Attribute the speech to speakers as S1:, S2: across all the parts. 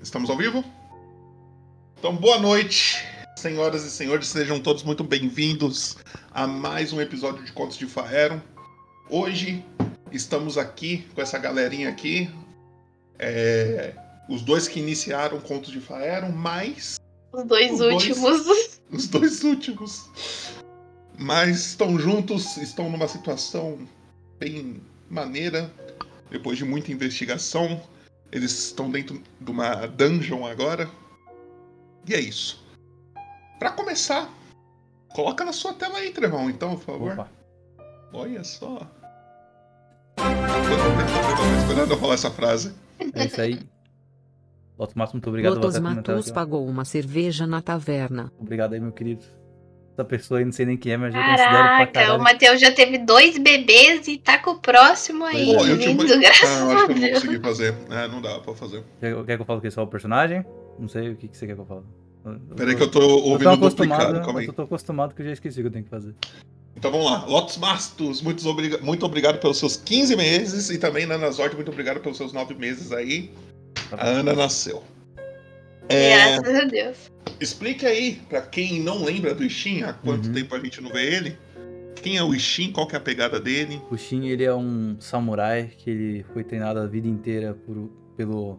S1: Estamos ao vivo? Então, boa noite, senhoras e senhores, sejam todos muito bem-vindos a mais um episódio de Contos de Faeron. Hoje estamos aqui com essa galerinha aqui, é, os dois que iniciaram Contos de Faeron, mas
S2: Os dois
S1: Os dois.
S2: últimos.
S1: os dois últimos. Mas estão juntos, estão numa situação bem maneira. Depois de muita investigação, eles estão dentro de uma dungeon agora. E é isso. Pra começar, coloca na sua tela aí, Trevão, então, por favor.
S3: Opa.
S1: Olha só. Quanto tempo eu tava esperando eu falar essa frase?
S3: É isso aí. Lotus Matos, muito obrigado.
S4: Lotos
S3: Lotus Matos,
S4: Matos pagou uma cerveja na taverna.
S3: Obrigado aí, meu querido. Essa pessoa aí, não sei nem quem é, mas eu considero pra
S2: Caraca, é
S3: caralho.
S2: o Matheus já teve dois bebês e tá com o próximo aí.
S3: Pois é.
S1: Pô, eu tinha
S2: lindo,
S1: uma- Ah,
S2: graças
S1: eu acho que
S2: a
S1: eu não
S2: Deus.
S1: consegui fazer. É, não dá pra fazer.
S3: Quer, quer que eu fale que é só o personagem? Não sei o que, que você quer que eu fale. Eu-
S1: Peraí que eu tô ouvindo
S3: acostumado,
S1: duplicado, calma aí.
S3: eu tô acostumado que eu já esqueci o que eu tenho que fazer.
S1: Então vamos lá, Lotus Mastos, muito, obriga- muito obrigado pelos seus 15 meses e também Nana Zorte, muito obrigado pelos seus 9 meses aí.
S3: Tá
S1: A Ana nasceu. É,
S2: Graças a Deus.
S1: explique aí, pra quem não lembra do Ishin, há quanto
S3: Uhum.
S1: tempo a gente não vê ele, quem é o Ishin, qual que é a pegada dele?
S3: O Shin, ele é um samurai que ele foi treinado a vida inteira por- pelo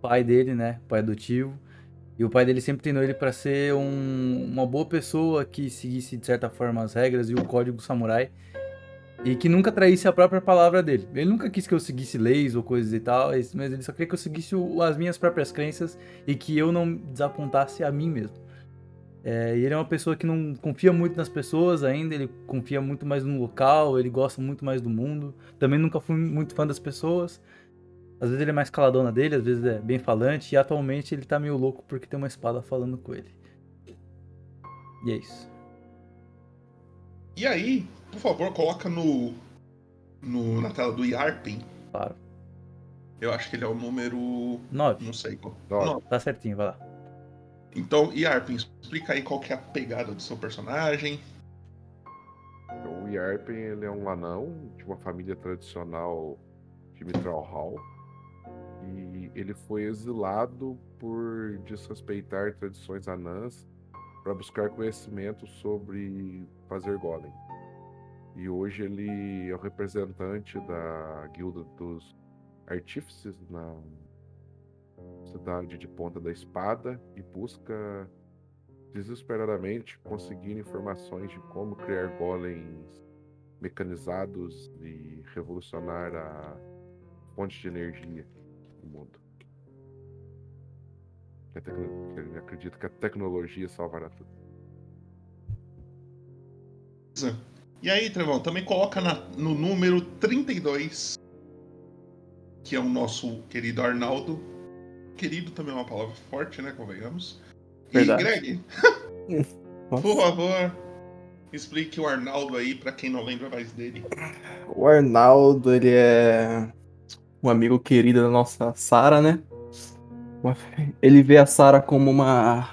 S3: pai dele, né? Pai adotivo. E o pai dele sempre treinou ele para ser um- uma boa pessoa que seguisse, de certa forma, as regras e o código samurai. E que nunca traísse a própria palavra dele. Ele nunca quis que eu seguisse leis ou coisas e tal, mas ele só queria que eu seguisse o- as minhas próprias crenças e que eu não desapontasse a mim mesmo. É, e ele é uma pessoa que não confia muito nas pessoas ainda, ele confia muito mais no local, ele gosta muito mais do mundo. Também nunca fui muito fã das pessoas. Às vezes ele é mais caladão na dele, às vezes é bem falante, e atualmente ele tá meio louco porque tem uma espada falando com ele. E é isso.
S1: E aí, por favor, coloca no, no- na tela do Yarpin.
S3: Claro.
S1: Eu acho que ele é o número.
S3: 9.
S1: não sei qual.
S5: Nove.
S3: Tá certinho, vai lá.
S1: Então, Yarpin, explica aí qual que é a pegada do seu personagem.
S5: Então, o Yarpen ele é um anão de uma família tradicional de Mitral Hall. E ele foi exilado por desrespeitar tradições anãs para buscar conhecimento sobre fazer golem. E hoje ele é o representante da guilda dos artífices na cidade de Ponta da Espada e busca desesperadamente conseguir informações de como criar golems mecanizados e revolucionar a fonte de energia do mundo. Que a tecno- que Ele acredita que a tecnologia salvará tudo.
S1: E aí, Trevão, também coloca na- no número 32, que é o nosso querido Arnaldo. Querido também é uma palavra forte, né? Convenhamos.
S6: Verdade.
S1: E Greg, por favor, explique o Arnaldo aí pra quem não lembra mais dele.
S6: O Arnaldo, ele é um amigo querido da nossa Sara, né? Uma- Ele vê a Sara como uma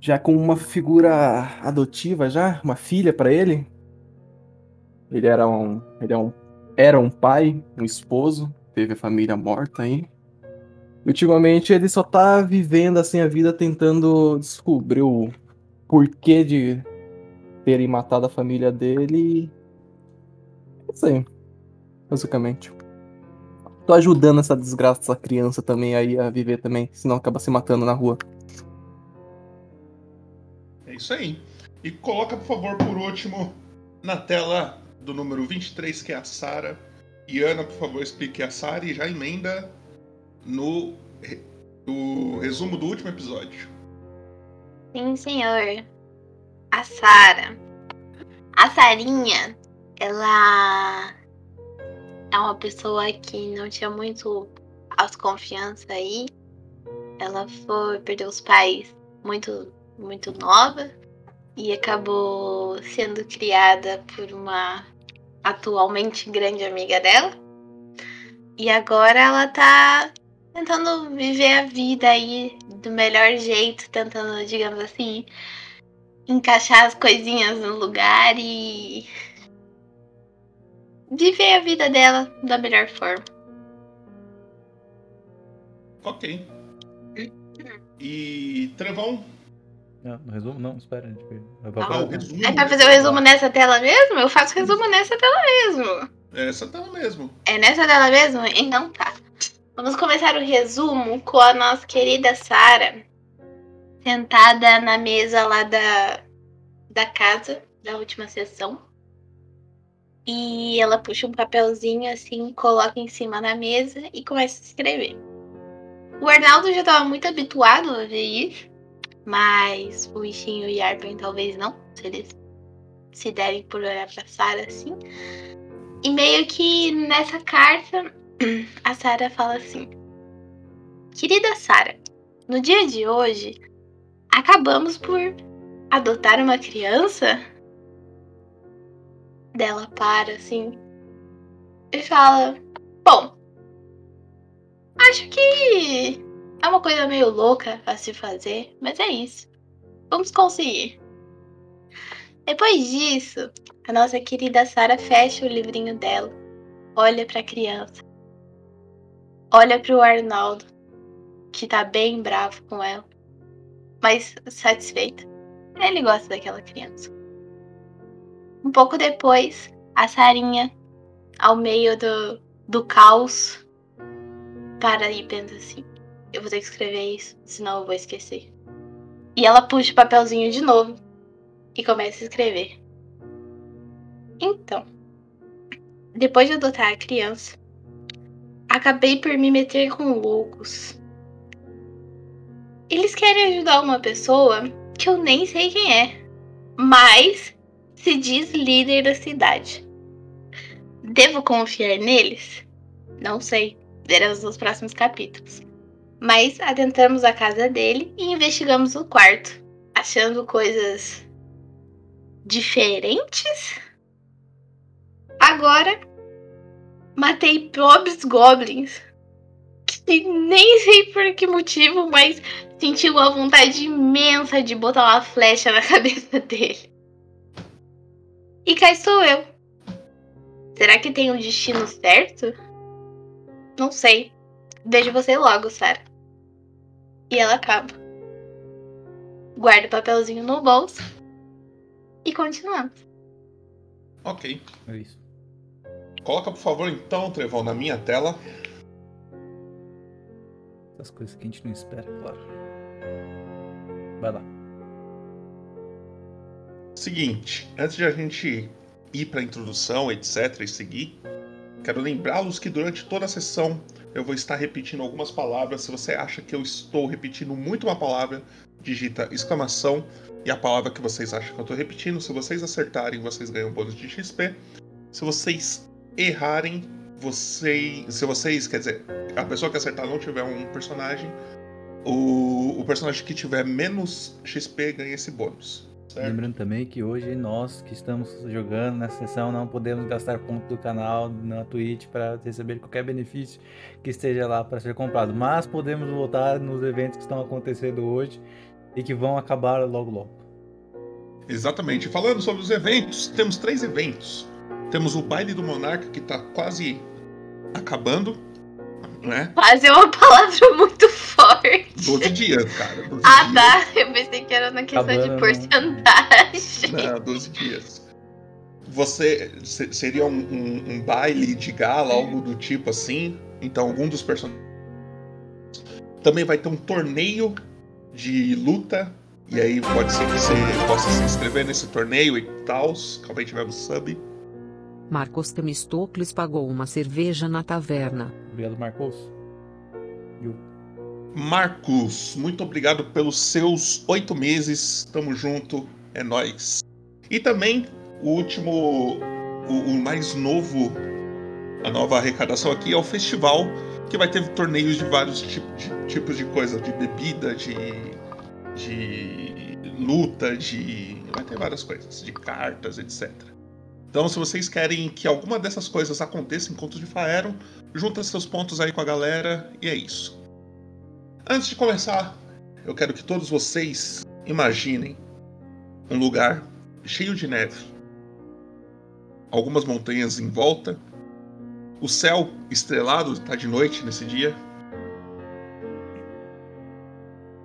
S6: já como uma figura adotiva já, uma filha pra ele. Ele era um, ele é um era um pai, um esposo, teve a família morta aí. E ultimamente ele só tá vivendo assim a vida tentando descobrir o porquê de terem matado a família dele e é isso aí. Basicamente. Tô ajudando essa desgraça, essa criança também aí a viver também, senão acaba se matando na rua.
S1: É isso aí. E coloca, por favor, por último, na tela do número 23, que é a Sara. E Ana, por favor, explique a Sara e já emenda no, re- no resumo do último episódio.
S2: Sim, senhor. A Sara. A Sarinha, ela é uma pessoa que não tinha muito autoconfiança aí. Ela foi perdeu os pais muito muito nova e acabou sendo criada por uma atualmente grande amiga dela. E agora ela tá tentando viver a vida aí do melhor jeito, tentando, digamos assim, encaixar as coisinhas no lugar e viver a vida dela da melhor forma.
S1: Ok. E Trevão,
S3: Não, no resumo? Não, espera, a gente vai pra
S2: Ah,
S1: ah, o
S3: próxima.
S1: resumo.
S2: É pra fazer o resumo nessa tela mesmo? Eu faço resumo nessa tela mesmo.
S1: É essa tela mesmo.
S2: É nessa tela mesmo? Então tá. Vamos começar o resumo com a nossa querida Sara sentada na mesa lá da, da casa, da última sessão. E ela puxa um papelzinho assim, coloca em cima da mesa e começa a escrever. O Arnaldo já estava muito habituado a ver isso, mas o Ishin e o Yarpen talvez não, se eles se derem por olhar pra Sara assim. E meio que nessa carta, a Sara fala assim: Querida Sara, no dia de hoje, acabamos por adotar uma criança? Dela para assim e fala: Bom, acho que é uma coisa meio louca a se fazer, mas é isso. Vamos conseguir. Depois disso, a nossa querida Sara fecha o livrinho dela, olha para a criança, olha para o Arnaldo, que tá bem bravo com ela, mas satisfeita. Ele gosta daquela criança. Um pouco depois, a Sarinha, ao meio do, do caos, para e pensa assim: eu vou ter que escrever isso, senão eu vou esquecer. E ela puxa o papelzinho de novo e começa a escrever. Então, depois de adotar a criança, acabei por me meter com loucos. Eles querem ajudar uma pessoa que eu nem sei quem é, mas se diz líder da cidade. Devo confiar neles? Não sei, veremos nos próximos capítulos. Mas adentramos a casa dele e investigamos o quarto, achando coisas diferentes Agora, matei pobres goblins. Que nem sei por que motivo, mas senti uma vontade imensa de botar uma flecha na cabeça dele. E cá estou eu. Será que tem um destino certo? Não sei. Vejo você logo, Sarah. E ela acaba. Guarda o papelzinho no bolso. E continuamos.
S1: Ok.
S3: É isso.
S1: Coloca, por favor, então, Trevão, na minha tela.
S3: Essas coisas que a gente não espera, claro. Vai lá.
S1: Seguinte, antes de a gente ir para a introdução, etc, e seguir, quero lembrá-los que durante toda a sessão eu vou estar repetindo algumas palavras. Se você acha que eu estou repetindo muito uma palavra, digita exclamação e a palavra que vocês acham que eu estou repetindo. Se vocês acertarem, vocês ganham bônus de XP. Se vocês errarem, vocês, se vocês, quer dizer, a pessoa que acertar não tiver um personagem, o, o personagem que tiver menos XP ganha esse bônus. Certo?
S3: Lembrando também que hoje nós que estamos jogando na sessão não podemos gastar ponto do canal na Twitch para receber qualquer benefício que esteja lá para ser comprado, mas podemos voltar nos eventos que estão acontecendo hoje e que vão acabar logo logo.
S1: Exatamente. Falando sobre os eventos, temos três eventos. Temos o baile do Monarca que tá quase acabando, né?
S2: Quase é uma palavra muito forte.
S1: 12 dias, cara. 12
S2: Ah,
S1: dias.
S2: tá. Eu pensei que era na questão
S3: Acabando,
S2: de
S3: né?
S2: porcentagem.
S1: Não, 12 dias. Você se- seria um, um- um baile de gala, algo do tipo assim. Então, algum dos personagens. Também vai ter um torneio de luta. E aí pode ser que você possa se inscrever nesse torneio e tal. Talvez tivemos um sub.
S4: Marcos Temistocles pagou uma cerveja na taverna.
S3: Obrigado, Marcos.
S1: Marcos, muito obrigado pelos seus oito meses. Tamo junto, é nóis. E também o último, o, o mais novo, a nova arrecadação aqui é o festival, que vai ter torneios de vários ti- de- tipos de coisa, de bebida, de, de luta, de. Vai ter várias coisas, de cartas, etc. Então, se vocês querem que alguma dessas coisas aconteça em Contos de Faeron, junta seus pontos aí com a galera e é isso. Antes de começar, eu quero que todos vocês imaginem um lugar cheio de neve, algumas montanhas em tá volta, o céu estrelado está de noite nesse dia,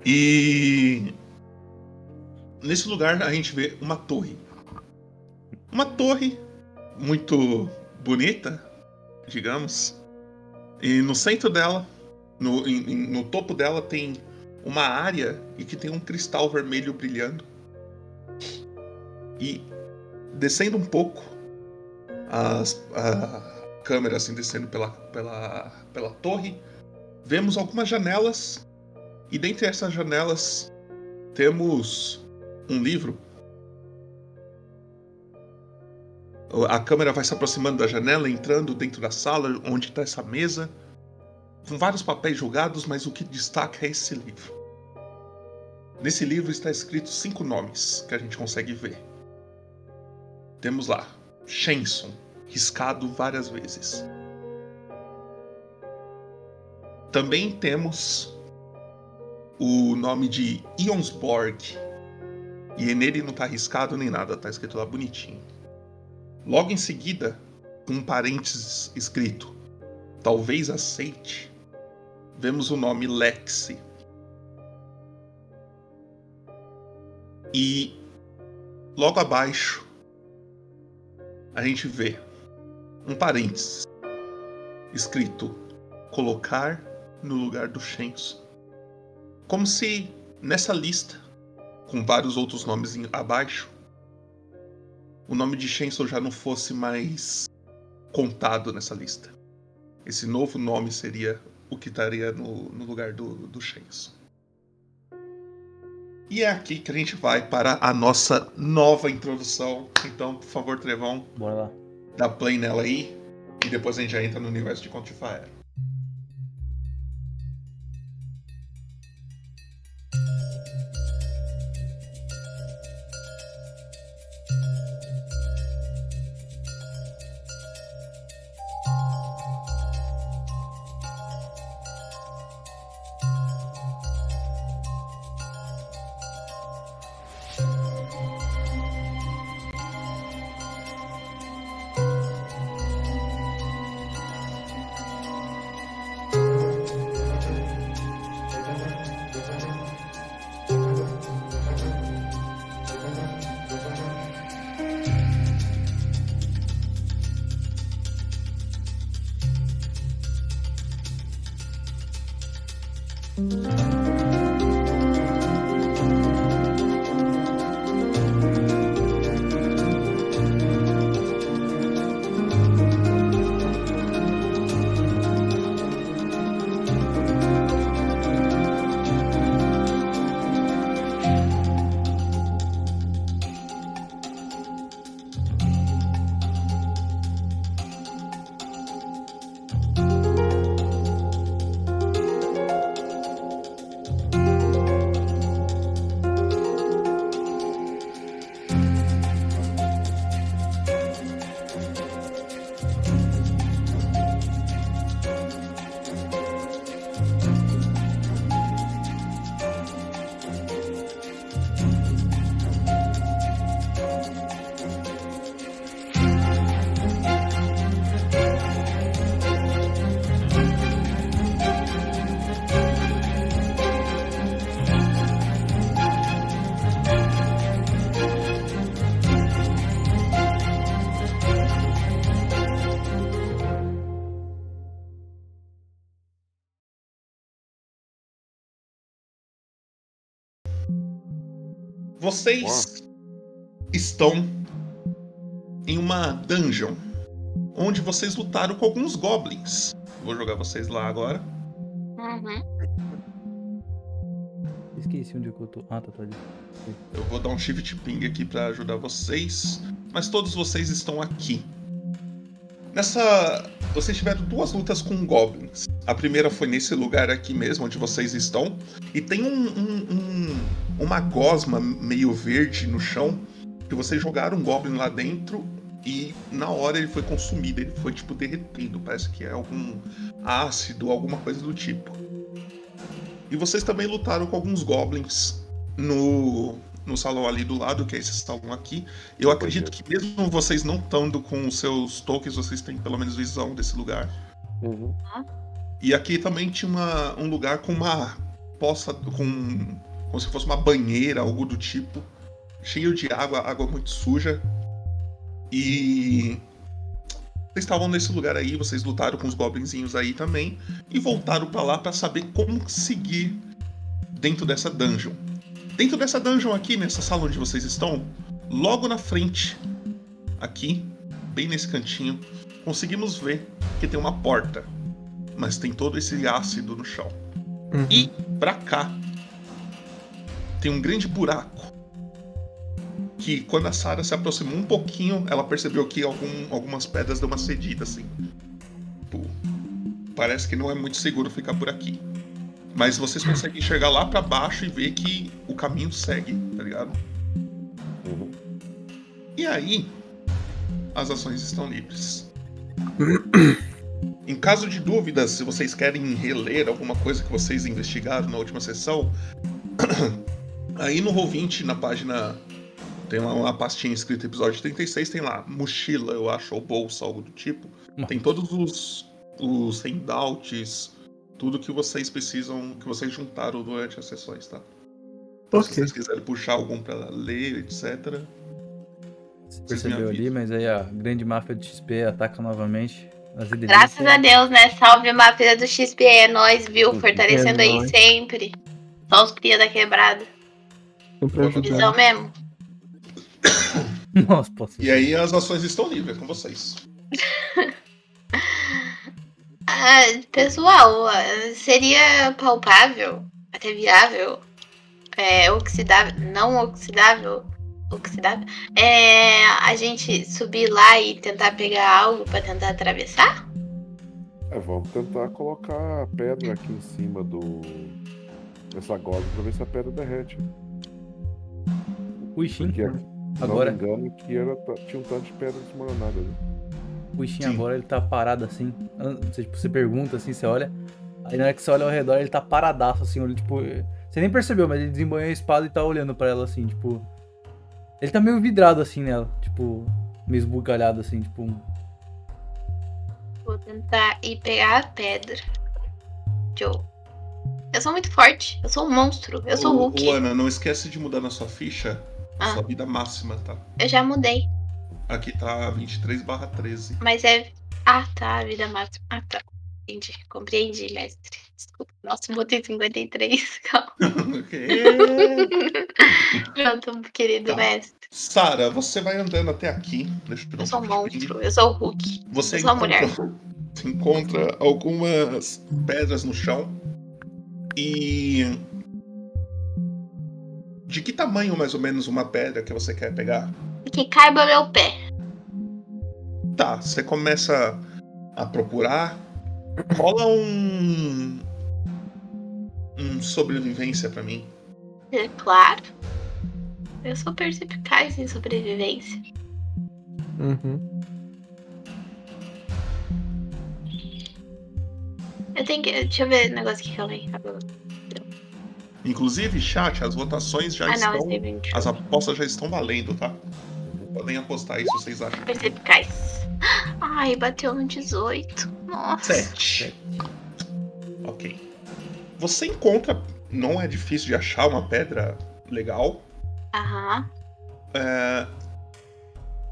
S1: E nesse lugar a gente vê uma torre. Uma torre muito bonita, digamos. E no centro dela, no, em- em- no topo dela, tem uma área e que tem um cristal vermelho brilhando. E descendo um pouco, as- a câmera assim descendo pela, pela, pela torre, vemos algumas janelas. E dentre essas janelas temos um livro. O- A câmera vai se aproximando da janela, entrando dentro da sala onde está essa mesa, com vários papéis jogados, mas o que destaca é esse livro. Nesse livro está escrito cinco nomes que a gente consegue ver. Temos lá Shenson, riscado várias vezes. Também temos o nome de Ionsborg. E nele não tá riscado nem nada, tá escrito lá bonitinho. Logo em seguida, com um parênteses escrito: Talvez aceite. Vemos o nome Lexi. E logo abaixo, a gente vê um parênteses escrito: Colocar no lugar do Shenson como se nessa lista, com vários outros nomes em- abaixo, o nome de Shenson já não fosse mais contado nessa lista. Esse novo nome seria o que estaria no, no lugar do, do Shenson. E é aqui que a gente vai para a nossa nova introdução. Então, por favor, Trevão,
S3: Bora lá.
S1: dá play nela aí. E depois a gente já entra no universo de Contra Fire. Vocês estão em uma dungeon onde vocês lutaram com alguns goblins. Vou jogar vocês lá agora.
S2: Uhum.
S3: Esqueci onde que eu tô. Ah, tá, tá ali.
S1: Eu vou dar um shift ping aqui pra ajudar vocês, mas todos vocês estão aqui. Nessa, vocês tiveram duas lutas com goblins. A primeira foi nesse lugar aqui mesmo onde vocês estão e tem um, um- um- uma gosma meio verde no chão que vocês jogaram um goblin lá dentro e na hora ele foi consumido, ele foi tipo derretendo, parece que é algum ácido, alguma coisa do tipo. E vocês também lutaram com alguns goblins no, no salão ali do lado, que é esse salão aqui. Eu acredito que mesmo vocês não estando com os seus tokens, vocês têm pelo menos visão desse lugar.
S5: Uhum.
S1: E aqui também tinha uma- um lugar com uma poça com. como se fosse uma banheira, algo do tipo, cheio de água, água muito suja. E. Vocês estavam nesse lugar aí, vocês lutaram com os goblinzinhos aí também e voltaram pra lá pra saber como seguir dentro dessa dungeon. Dentro dessa dungeon aqui, nessa sala onde vocês estão, logo na frente, aqui, bem nesse cantinho, conseguimos ver que tem uma porta, mas tem todo esse ácido no chão. E pra cá tem um grande buraco. Que quando a Sarah se aproximou um pouquinho, ela percebeu que algum- algumas pedras deu uma cedida assim. Tipo, parece que não é muito seguro ficar por aqui. Mas vocês conseguem enxergar lá pra baixo e ver que o caminho segue, tá ligado?
S5: Uhum.
S1: E aí, as ações estão livres. em caso de dúvidas, se vocês querem reler alguma coisa que vocês investigaram na última sessão, aí no Roll20, na página. Tem lá uma pastinha escrita episódio 36, tem lá mochila, eu acho, ou bolsa, algo do tipo.
S3: Uma-
S1: Tem todos os, os handouts, tudo que vocês precisam, que vocês juntaram durante as sessões, tá? Então, Se
S6: Ok.
S1: vocês quiserem puxar algum pra ler, etc.
S3: Você
S1: Vocês me
S3: percebeu ali,
S1: avisam.
S3: mas aí a grande máfia de XP ataca novamente. As
S2: Graças a
S3: lideranças.
S2: Deus, né? Salve máfia do XP, é nóis, viu? Fortalecendo
S6: É
S2: aí
S6: nóis.
S2: sempre. Só os cria da quebrada.
S6: Sempre
S2: Visão
S6: ajudando.
S2: mesmo.
S3: Nossa, posso.
S1: E aí as ações estão livres é com vocês.
S2: Ah, pessoal, ah, seria palpável, até viável, é, oxidável, não oxidável, oxidável, é, a gente subir lá e tentar pegar algo pra tentar atravessar?
S5: É, vamos tentar colocar a pedra aqui em cima do. dessa gosma pra ver se a pedra derrete.
S3: O Ishin,
S5: Porque
S3: agora,
S5: não me engano que era, ta- tinha um tanto de pedra desmoronada né? ali.
S3: o Ishin
S1: Sim.
S3: agora ele tá parado assim. an- Você, tipo, você pergunta assim, você olha. Aí na hora que você olha ao redor, ele tá paradaço assim, olhando, tipo. eh, Você nem percebeu, mas ele desembanhou a espada e tá olhando pra ela assim, tipo. Ele tá meio vidrado assim nela, tipo, meio esbugalhado assim, tipo. um-
S2: Vou tentar ir pegar a pedra. Joe. Eu sou muito forte, eu sou um monstro, eu sou o
S1: Ô, ô,
S2: Hulk.
S1: Ana, não esquece de mudar na sua ficha a
S2: Ah.
S1: sua vida máxima, tá?
S2: Eu já mudei,
S1: Aqui tá 23 barra 13.
S2: mas é... Ah, tá, a vida máxima. Ah, tá. Entendi, compreendi, mestre. Desculpa, nossa, botei 53, calma.
S1: ok.
S2: Pronto, querido
S1: Tá.
S2: mestre.
S1: Sara, você vai andando até aqui. Deixa eu tirar
S2: Eu
S1: um
S2: sou um
S1: pouquinho.
S2: monstro, eu sou o Hulk.
S1: Você
S2: eu sou uma
S1: encontra, você encontra algumas pedras no chão. E. De que tamanho mais ou menos uma pedra que você quer pegar?
S2: Que caiba meu pé.
S1: Tá, você começa a procurar. Rola um. Um sobrevivência pra mim.
S2: É claro. Eu sou perspicaz em sobrevivência.
S6: Uhum.
S2: Eu tenho que. Deixa eu ver o negócio aqui que eu leio.
S1: Inclusive, chat, as votações já
S2: Ah, não, eu
S1: estão.
S2: sei 21.
S1: As apostas já estão valendo, tá? Podem apostar aí se vocês acham.
S2: Perspicaz. Ai, bateu no 18. Nossa.
S1: é Sete. Ok. Você encontra. Não é difícil de achar uma pedra legal.
S2: Aham.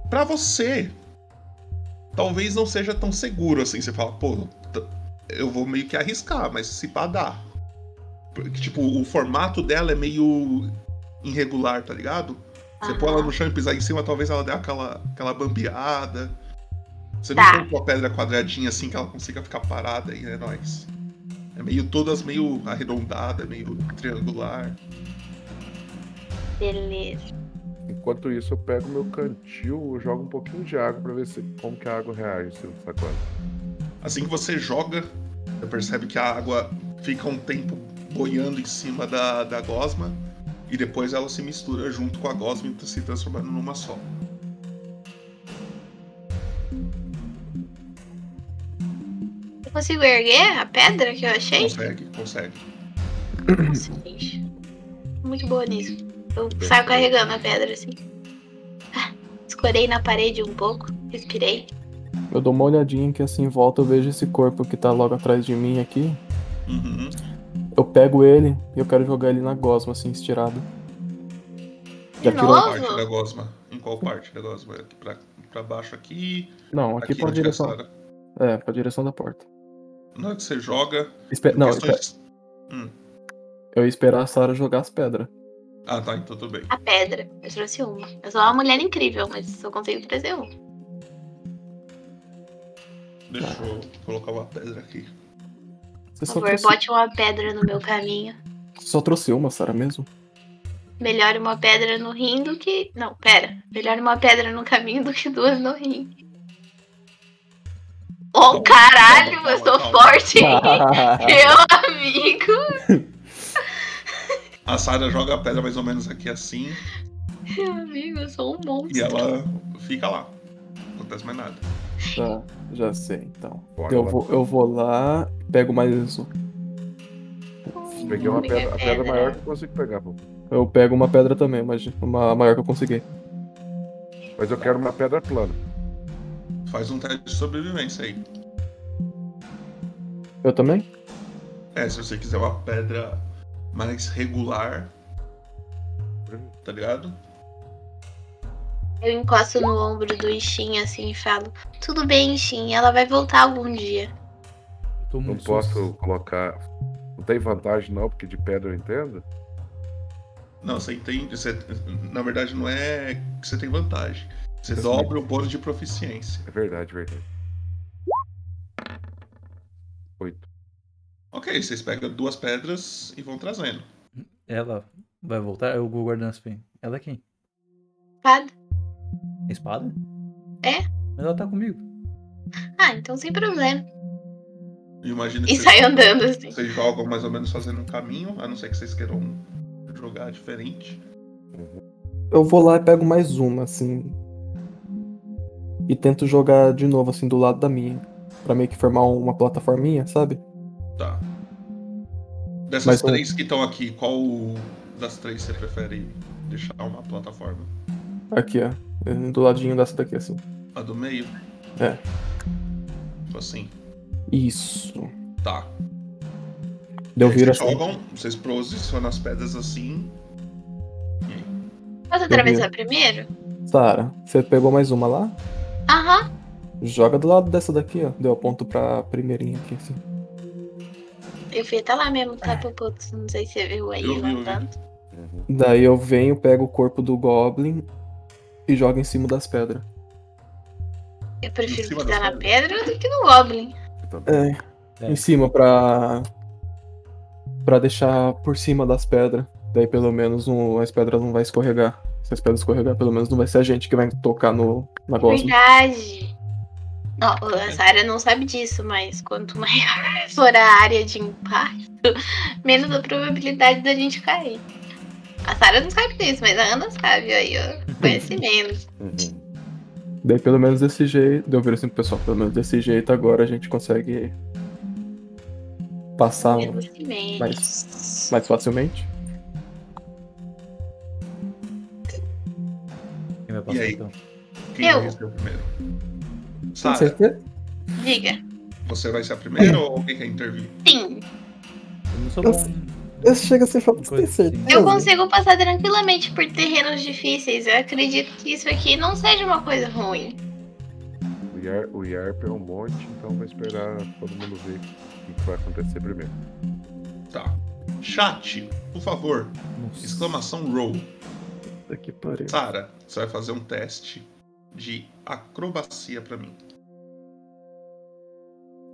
S1: Pra você, talvez não seja tão seguro assim. Você fala, pô, t- eu vou meio que arriscar, mas se pá, dá. Porque, tipo, o formato dela é meio irregular, tá ligado? Você
S2: Aham.
S1: pôr ela no chão e pisar em cima, talvez ela dê aquela, aquela bambeada. Você
S2: Tá.
S1: não colocou uma pedra quadradinha assim que ela consiga ficar parada e é nóis. É meio todas meio arredondada, meio triangular.
S2: Beleza.
S5: Enquanto isso, eu pego meu cantil, eu jogo um pouquinho de água pra ver se, como que a água reage, se não sabe
S1: Assim que você joga, você percebe que a água fica um tempo boiando em cima da, da gosma e depois ela se mistura junto com a gosma e se transformando numa só.
S2: Eu consigo erguer a pedra que eu achei?
S1: Consegue, consegue.
S6: Uhum.
S2: Nossa, gente. Muito boa nisso. Eu saio carregando a pedra assim. Ah, Escorei na parede um pouco, respirei.
S6: Eu dou uma olhadinha que assim em volta eu vejo esse corpo que tá logo atrás de mim aqui.
S1: Uhum.
S6: Eu pego ele e eu quero jogar ele na gosma, assim, estirado.
S2: De
S6: Já tirou-
S1: Qual
S2: novo?
S1: parte da gosma? Em qual parte da gosma? Aqui Pra, pra baixo aqui?
S6: Não, aqui, pra
S1: onde
S6: direção.
S1: é a Sara.
S6: É, pra direção da porta.
S1: Na hora que você joga.
S6: Espe- Não, tá. espe-
S1: questões-
S6: eu ia esperar a Sarah jogar as pedras.
S1: Ah, tá, então tudo bem.
S2: A pedra. Eu trouxe uma. Eu sou uma mulher incrível, mas só consigo trazer uma.
S6: Tá.
S1: Deixa eu colocar uma pedra aqui.
S6: Você
S2: Por
S6: só
S2: favor,
S6: trouxe...
S2: bote uma pedra no meu caminho.
S6: só trouxe uma, Sarah, mesmo?
S2: Melhor uma pedra no rim do que. Não, pera. Melhor uma pedra no caminho do que duas no rim. Oh,
S1: Calma,
S2: caralho,
S1: calma,
S2: eu
S1: calma,
S2: sou
S1: calma.
S2: forte, hein?
S6: Ah,
S2: Meu amigo!
S1: A Sara joga a pedra mais ou menos aqui assim
S2: Meu amigo, eu sou um monstro.
S1: e ela fica lá. Não acontece mais nada.
S6: Já, tá. já sei, então.
S5: Bora
S6: Eu
S5: lá.
S6: vou, eu vou lá, pego mais um.
S5: Peguei é uma
S2: Peguei
S5: pedra, a pedra
S2: é pedra. né?
S5: maior que eu consigo pegar, pô.
S6: Eu pego uma pedra também, mas uma maior que eu conseguir.
S5: Mas eu quero uma pedra plana.
S1: Faz um teste de sobrevivência aí.
S6: Eu também?
S1: É, se você quiser uma pedra mais regular. Tá ligado?
S2: Eu encosto no ombro do Ishin assim e falo: Tudo bem, Ishin, ela vai voltar algum dia.
S3: Tô
S5: Não
S3: muito
S5: posso
S3: sus-
S5: colocar. Não tem vantagem não, porque de pedra eu entendo.
S1: Não, você entende. Você, na verdade, não é que você tem vantagem. Você dobra o bônus de proficiência.
S5: É verdade, verdade. Oito.
S1: Ok, vocês pegam duas pedras e vão trazendo.
S3: Ela vai voltar? Eu vou guardando as pen. Ela é quem?
S2: Sabe?
S3: A espada?
S2: É.
S3: Mas ela tá comigo.
S2: Ah, então sem problema.
S1: Eu Imagino que
S2: E
S1: vocês-
S2: sai andando assim.
S1: Vocês jogam mais ou menos fazendo um caminho, a não ser que vocês queiram jogar diferente.
S6: Eu vou lá e pego mais uma, assim. E tento jogar de novo, assim, do lado da minha. Pra meio que formar uma plataforminha, sabe?
S1: Tá. Dessas
S6: Mas eu-
S1: três que estão aqui, qual das três você prefere deixar uma plataforma?
S6: Aqui, ó. Eh, Do ladinho dessa daqui, assim.
S1: A do meio?
S6: É.
S1: Tipo assim.
S6: Isso.
S1: Tá.
S6: Deu
S1: Aí
S6: vira
S1: vocês
S6: assim.
S1: jogam, vocês posicionam as pedras assim.
S2: Posso atravessar primeiro?
S6: assim. Sara, você pegou mais uma lá?
S2: Aham.
S6: Joga do lado dessa daqui, ó. Deu ponto pra primeirinha aqui, assim.
S2: Eu fui até lá mesmo, tá, Popotos? Não sei se você viu aí
S1: Eu vi, eu vi.
S2: levantando.
S5: Uhum.
S6: Daí eu venho, pego o corpo do Goblin e jogo em cima das pedras.
S2: Eu
S1: Em
S2: prefiro
S1: cima
S2: que
S1: das
S2: tá na
S1: pedras?
S2: pedra do que no Goblin.
S5: Eu também.
S6: É,
S3: É.
S6: em cima pra. pra deixar por cima das pedras. Daí pelo menos não- as pedras não vai escorregar. Se as pedras escorregar, pelo menos não vai ser a gente que vai tocar no, na gosma.
S2: Verdade. Não, essa área não sabe disso, mas quanto maior for a área de impacto, menos a probabilidade da gente cair. A Sara não sabe disso, mas a Ana sabe aí, ó. Conhecimento.
S5: Uhum.
S6: Daí pelo menos desse jeito. Deu ver assim pro pessoal, pelo menos desse jeito agora a gente consegue passar
S2: Conhecimento.
S6: mais, mais facilmente.
S3: Quem vai passar
S1: aí?
S3: então?
S1: Quem
S2: Eu.
S1: vai ser o primeiro?
S6: Com
S1: Sara,
S6: certeza.
S2: Diga.
S1: você vai ser a primeira ou alguém quer intervir?
S2: Sim.
S3: Eu não sou
S6: Eu
S3: bom.
S6: sei-
S3: em-
S6: Eu chego assim e falo,
S3: Coisa
S6: "Tem certeza?"
S3: assim.
S2: Eu consigo passar tranquilamente por terrenos difíceis. Eu acredito que isso aqui não seja uma coisa ruim.
S5: O, Iar, o Iarp é um monte, então vai esperar todo mundo ver o que vai acontecer primeiro.
S1: Tá. Chat, por favor,
S3: Nossa.
S1: exclamação roll.
S6: Puta que pariu.
S1: Sara, você vai fazer um teste de acrobacia pra mim.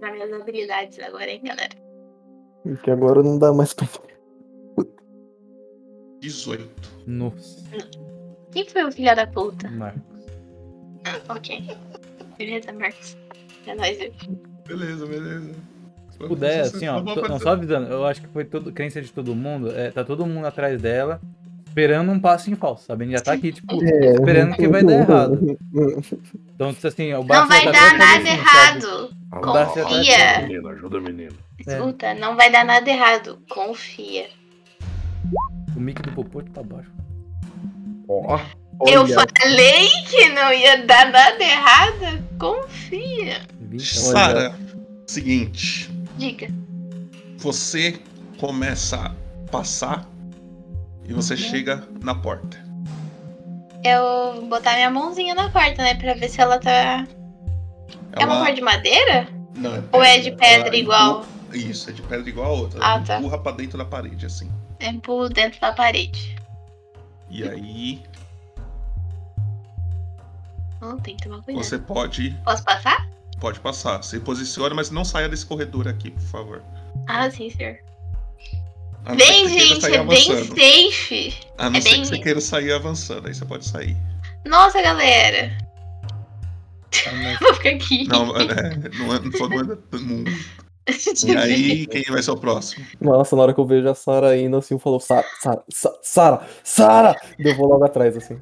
S2: Nas minhas habilidades agora, hein, galera?
S6: Que agora não dá mais pra.
S1: 18.
S3: Nossa.
S2: Quem foi o filho da puta?
S3: Marcos.
S2: Ah, ok. Beleza, Marcos. É nóis, viu?
S1: Beleza, beleza.
S3: Se puder, assim, ó. to- não, só avisando. Eu acho que foi todo, crença de todo mundo. é, tá todo mundo atrás dela, esperando um passo em falso, sabe? Já tá aqui, tipo,
S6: É,
S3: esperando que vai dar errado. Então, tipo assim, ó, o
S2: Não
S3: Barça
S2: vai
S3: tá
S2: dar
S3: bem
S2: nada
S3: feliz, sabe?
S2: errado.
S5: Alô,
S3: Confia.
S5: Ajuda o menino, ajuda o menino.
S1: É.
S2: Escuta, não vai dar nada errado. Confia.
S3: O mic do Popote tá baixo.
S5: Ó,
S2: Eu falei que não ia dar nada errado. Confia.
S3: Vinte, olha,
S1: Sara, seguinte.
S2: Diga.
S1: Você começa a passar e
S2: Uhum.
S1: você chega na porta.
S2: Eu vou botar minha mãozinha na porta, né? Pra ver se ela tá. É uma porta de madeira?
S1: Não,
S2: Ou é de pedra
S1: Ela
S2: igual?
S1: empurra- Isso, é de pedra igual a outra.
S2: Ah,
S1: Ela
S2: tá.
S1: Empurra pra dentro da parede, assim.
S2: É por dentro da parede. Uhum.
S1: E aí
S2: Não tem que tomar cuidado.
S1: você pode,
S2: Posso passar?
S1: pode passar. Se posiciona, mas não saia desse corredor aqui, por favor.
S2: Ah, sim, senhor.
S1: A não ser
S2: Bem,
S1: que você queira
S2: gente,
S1: sair
S2: é bem
S1: avançando.
S2: safe.
S1: A não
S2: é
S1: ser
S2: bem-
S1: que você queira sair avançando, aí você pode sair.
S2: Nossa, galera.
S3: Tá, mas-
S2: Vou ficar aqui.
S1: Não, é, não, é- não só não anda todo mundo. E aí, quem vai ser o próximo?
S6: Nossa, na hora que eu vejo a Sara indo assim, eu falo, Sara, Sara, Sa- Sara, Sara! Daí Eu vou logo atrás, assim.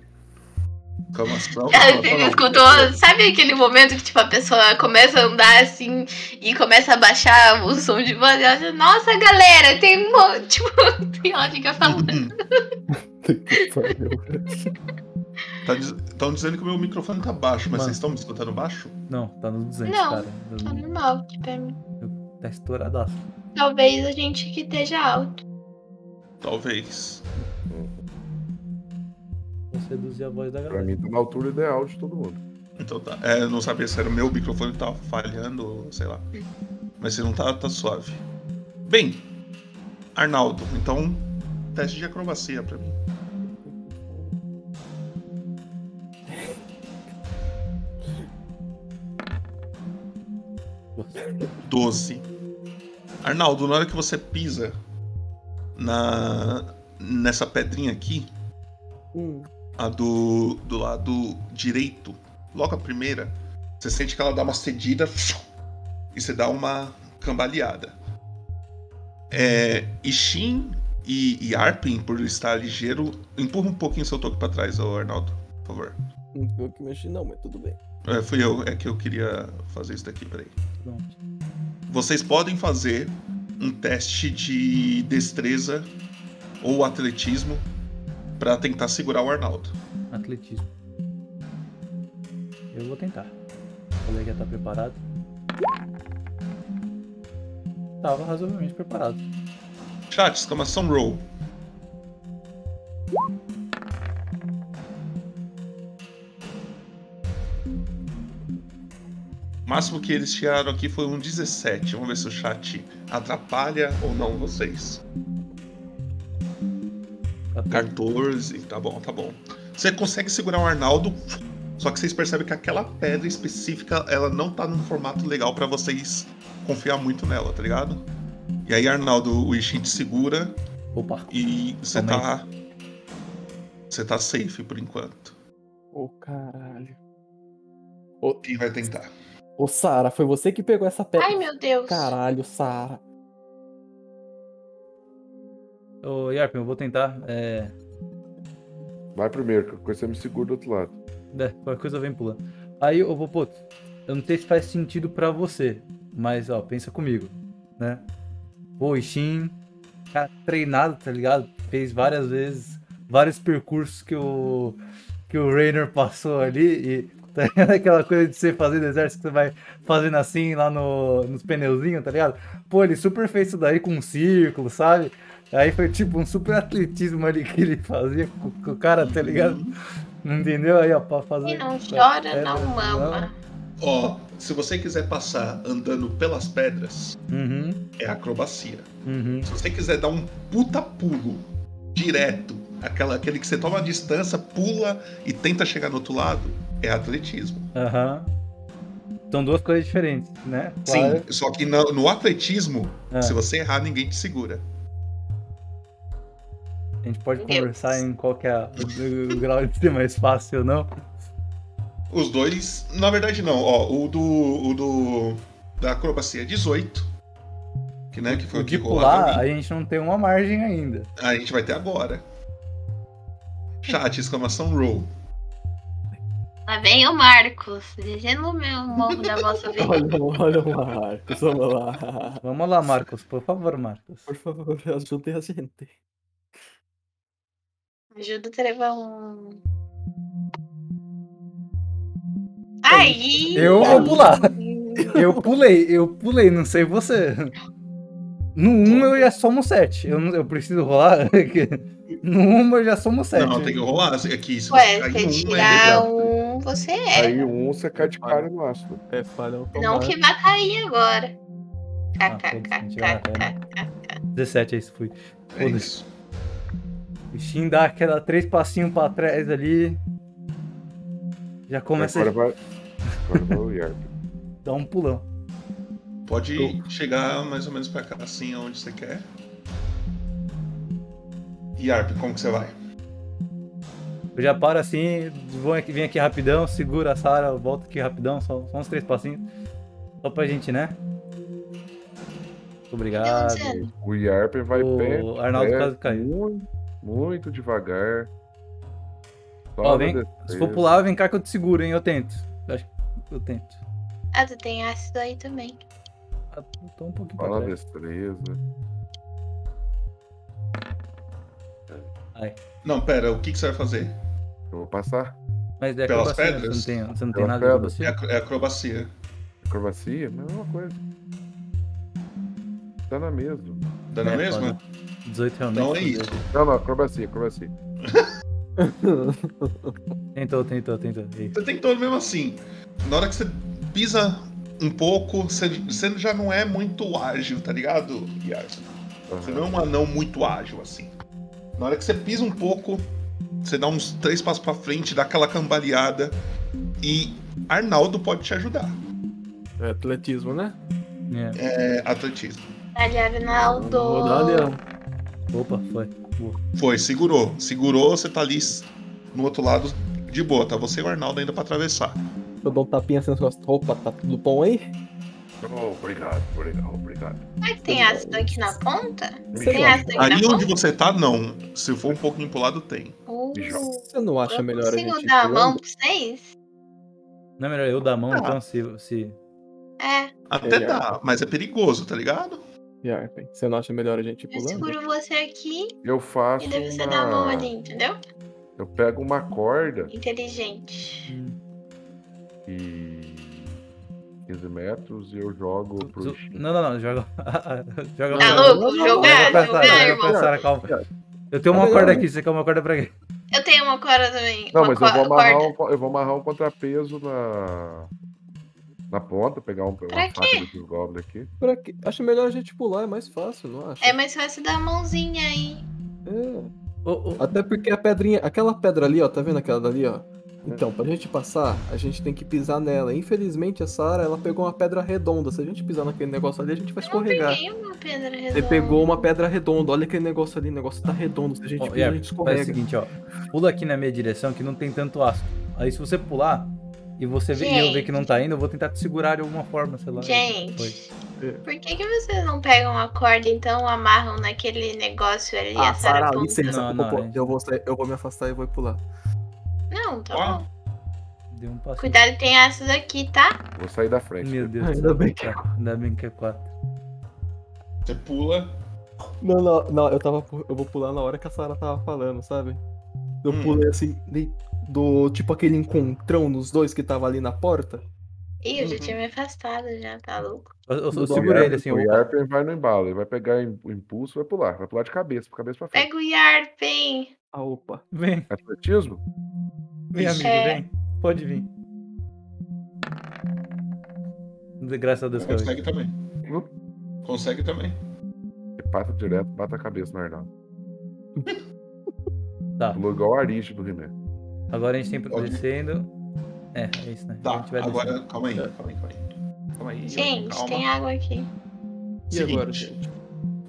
S1: Exclamação.
S2: Cara,
S1: exclamação,
S2: Você
S1: um não.
S2: me escutou? Sabe aquele momento que tipo, a pessoa começa a andar assim e começa a baixar o som de voz? E ela diz, Nossa, galera, tem um monte. Tipo, e ela fica falando.
S1: Uhum. Tá diz- Estão dizendo que o meu microfone tá baixo, mas
S3: Mano.
S1: vocês estão me escutando baixo?
S3: Não, tá no 200,
S2: Não,
S3: cara.
S2: Tá normal, tipo, é...
S3: Tá estouradaço.
S2: talvez a gente que esteja alto.
S1: Talvez.
S3: Vou seduzir a voz da
S5: Pra
S3: galera.
S5: mim tá na altura ideal de todo mundo.
S1: Então tá. É, eu não sabia se era o meu microfone que tava falhando, ou sei lá. Mas se não tá, tá suave. Bem, Arnaldo, então teste de acrobacia pra mim.
S3: Nossa.
S1: 12. Arnaldo, na hora que você pisa na nessa pedrinha aqui,
S6: Hum,
S1: a do, do lado direito, logo a primeira, você sente que ela dá uma cedida e você dá uma cambaleada. É, Ishin e, e Arpin, por estar ligeiro, empurra um pouquinho seu toque pra trás, ô Arnaldo, por favor.
S6: Não foi hum, eu que mexi, não, mas tudo bem.
S1: É, fui eu, é que eu queria fazer isso daqui, peraí.
S3: Pronto.
S1: Vocês podem fazer um teste de destreza ou atletismo pra tentar segurar o Arnaldo.
S3: Atletismo. Eu vou tentar. O colega tá preparado. Tava razoavelmente preparado.
S1: Chat, exclamação roll. O máximo que eles tiraram aqui foi um 17. Vamos ver se o chat atrapalha ou não vocês.
S3: 14.
S1: 14, tá bom, tá bom. Você consegue segurar o Arnaldo, só que vocês percebem que aquela pedra específica, ela não tá num formato legal pra vocês confiar muito nela, tá ligado? E aí, Arnaldo, o Ishin te segura
S3: Opa.
S1: E você
S3: Calma
S1: tá. Você tá safe por enquanto.
S6: Ô, caralho.
S1: Quem vai tentar?
S6: Ô, Sara, foi você que pegou essa pedra.
S2: Ai, meu Deus.
S6: Caralho, Sara.
S3: Ô, Yarpin, eu vou tentar. É...
S5: Vai primeiro, que depois você me segura do outro lado.
S3: né, qualquer coisa vem pulando. Aí eu vou, pô, eu não sei se faz sentido pra você, mas, ó, pensa comigo, né? Pô, Ishin, cara treinado, tá ligado? Fez várias vezes, vários percursos que o, que o Rainer passou ali e... Tá ligado? Aquela coisa de você fazer no exército que você vai fazendo assim lá no, nos pneuzinhos, tá ligado? Pô, ele super fez isso daí com um círculo, sabe? Aí foi tipo um super atletismo ali que ele fazia com, com o cara, tá ligado?
S1: Uhum.
S3: Não entendeu aí, ó, É, né? pra fazer.
S2: Quem não
S3: pra-
S2: chora,
S3: pedra,
S2: não mama.
S1: Ó, se você quiser passar andando pelas pedras,
S3: Uhum,
S1: é acrobacia.
S3: uhum.
S1: Se você quiser dar um puta pulo direto, aquela, aquele que você toma a distância, pula e tenta chegar no outro lado, é atletismo.
S3: Aham. São duas coisas diferentes, né? Claro.
S1: Sim, só que no, no atletismo,
S3: Ah,
S1: se você errar, ninguém te segura.
S3: A gente pode
S2: Meu Deus.
S3: conversar em qual que é o, o grau de ser mais fácil ou não.
S1: Os dois, na verdade não, ó, o do o do da acrobacia é 18, que né, que foi o,
S3: O
S1: que
S3: de
S1: rolaram
S3: pular,
S1: ali.
S3: a gente não tem uma margem ainda.
S1: A gente vai ter agora. Chat, exclamação roll.
S2: Lá vem o Marcos, dizendo o meu nome da vossa vida.
S6: Olha, olha o Marcos, vamos lá.
S3: Vamos lá, Marcos, por favor, Marcos.
S6: Por favor, ajudem a gente.
S2: Ajuda o Trevão. Aí!
S6: tá
S3: Eu vou pular. Eu pulei, eu pulei, não sei você. No 1 eu já somo 7. Eu, não- eu preciso rolar. no 1 eu já somo 7.
S1: Não, tem que rolar. se- Aqui, se você
S2: Ué,
S1: cair
S2: você
S1: um, é
S2: tirar
S1: legal.
S2: um, você é.
S5: Aí um você cai de cara no ácido.
S6: É falha
S2: Não que vai cair agora.
S3: Ah, foda-se, não tirar, 17 é isso, fui.
S1: É isso.
S3: O Shin dá aquela três passinhos pra trás ali. Já começa
S5: Agora
S3: a
S5: vai. Agora vai o Yarp.
S3: dar um pulão.
S1: Pode chegar mais ou menos pra cá, assim, aonde você quer. Yarp, como que você vai?
S3: Eu já paro assim, vou aqui- vem aqui rapidão, segura a Sara, volta aqui rapidão, só, só uns três passinhos. Só pra gente, né? Muito Obrigado.
S2: Dizendo.
S5: O Yarp vai pé.
S3: O Arnaldo
S5: pé,
S3: quase caiu.
S5: Muito, muito devagar. Só
S3: Ó,
S5: na
S3: vem-
S5: defesa.
S3: Se for pular, vem cá que eu te seguro, hein? Eu tento. Eu acho que eu tento.
S2: Ah, tu tem ácido aí também.
S3: Ah, Tô um pouquinho pra
S5: Fala
S3: trás.
S5: destreza.
S1: Não, pera, o que, que você vai fazer?
S5: Eu vou passar.
S3: Mas é
S1: Pelas
S3: acrobacia, né?
S1: pedras?
S3: você não tem, você não tem
S5: Pelas
S3: nada de
S5: pedras.
S1: É
S3: acrobacia.
S1: acro- é acrobacia.
S5: Acrobacia, É mesma coisa. Tá na mesma.
S1: Dá na
S3: É,
S1: mesma?
S3: foda. 18 realmente.
S1: Então é
S3: fudeu.
S1: isso.
S5: Não, não, acrobacia, acrobacia.
S3: Tentou, tentou, tentou. Ei,
S1: Você tentou mesmo assim. Na hora que você pisa um pouco, você, você já não é muito ágil, tá ligado, Yarp?
S5: Aham.
S1: Você não é um anão muito ágil, assim. Na hora que você pisa um pouco, você dá uns três passos pra frente, dá aquela cambaleada. E Arnaldo pode te ajudar.
S6: É atletismo, né?
S3: é.
S1: É atletismo.
S2: Olha, Arnaldo.
S6: Vou dar ali, ó.
S3: É. Opa, foi.
S1: Foi, segurou. Segurou, você tá ali s- no outro lado de boa, tá? Você e o Arnaldo ainda pra atravessar.
S6: Eu dou um tapinha assim nas costas. Opa, tá tudo bom aí?
S5: Oh, obrigado, obrigado, obrigado.
S2: Será é que tem ácido aqui na ponta?
S5: Me
S2: Tem
S5: joga.
S2: ácido aqui
S1: Aí
S2: na
S1: onde
S2: ponta?
S1: você tá, não. Se for um pouquinho pro lado, tem.
S2: Uh,
S5: Me joga.
S6: Você não acha
S2: eu
S6: melhor a gente
S2: consigo
S6: ir
S2: dar a mão
S6: pulando?
S2: pra vocês?
S3: Não é melhor eu dar a
S1: Ah.
S3: mão, então, se, se...
S2: É,
S1: Até
S6: É,
S1: dá, mas é perigoso, tá ligado?
S6: Yarp, hein? Você não acha melhor a gente ir
S2: eu
S6: pulando? Ah.
S2: seguro você aqui
S5: Eu faço.
S2: e daí você dá a mão
S5: uma...
S2: ali, entendeu?
S5: Eu pego uma corda
S2: Inteligente.
S5: e 15 metros e eu jogo pro
S3: Zu-
S5: Shin.
S3: Não, não, não, joga. joga
S2: Tá
S3: pra-
S2: louco? Jogar,
S3: Joga pra
S2: jogar,
S3: Sara, joga
S2: irmão.
S3: pra Sara, calma. Eu tenho uma
S6: Tá
S3: corda
S6: legal.
S3: aqui, você quer uma corda pra quê?
S2: Eu tenho uma corda também.
S5: Não,
S2: uma
S5: mas eu vou,
S2: co-
S5: amarrar
S2: corda.
S5: um, co- eu vou amarrar um contrapeso na, na ponta, pegar um, uma
S2: Pra
S5: faca desses goblins aqui.
S6: Pra quê? Acho melhor a gente pular, é mais fácil, não acha?
S2: É mais fácil dar a mãozinha aí.
S6: É.
S3: Ô, ô,
S6: Até porque a pedrinha, aquela pedra ali, ó, tá vendo aquela dali, ó? Então, pra gente passar, a gente tem que pisar nela. Infelizmente, a Sarah, ela pegou uma pedra redonda. Se a gente pisar naquele negócio ali, a gente vai
S2: Eu não
S6: escorregar.
S2: peguei uma pedra redonda.
S6: Você pegou uma pedra redonda. Olha aquele negócio ali, o negócio tá redondo. Se a gente
S3: Ó,
S6: pisar, a
S3: Yarp,
S6: gente
S3: faz o
S6: escorrega.
S3: seguinte, ó. Pula aqui na minha direção que não tem tanto ácido. Aí se você pular e você vê, e eu ver que não tá indo, eu vou tentar te segurar de alguma forma, sei lá. Foi.
S2: Gente,
S6: Oi.
S2: por que, que vocês não pegam a corda e então amarram naquele negócio ali?
S6: Ah,
S2: a Sarah
S6: Sarah,
S2: com-
S6: licença.
S3: Não,
S6: eu
S3: não,
S6: vou-
S3: é.
S6: eu, vou sair- eu vou me afastar e vou pular.
S2: Não, tá
S1: Ó.
S2: bom.
S3: Deu um passo.
S2: Cuidado, tem ácido aqui, tá?
S5: Vou sair da frente.
S3: Meu Deus.
S6: Ainda
S3: do céu,
S6: bem que-
S3: cara. Ainda bem que é 4.
S1: Você pula,
S6: Não, não, não, eu tava. pu- Eu vou pular na hora que a Sarah tava falando, sabe? Eu
S1: Hum.
S6: pulei assim, dei- do tipo aquele encontrão dos dois que tava ali na porta.
S2: Ih, eu já
S1: Uhum.
S2: tinha me afastado já, tá louco?
S3: Eu, eu, eu
S6: Mudou.
S3: segurei ele assim,
S5: o
S3: opa.
S5: Yarp vai no embalo, ele vai pegar em- o impulso e vai pular. Vai pular de cabeça, por cabeça pra frente.
S2: Pega o Yarpen.
S6: Ah, opa.
S3: Vem,
S5: Atletismo?
S3: vem,
S1: Isso.
S3: amigo,
S2: É.
S3: vem. Pode vir. Graças a Deus que eu
S1: consegue também. Consegue também.
S5: Ele pata direto, bata a cabeça no Arnaldo.
S3: Tá.
S5: Pulou igual o Arish do He-Man.
S3: Agora a gente tem
S1: Pode.
S3: descendo. É, é isso, né?
S1: Tá,
S3: a gente vai descendo.
S1: agora, calma aí,
S6: É.
S1: calma aí, calma aí. Calma aí,
S2: Gente,
S1: calma.
S2: tem água aqui.
S6: E
S1: Seguinte,
S6: agora, gente?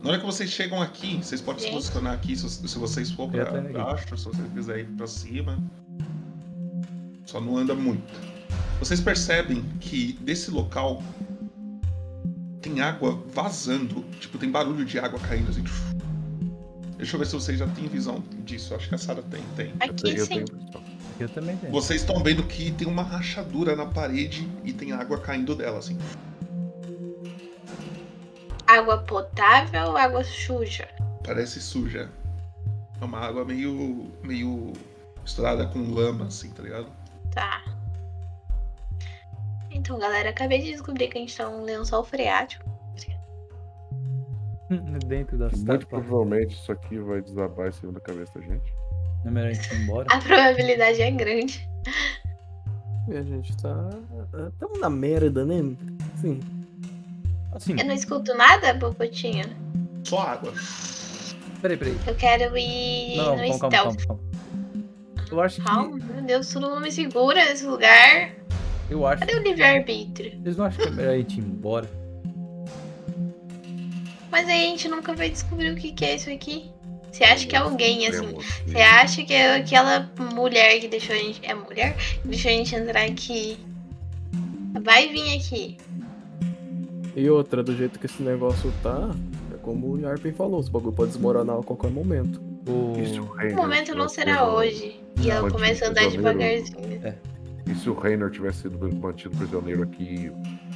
S1: Na hora que vocês chegam aqui, vocês podem se
S2: Gente.
S1: posicionar aqui se, se vocês for
S3: Eu
S1: pra
S6: tá
S3: tô indo aqui.
S1: baixo, se vocês quiserem ir pra cima. Só não anda muito. Vocês percebem que desse local tem água vazando. Tipo, tem barulho de água caindo assim. Deixa eu ver se vocês já têm visão disso. Acho que a Sarah tem, tem.
S2: Aqui
S5: eu
S2: sim.
S5: tenho questão.
S3: Eu também tenho.
S1: É. Vocês estão vendo que tem uma rachadura na parede e tem água caindo dela, assim.
S2: Água potável ou água suja?
S1: Parece suja. É uma água meio. meio. misturada com lama, assim, tá ligado?
S2: Tá. um Então, galera, acabei de descobrir que a gente tá num lençol freático.
S3: Dentro da
S5: Muito
S3: estátua.
S5: provavelmente isso aqui vai desabar em cima da cabeça da gente.
S3: Não é melhor a gente ir embora?
S2: A probabilidade é grande.
S6: E a gente tá. Tamo na merda, né? Sim.
S3: Assim,
S2: Eu não escuto nada, Bobotinho.
S1: Só água.
S3: peraí, peraí.
S2: Eu quero ir
S3: Não,
S2: no
S3: não, calma,
S2: stealth.
S3: calma, calma. Eu acho
S2: Calma,
S3: que.
S2: meu Deus, tudo não me segura nesse lugar.
S3: Eu acho.
S2: Cadê o livre-arbítrio?
S3: Vocês não acham que é melhor a gente ir embora?
S2: Mas aí a gente nunca vai descobrir o que, que é isso aqui. Você acha que é alguém, assim.
S5: Temos
S2: Você
S5: que-
S2: acha que é aquela mulher que deixou a gente. É mulher? Que deixou a gente entrar aqui. Vai vir aqui.
S6: E outra, do jeito que esse negócio tá, é como o Yarpin falou, esse bagulho pode desmoronar a qualquer momento.
S3: O...
S5: E se o
S2: O
S5: Reiner
S2: momento não
S5: tivesse
S2: será
S5: sido-
S2: hoje. E ela
S5: Pode
S2: começa a andar
S5: resolver, não.
S2: devagarzinho.
S5: E se o Reiner tivesse sido mantido prisioneiro aqui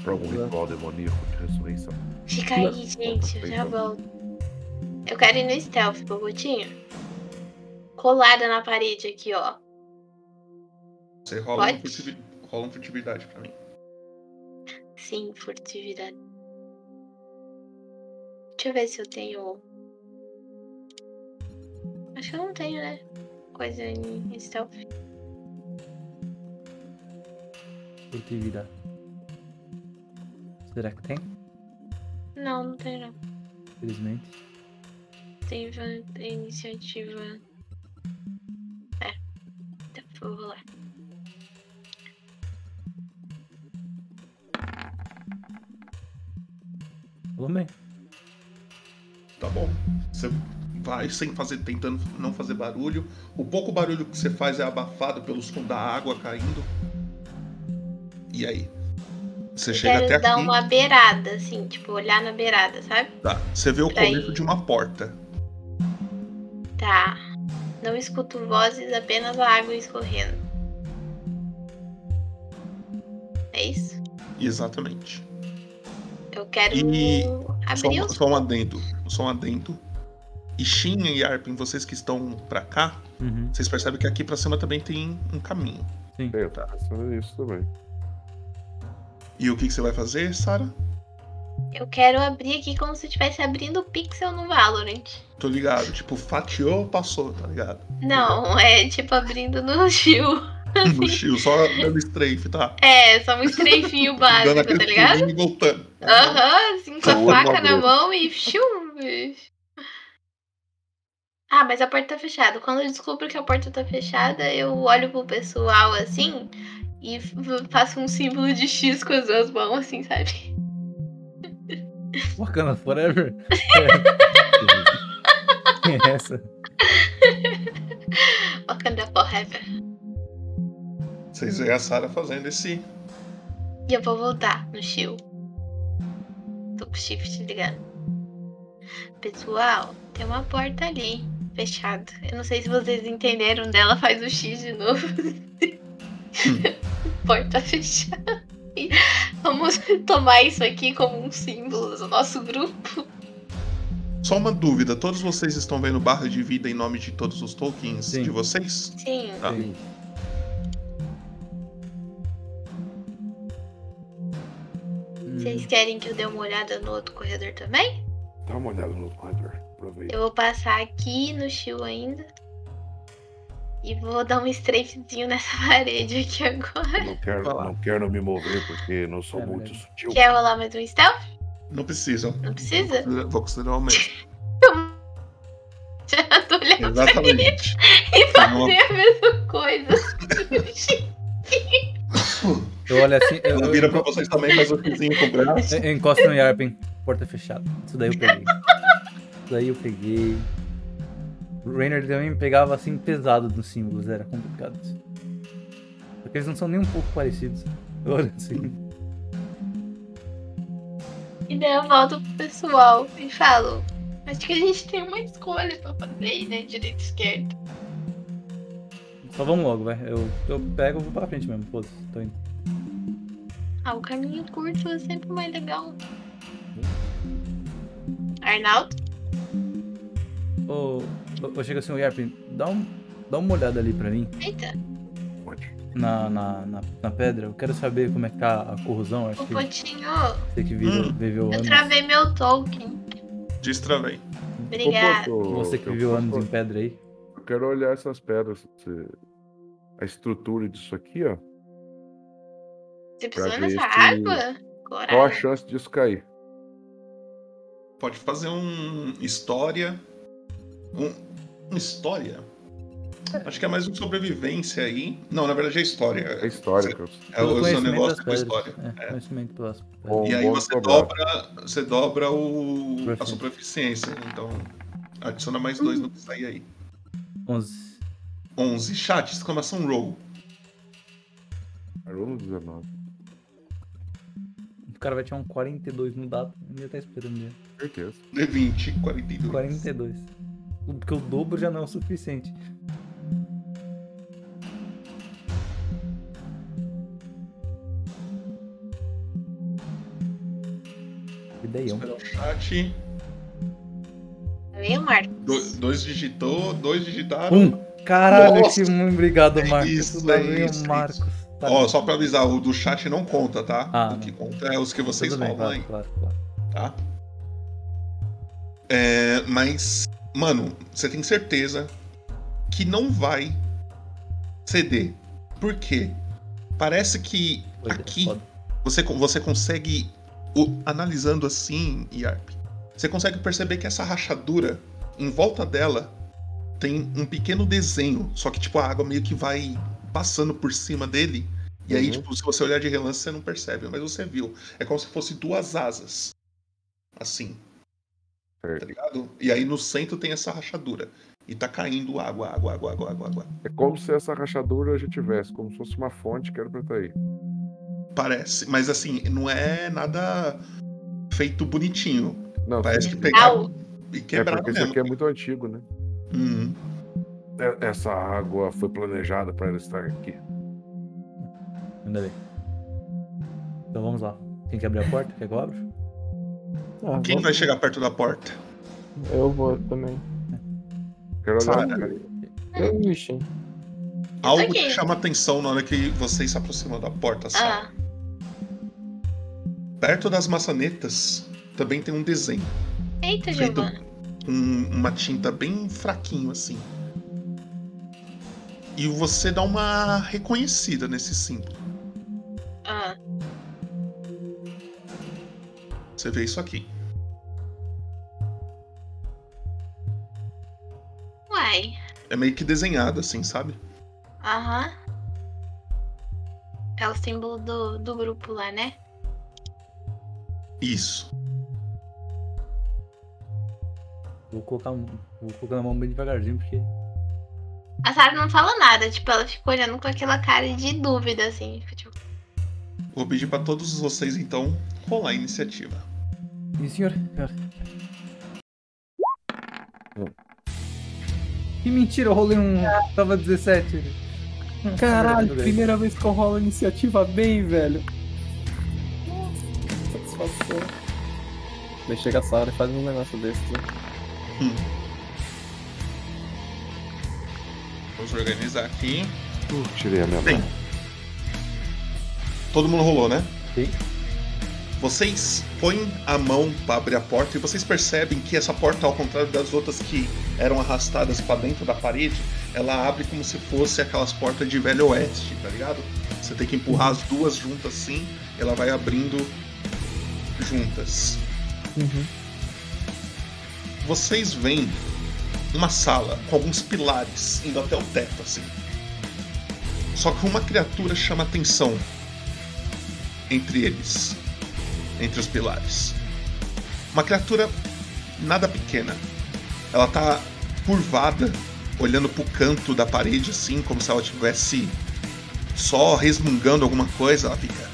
S5: por algum
S6: Exato.
S5: ritual demoníaco de ressurreição?
S2: Fica
S6: Não.
S2: aí, gente, eu já volto. Eu quero ir no stealth, Bobotinho. Colada na parede aqui, ó.
S1: Você rola, um
S2: Pode?
S1: furtivi- rola um furtividade pra mim.
S2: Sim, furtividade. Deixa eu ver se eu tenho. Acho que eu não tenho, né? Coisa em stealth.
S3: Furtividade. Será que tem?
S2: Não, não tenho, não.
S3: Infelizmente.
S2: Tem van- tem iniciativa. É. Então, vou lá.
S3: Falou bem.
S1: Tá bom. Você vai sem fazer, tentando não fazer barulho. O pouco barulho que você faz é abafado pelo som da água caindo. E aí? Você chega
S2: Quero
S1: até
S2: dar
S1: aqui.
S2: uma beirada, assim, tipo, olhar na beirada, sabe?
S1: Tá. Você vê o
S2: Peraí.
S1: começo de uma porta.
S2: Tá. Não escuto vozes, apenas a água escorrendo. É isso?
S1: Exatamente.
S2: Eu quero
S1: E Só,
S2: abrir
S1: um-
S2: os.
S1: só um adendo. Só um adendo. E Shin e Arpin, vocês que estão pra cá,
S3: Uhum.
S1: vocês percebem que aqui pra cima também tem um caminho.
S5: É, eu tava pensando nisso também.
S1: E o que, que você vai fazer, Sara?
S2: Eu quero abrir aqui como se eu estivesse abrindo o pixel no Valorant.
S1: Tô ligado. Tipo, fatiou, passou, tá ligado?
S2: Não, é tipo abrindo no Gil.
S1: No shield, Um só dando strafe, tá?
S2: É, só um estreifinho
S1: dando
S2: básico,
S1: aquele
S2: tá ligado?
S1: pulinho e voltando.
S2: Aham, assim, com a
S5: Boa,
S2: faca na
S5: Gabriel.
S2: mão e shum. e- Ah, mas a porta tá fechada. Quando eu descubro que a porta tá fechada, eu olho pro pessoal assim e f- faço um símbolo de X com as duas mãos, assim, sabe?
S3: Wakanda Forever. É. Quem é essa?
S2: Wakanda Forever.
S1: Vocês veem a Sarah fazendo esse.
S2: E eu vou voltar no shield. Tô com o shift ligado. Pessoal, tem uma porta ali, fechada. Eu não sei se vocês entenderam dela, faz o X de novo. porta fechada. E Vamos tomar isso aqui como um símbolo do nosso grupo.
S1: Só uma dúvida: todos vocês estão vendo barra de vida em nome de todos os tokens
S3: Sim.
S1: de vocês?
S2: Sim.
S1: Tá.
S3: Sim.
S2: Vocês querem que eu dê uma olhada no outro corredor também?
S5: Dá uma olhada no corredor. Aproveita.
S2: Eu vou passar aqui no shield ainda. E vou dar um strafezinho nessa parede aqui agora.
S5: Eu não quero,
S1: Vai lá.
S5: não quero me mover porque não sou
S3: É,
S5: muito
S3: mas-
S5: sutil.
S2: Quer rolar mais um stealth?
S1: Não precisam.
S2: Não precisa?
S1: Vou considerar o mesmo.
S2: Já tô olhando
S1: Exatamente.
S2: e
S1: Tá bom.
S2: fazer a mesma coisa.
S3: Eu olho assim. Eu,
S1: Ela
S3: eu,
S1: vira pra vocês também, faz o vizinho com o braço.
S3: eu- eu encosto no Yarpin. Porta fechada. Isso daí eu peguei. Isso daí eu peguei. O Rainer também me pegava assim pesado nos símbolos, era complicado. Porque eles não são nem um pouco parecidos. Eu olho assim.
S2: E daí eu volto pro pessoal e falo. Acho que a gente tem uma escolha pra fazer aí, né? Direita e esquerda.
S3: Só vamos logo, vai. Eu, eu pego e vou pra frente mesmo. Foda-se, tô indo.
S2: Ah, o caminho curto é sempre mais legal. Arnaldo?
S3: Ô, eu, eu chego assim, ô Yarpin, dá, um, dá uma olhada ali pra mim.
S2: Eita,
S5: Onde?
S3: na, na, na, na pedra. Eu quero saber como é que tá a corrosão. Acho
S2: o
S3: que
S2: Potinho.
S3: você que virou,
S1: Hum.
S3: viveu
S2: Eu
S3: anos.
S2: travei meu token.
S1: Destravei.
S2: Obrigada.
S5: Ô, Boto,
S3: Você que
S5: eu
S3: viveu anos em
S5: posso-
S3: pedra aí.
S5: Eu quero olhar essas pedras, esse- a estrutura disso aqui, ó.
S2: Você pisou
S5: pra
S2: nessa
S5: ver se-
S2: água?
S5: Qual a
S2: Coragem.
S5: chance disso cair?
S1: Pode fazer um história. Um, um história? Acho que é mais um sobrevivência aí. Não, na verdade é história.
S5: É histórico.
S1: É o seu
S3: conhecimento
S1: negócio
S3: das
S1: com
S3: pedras.
S1: história.
S3: É, conhecimento pelas pedras.
S5: Bom,
S1: E aí
S5: um bom
S1: você
S5: sobrado.
S1: dobra, você dobra o, a
S3: Proficiência.
S1: sua proficiência. Então, adiciona mais dois no que sair aí.
S3: 11.
S1: 11. Chat, exclamação roll.
S5: Aluno 19.
S3: O cara vai tirar um 42 no dado. Ainda tá esperando ele.
S5: Certeza.
S1: D20, 42.
S3: 42. O- Porque o dobro já não é o suficiente. E daí, um.
S1: Esperar o chat.
S2: Veio, Marcos.
S1: Do- dois digitou, dois digitaram.
S3: Um! Caralho,
S1: Nossa!
S3: que muito obrigado,
S1: É
S3: Marcos.
S1: isso,
S3: Lá
S1: é
S3: vem
S1: isso, é
S3: o Marcos. Tá
S1: Ó,
S3: bem.
S1: só pra avisar, o do chat não conta, tá?
S3: Ah,
S1: o que conta é os que vocês
S3: Tudo bem,
S1: falam aí.
S3: claro, claro, claro.
S1: tá? É, mas, mano, você tem certeza que não vai ceder. Por quê? Parece que
S3: Foi,
S1: aqui
S3: foda.
S1: você, con- você consegue, o- analisando assim, Yarp, você consegue perceber que essa rachadura, em volta dela, tem um pequeno desenho. Só que, tipo, a água meio que vai passando por cima dele. E aí,
S5: Uhum.
S1: tipo, se você olhar de relance, você não percebe, mas você viu. É como se fosse duas asas. Assim, tá
S5: Certo.
S1: ligado? E aí no centro tem essa rachadura. E tá caindo água, água, água, água, água, água.
S5: É como se essa rachadura já tivesse, como se fosse uma fonte que era pra estar aí.
S1: Parece. Mas assim, não é nada feito bonitinho.
S5: Não,
S1: Parece
S5: sim.
S1: que
S2: Au.
S1: pegaram e
S5: é
S1: quebraram
S5: porque isso
S1: mesmo.
S5: aqui é muito antigo, né?
S1: Hum.
S5: É- Essa água foi planejada pra ela estar aqui.
S3: Ainda bem. Então vamos lá. Tem que abrir a porta? Quer que eu abra?
S6: Ah,
S1: Quem
S6: vou-
S1: vai chegar perto da porta?
S6: Eu vou também.
S5: Quero olhar.
S1: Sara.
S6: Ixi.
S1: Algo
S2: aqui.
S1: te chama atenção na hora que vocês se aproximam da porta, sabe?
S2: Ah,
S1: Perto das maçanetas também tem um desenho.
S2: eita,
S1: Feito.
S2: Giovana.
S1: um- uma tinta bem fraquinho assim. E você dá uma reconhecida nesse símbolo.
S2: Ah,
S1: Você vê isso aqui.
S2: uai.
S1: É meio que desenhado assim, sabe?
S2: Aham. É o símbolo do, do grupo lá, né?
S1: Isso.
S3: Vou colocar, um- vou colocar na mão bem devagarzinho, porque.
S2: A Sarah não fala nada, tipo, ela fica olhando com aquela cara de dúvida, assim. fica Tipo,
S1: Vou pedir pra todos vocês então rolar a iniciativa.
S3: Sim, senhor. senhor.
S5: Hum.
S3: Que mentira, eu rolei um. Tava 17.
S6: Caralho,
S3: Tudo bem.
S6: É primeira vez que eu rolo a iniciativa bem, velho. Nossa, satisfação. Daí chega a Sara e faz um negócio desse. né?
S1: Vamos organizar aqui.
S5: Uh, tirei a minha
S1: Bem.
S5: mão.
S1: Todo mundo rolou, né?
S3: Sim.
S1: Vocês põem a mão para abrir a porta e vocês percebem que essa porta, ao contrário das outras que eram arrastadas para dentro da parede, ela abre como se fosse aquelas portas de velho oeste, tá ligado? Você tem que empurrar as duas juntas assim, ela vai abrindo juntas. Vocês veem uma sala com alguns pilares indo até o teto assim. Só que uma criatura chama atenção entre eles, entre os pilares. Uma criatura nada pequena. Ela tá curvada, olhando pro canto da parede assim, como se ela estivesse só resmungando alguma coisa, ela fica.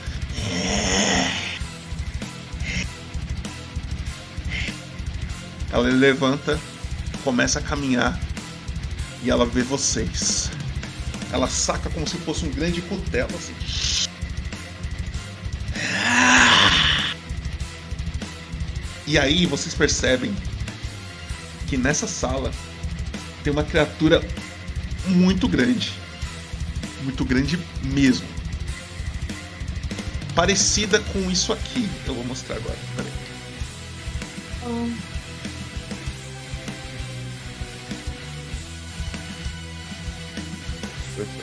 S1: Ela levanta, começa a caminhar e ela vê vocês. Ela saca como se fosse um grande cutelo assim. E aí vocês percebem que nessa sala tem uma criatura muito grande. Muito grande mesmo. Parecida com isso aqui. Eu vou mostrar agora. Peraí.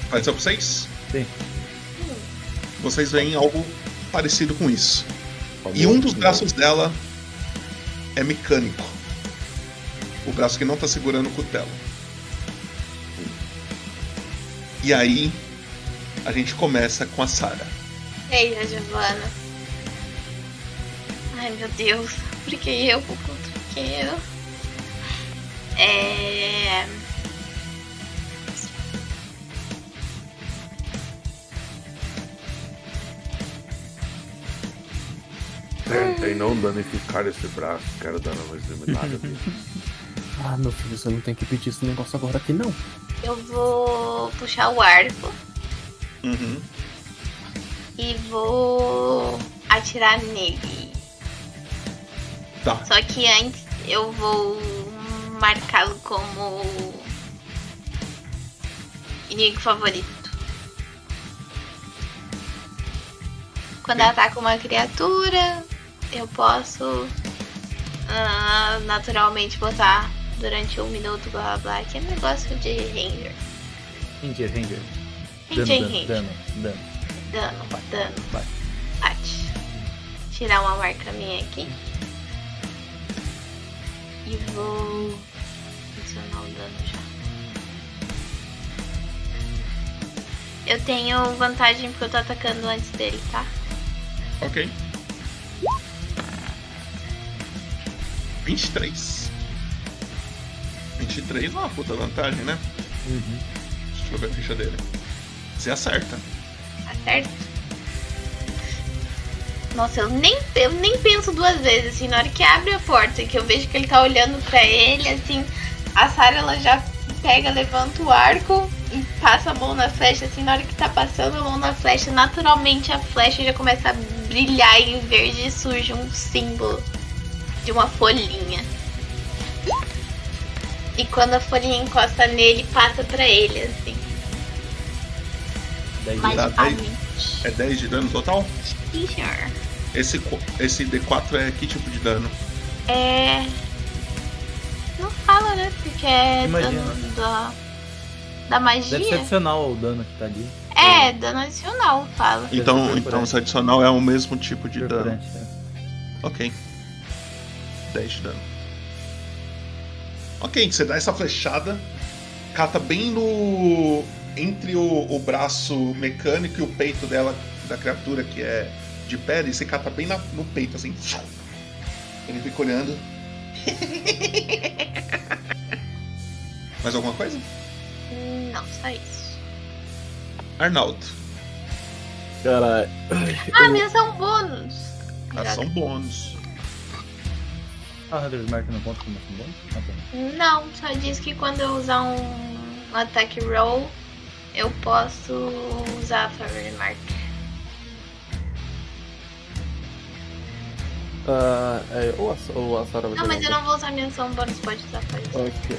S1: Apareceu pra vocês?
S3: Sim.
S1: Vocês veem algo parecido com isso. E um dos braços dela é mecânico. O braço que não tá segurando o cutelo. E aí a gente começa com a Sarah.
S2: Eita, Giovana. Ai, meu Deus. Por que eu vou contra o que eu? É...
S5: Tentem não danificar esse braço, quero dar uma examinada nele.
S6: Ah, meu filho, você não tem que pedir esse negócio agora aqui, não.
S2: Eu vou puxar o arco
S1: Uhum.
S2: e vou atirar nele.
S1: Tá.
S2: Só que antes eu vou marcá-lo como inimigo favorito. Quando eu ataco uma criatura, eu posso ah, naturalmente botar durante um minuto blá blá blá, que é negócio de ranger.
S3: Ranger, Ranger.
S2: Ranger,
S3: Dano, dano,
S2: ranger.
S3: dano, dano.
S2: Dano, dano.
S3: Vai.
S2: Bate. Tirar uma marca minha aqui. E vou adicionar o dano já. Eu tenho vantagem porque eu tô atacando antes dele, tá?
S1: Ok. 23. 23 é uma puta vantagem, né?
S3: Uhum.
S1: Deixa eu ver a ficha dele. Você acerta.
S2: Tá certo? Nossa, eu nem, eu nem penso duas vezes, assim, na hora que abre a porta, que eu vejo que ele tá olhando pra ele, assim, a Sarah ela já pega, levanta o arco e passa a mão na flecha, assim, na hora que tá passando a mão na flecha, naturalmente a flecha já começa a brilhar em verde e surge um símbolo de uma folhinha. E quando a folhinha encosta nele, passa pra ele, assim,
S3: Dez
S1: Mas-
S3: de-
S2: magicamente.
S1: É 10 de dano total?
S2: Sim, senhor.
S1: Esse, qu- esse D4 é que tipo de dano?
S2: É. Não fala, né? Porque é
S3: Imagina.
S2: dano da. Da
S3: Deve ser
S2: magia?
S3: adicional o dano que tá ali.
S2: É, dano adicional, fala.
S1: Então,
S3: perfurante.
S1: então esse adicional é o mesmo tipo de dano.
S3: Perfurante, é.
S1: Ok. 10 de dano. Ok, você dá essa flechada, cata bem no. entre o, o braço mecânico e o peito dela, da criatura que é de pele, você cata bem na- no peito, assim. Ele fica olhando. Mais alguma coisa?
S2: Hum, Não, só isso.
S1: Arnaldo.
S6: Cara,
S2: Ah,
S3: um
S2: minhas são bônus.
S1: Ação bônus.
S3: Ah, Hunter's Mark não conta como ação bônus? Ah, tá.
S2: Não, só diz que quando eu usar um, um attack roll, eu posso usar a favorite mark.
S6: ah, é, ou, a, ou a Sarah
S2: Não,
S6: vai jogar um
S2: mas eu não vou usar minha ação bônus, pode usar a favorite.
S6: Ok.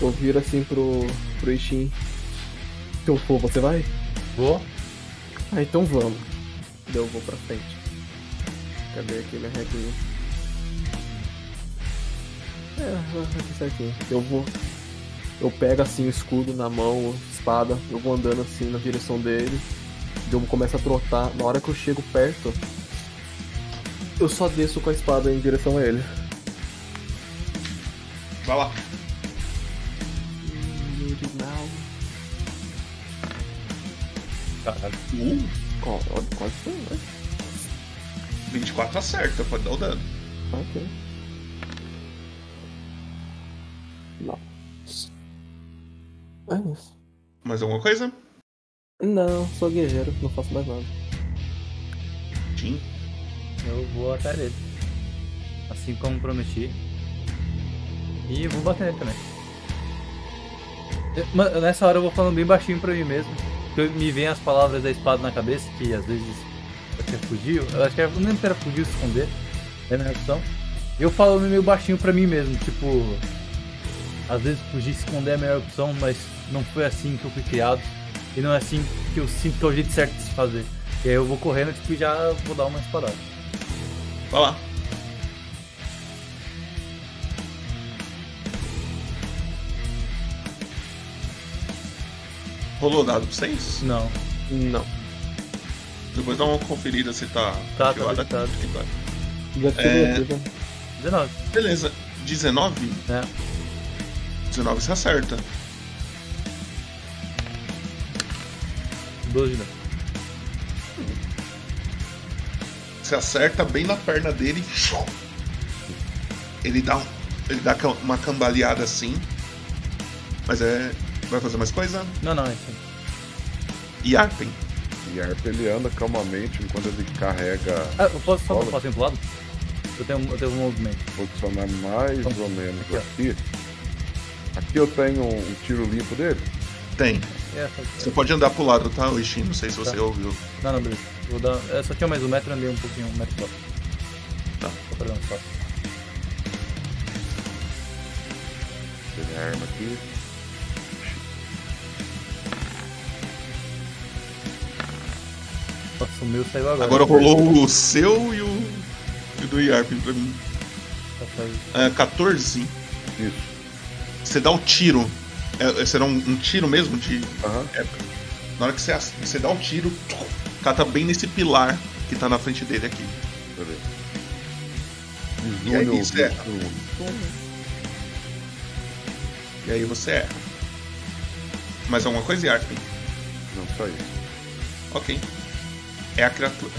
S6: Eu viro assim pro, pro Ishin. Então, pô, você vai?
S3: tá. Vou.
S6: Ah, então vamos. Daí Eu vou pra frente. Cadê aqui minha regrinha? É, vou fazer isso aqui. Eu vou. Eu pego assim o escudo na mão, espada, eu vou andando assim na direção dele. daí Eu começo a trotar. Na hora que eu chego perto, eu só desço com a espada em direção a ele.
S1: Vai lá.
S3: Caralho.
S1: Uh,
S6: Ó, olha, quase foi, né?
S1: 24 acerta, pode dar o dano.
S6: Ok. Não. É isso.
S1: Mais alguma coisa?
S6: Não, sou guerreiro, não faço mais nada.
S1: Jim.
S3: Eu vou atrás dele. Assim como prometi. E vou bater nele também. Eu- ma- Nessa hora eu vou falando bem baixinho pra mim mesmo. porque eu- me vem as palavras da espada na cabeça, que às vezes eu acho que é fugir. Eu acho que era, não lembro se era fugir ou se esconder. É a minha opção. Eu falando meio baixinho pra mim mesmo, tipo. Às vezes fugir e esconder é a melhor opção, mas não foi assim que eu fui criado. E não é assim que eu sinto que é o jeito certo de se fazer. E aí eu vou correndo, tipo, e já vou dar uma espadada.
S1: Vai lá. Rolou dado pra vocês?
S3: Não.
S7: Não.
S1: Depois dá uma conferida se tá.
S3: Tá, tá
S1: ativada.
S3: habilitado.
S6: Já
S1: É.
S6: tirou, já.
S7: né?
S3: 19.
S1: Beleza. 19?
S3: É.
S1: 19 você acerta.
S3: 12 não.
S1: Você acerta bem na perna dele. Ele dá, um- ele dá cam- uma cambaleada assim. Mas é. Vai fazer mais coisa?
S3: Não, não, é assim.
S1: E Arpen.
S5: E Arp ele anda calmamente enquanto ele carrega
S3: Ah, eu posso só
S5: Rola.
S3: passar pro lado? Eu tenho, eu tenho um movimento.
S5: posicionar mais ou menos
S3: Aqui, ó.
S5: aqui. Aqui eu tenho um tiro limpo dele.
S1: Tem.
S3: É, só-
S1: Você pode andar pro lado, tá, Ishin? Não sei se você
S3: Tá.
S1: ouviu.
S3: Não, não, beleza. Vou dar. É, só tinha mais um metro, andei um pouquinho, um metro só.
S1: Tá.
S3: Só pra dar um espaço.
S5: Ele arma aqui.
S3: Nossa, o meu saiu agora.
S1: Agora rolou o seu e o, e o do Yarpin pra mim.
S3: Tá, saiu.
S1: É, 14.
S5: Isso.
S1: Você dá o tiro. É, é, será um, um tiro mesmo? De, É,
S5: Aham.
S1: na hora que você, ac- você dá o tiro, cata bem nesse pilar que tá na frente dele aqui.
S5: Peraí.
S1: E aí,
S5: Desune o
S1: isso é.
S5: bicho.
S1: E aí você erra. Mais alguma coisa, Yarpin?
S5: Não, só isso.
S1: Ok. É a criatura.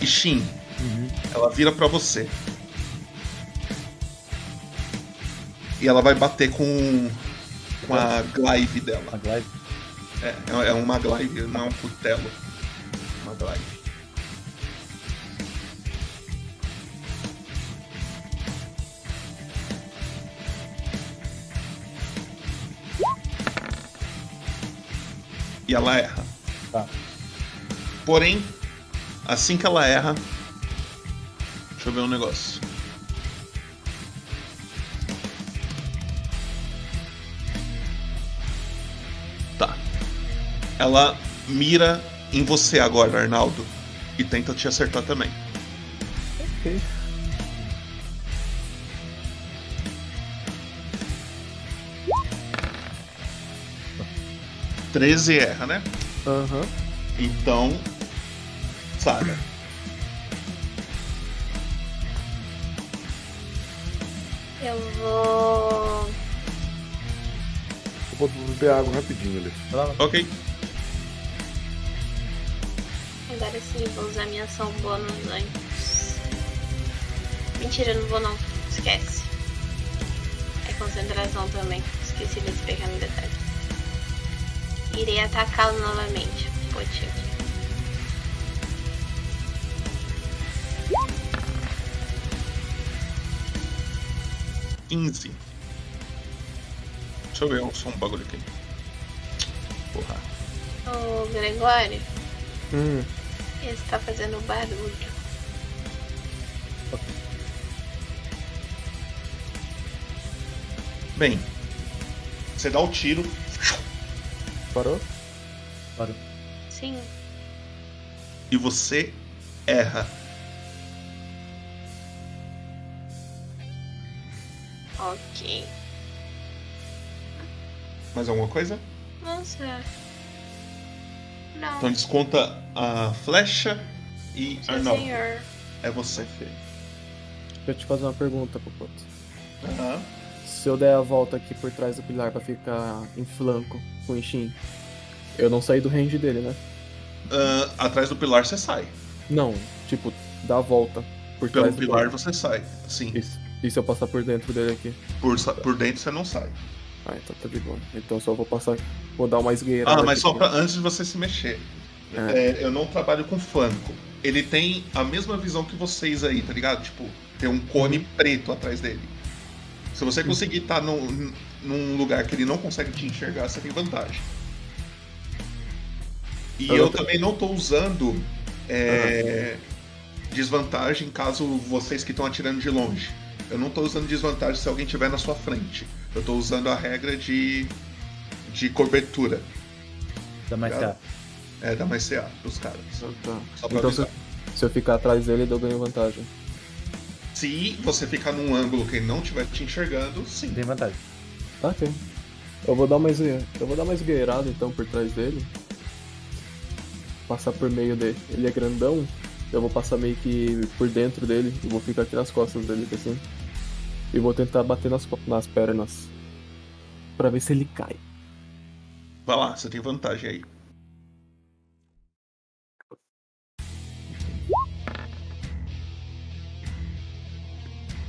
S1: E Shin, ela vira pra você. E ela vai bater com, com a glaive dela.
S3: A glide.
S1: É, é uma glaive, não é um cutelo. Uma glaive. E ela erra.
S3: Tá.
S1: Porém, assim que ela erra. Deixa eu ver um negócio. Tá. Ela mira em você agora, Arnaldo. E tenta te acertar também.
S6: Ok.
S1: Treze erra, né?
S7: Aham.
S1: Então. Saga.
S2: Eu vou.
S5: Eu vou beber água rapidinho ali.
S3: Vai Tá lá, vai lá.
S1: Ok.
S2: Agora sim, vou usar minha ação bônus antes. Mentira, eu não vou não. Esquece. É concentração também. Esqueci desse pequeno detalhe. Irei atacá-lo novamente. Potinho.
S1: Quinze. Deixa eu ver só um bagulho aqui. Porra.
S2: Ô Gregório,
S7: Hum.
S2: esse tá fazendo barulho.
S1: Bem, você dá o tiro.
S7: Parou?
S3: Parou.
S2: Sim.
S1: e você erra.
S2: Ok.
S1: Mais alguma coisa?
S2: Nossa. Não.
S1: Então desconta a flecha e
S2: Sim,
S1: Arnaldo.
S2: senhor.
S1: É você.
S7: Deixa eu te fazer uma pergunta, Popoto.
S1: Aham.
S7: Se eu der a volta aqui por trás do pilar pra ficar em flanco com o Ishin, eu não saí do range dele, né?
S1: Ah, atrás do pilar você sai.
S7: Não, tipo, dá a volta por
S1: Pelo
S7: trás do
S1: pilar você sai. Sim.
S7: Isso. E se eu passar por dentro dele aqui?
S1: Por, sa- por dentro você não sai.
S7: Ah, então tá de boa. Então só vou passar. Vou dar uma esgueira.
S6: né,
S1: Ah, mas só
S6: tipo
S1: pra, antes de você se mexer. É, eu não trabalho com flanco. Ele tem a mesma visão que vocês aí, tá ligado? Tipo, tem um cone preto atrás dele. Se você conseguir estar num, num lugar que ele não consegue te enxergar, você tem vantagem. E
S7: Eu
S1: eu,
S7: não tô-
S1: também não tô usando é, desvantagem caso vocês que estão atirando de longe. Eu não tô usando desvantagem se alguém tiver na sua frente. Eu tô usando a regra de, de cobertura.
S3: Dá mais
S1: Obrigado.
S3: cara.
S1: É, dá mais CA pros caras.
S7: Então tá.
S1: Só pra
S7: Então se
S1: avisar.
S7: eu, se eu ficar atrás dele, eu ganho vantagem.
S1: Se você ficar num ângulo que ele não estiver te enxergando, sim.
S3: Tem vantagem.
S7: Tá, ok. Eu vou dar mais eu vou dar mais gueirada então por trás dele. Passar por meio dele. Ele é grandão, eu vou passar meio que por dentro dele e vou ficar aqui nas costas dele assim. E vou tentar bater nas, co- nas pernas. Pra ver se ele cai.
S1: Vai lá, você tem vantagem aí.
S7: Hum,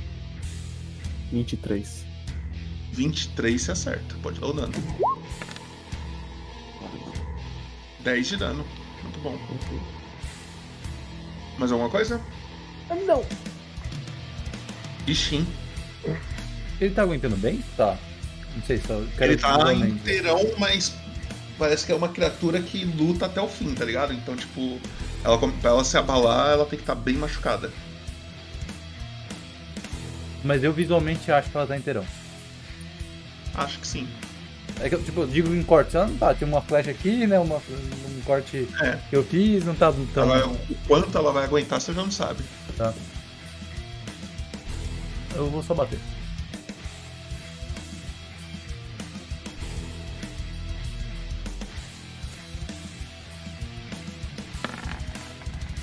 S7: 23.
S1: 23 se acerta. Pode dar o dano. 10 de dano. Muito bom. Mais alguma coisa?
S7: Não!
S1: Ishin.
S3: Ele tá aguentando bem? Tá. Não sei se tá. quero
S1: Ele tá
S3: visualmente.
S1: inteirão, mas parece que é uma criatura que luta até o fim, tá ligado? Então, tipo, ela, come- pra ela se abalar, ela tem que estar bem machucada.
S3: Mas eu visualmente acho que ela tá inteirão.
S1: Acho que sim.
S3: É que eu, tipo, eu digo em corte, ela não tá. Tem uma flecha aqui, né? Uma, um corte
S1: É.
S3: que eu fiz, não tá tão.
S1: Ela- é o quanto ela vai aguentar, você já não sabe.
S3: Tá. Eu vou só bater.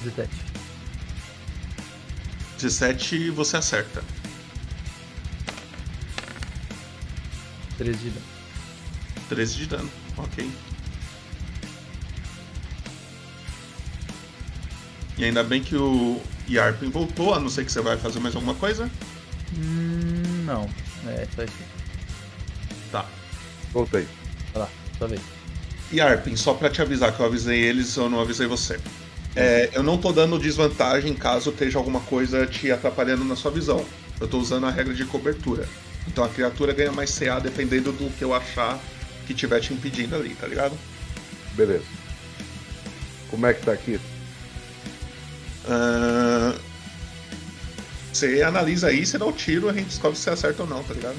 S3: Detete.
S1: 17 você acerta.
S3: 13 de dano.
S1: 13 de dano. Ok. E ainda bem que o Yarpin voltou, a não ser que você vai fazer mais alguma coisa.
S3: Hum, não. É, só isso.
S1: Tá.
S5: Voltei.
S3: Vai lá, só vez.
S1: Yarpin, só pra te avisar que eu avisei eles, eu não avisei você. É, eu não tô dando desvantagem caso esteja alguma coisa te atrapalhando na sua visão. Eu tô usando a regra de cobertura. Então a criatura ganha mais CA dependendo do que eu achar que tiver te impedindo ali, tá ligado?
S5: Beleza. Como é que tá aqui?
S1: Ahn, Ah, Você analisa aí, você dá o tiro, a gente descobre se você acerta ou não, tá ligado?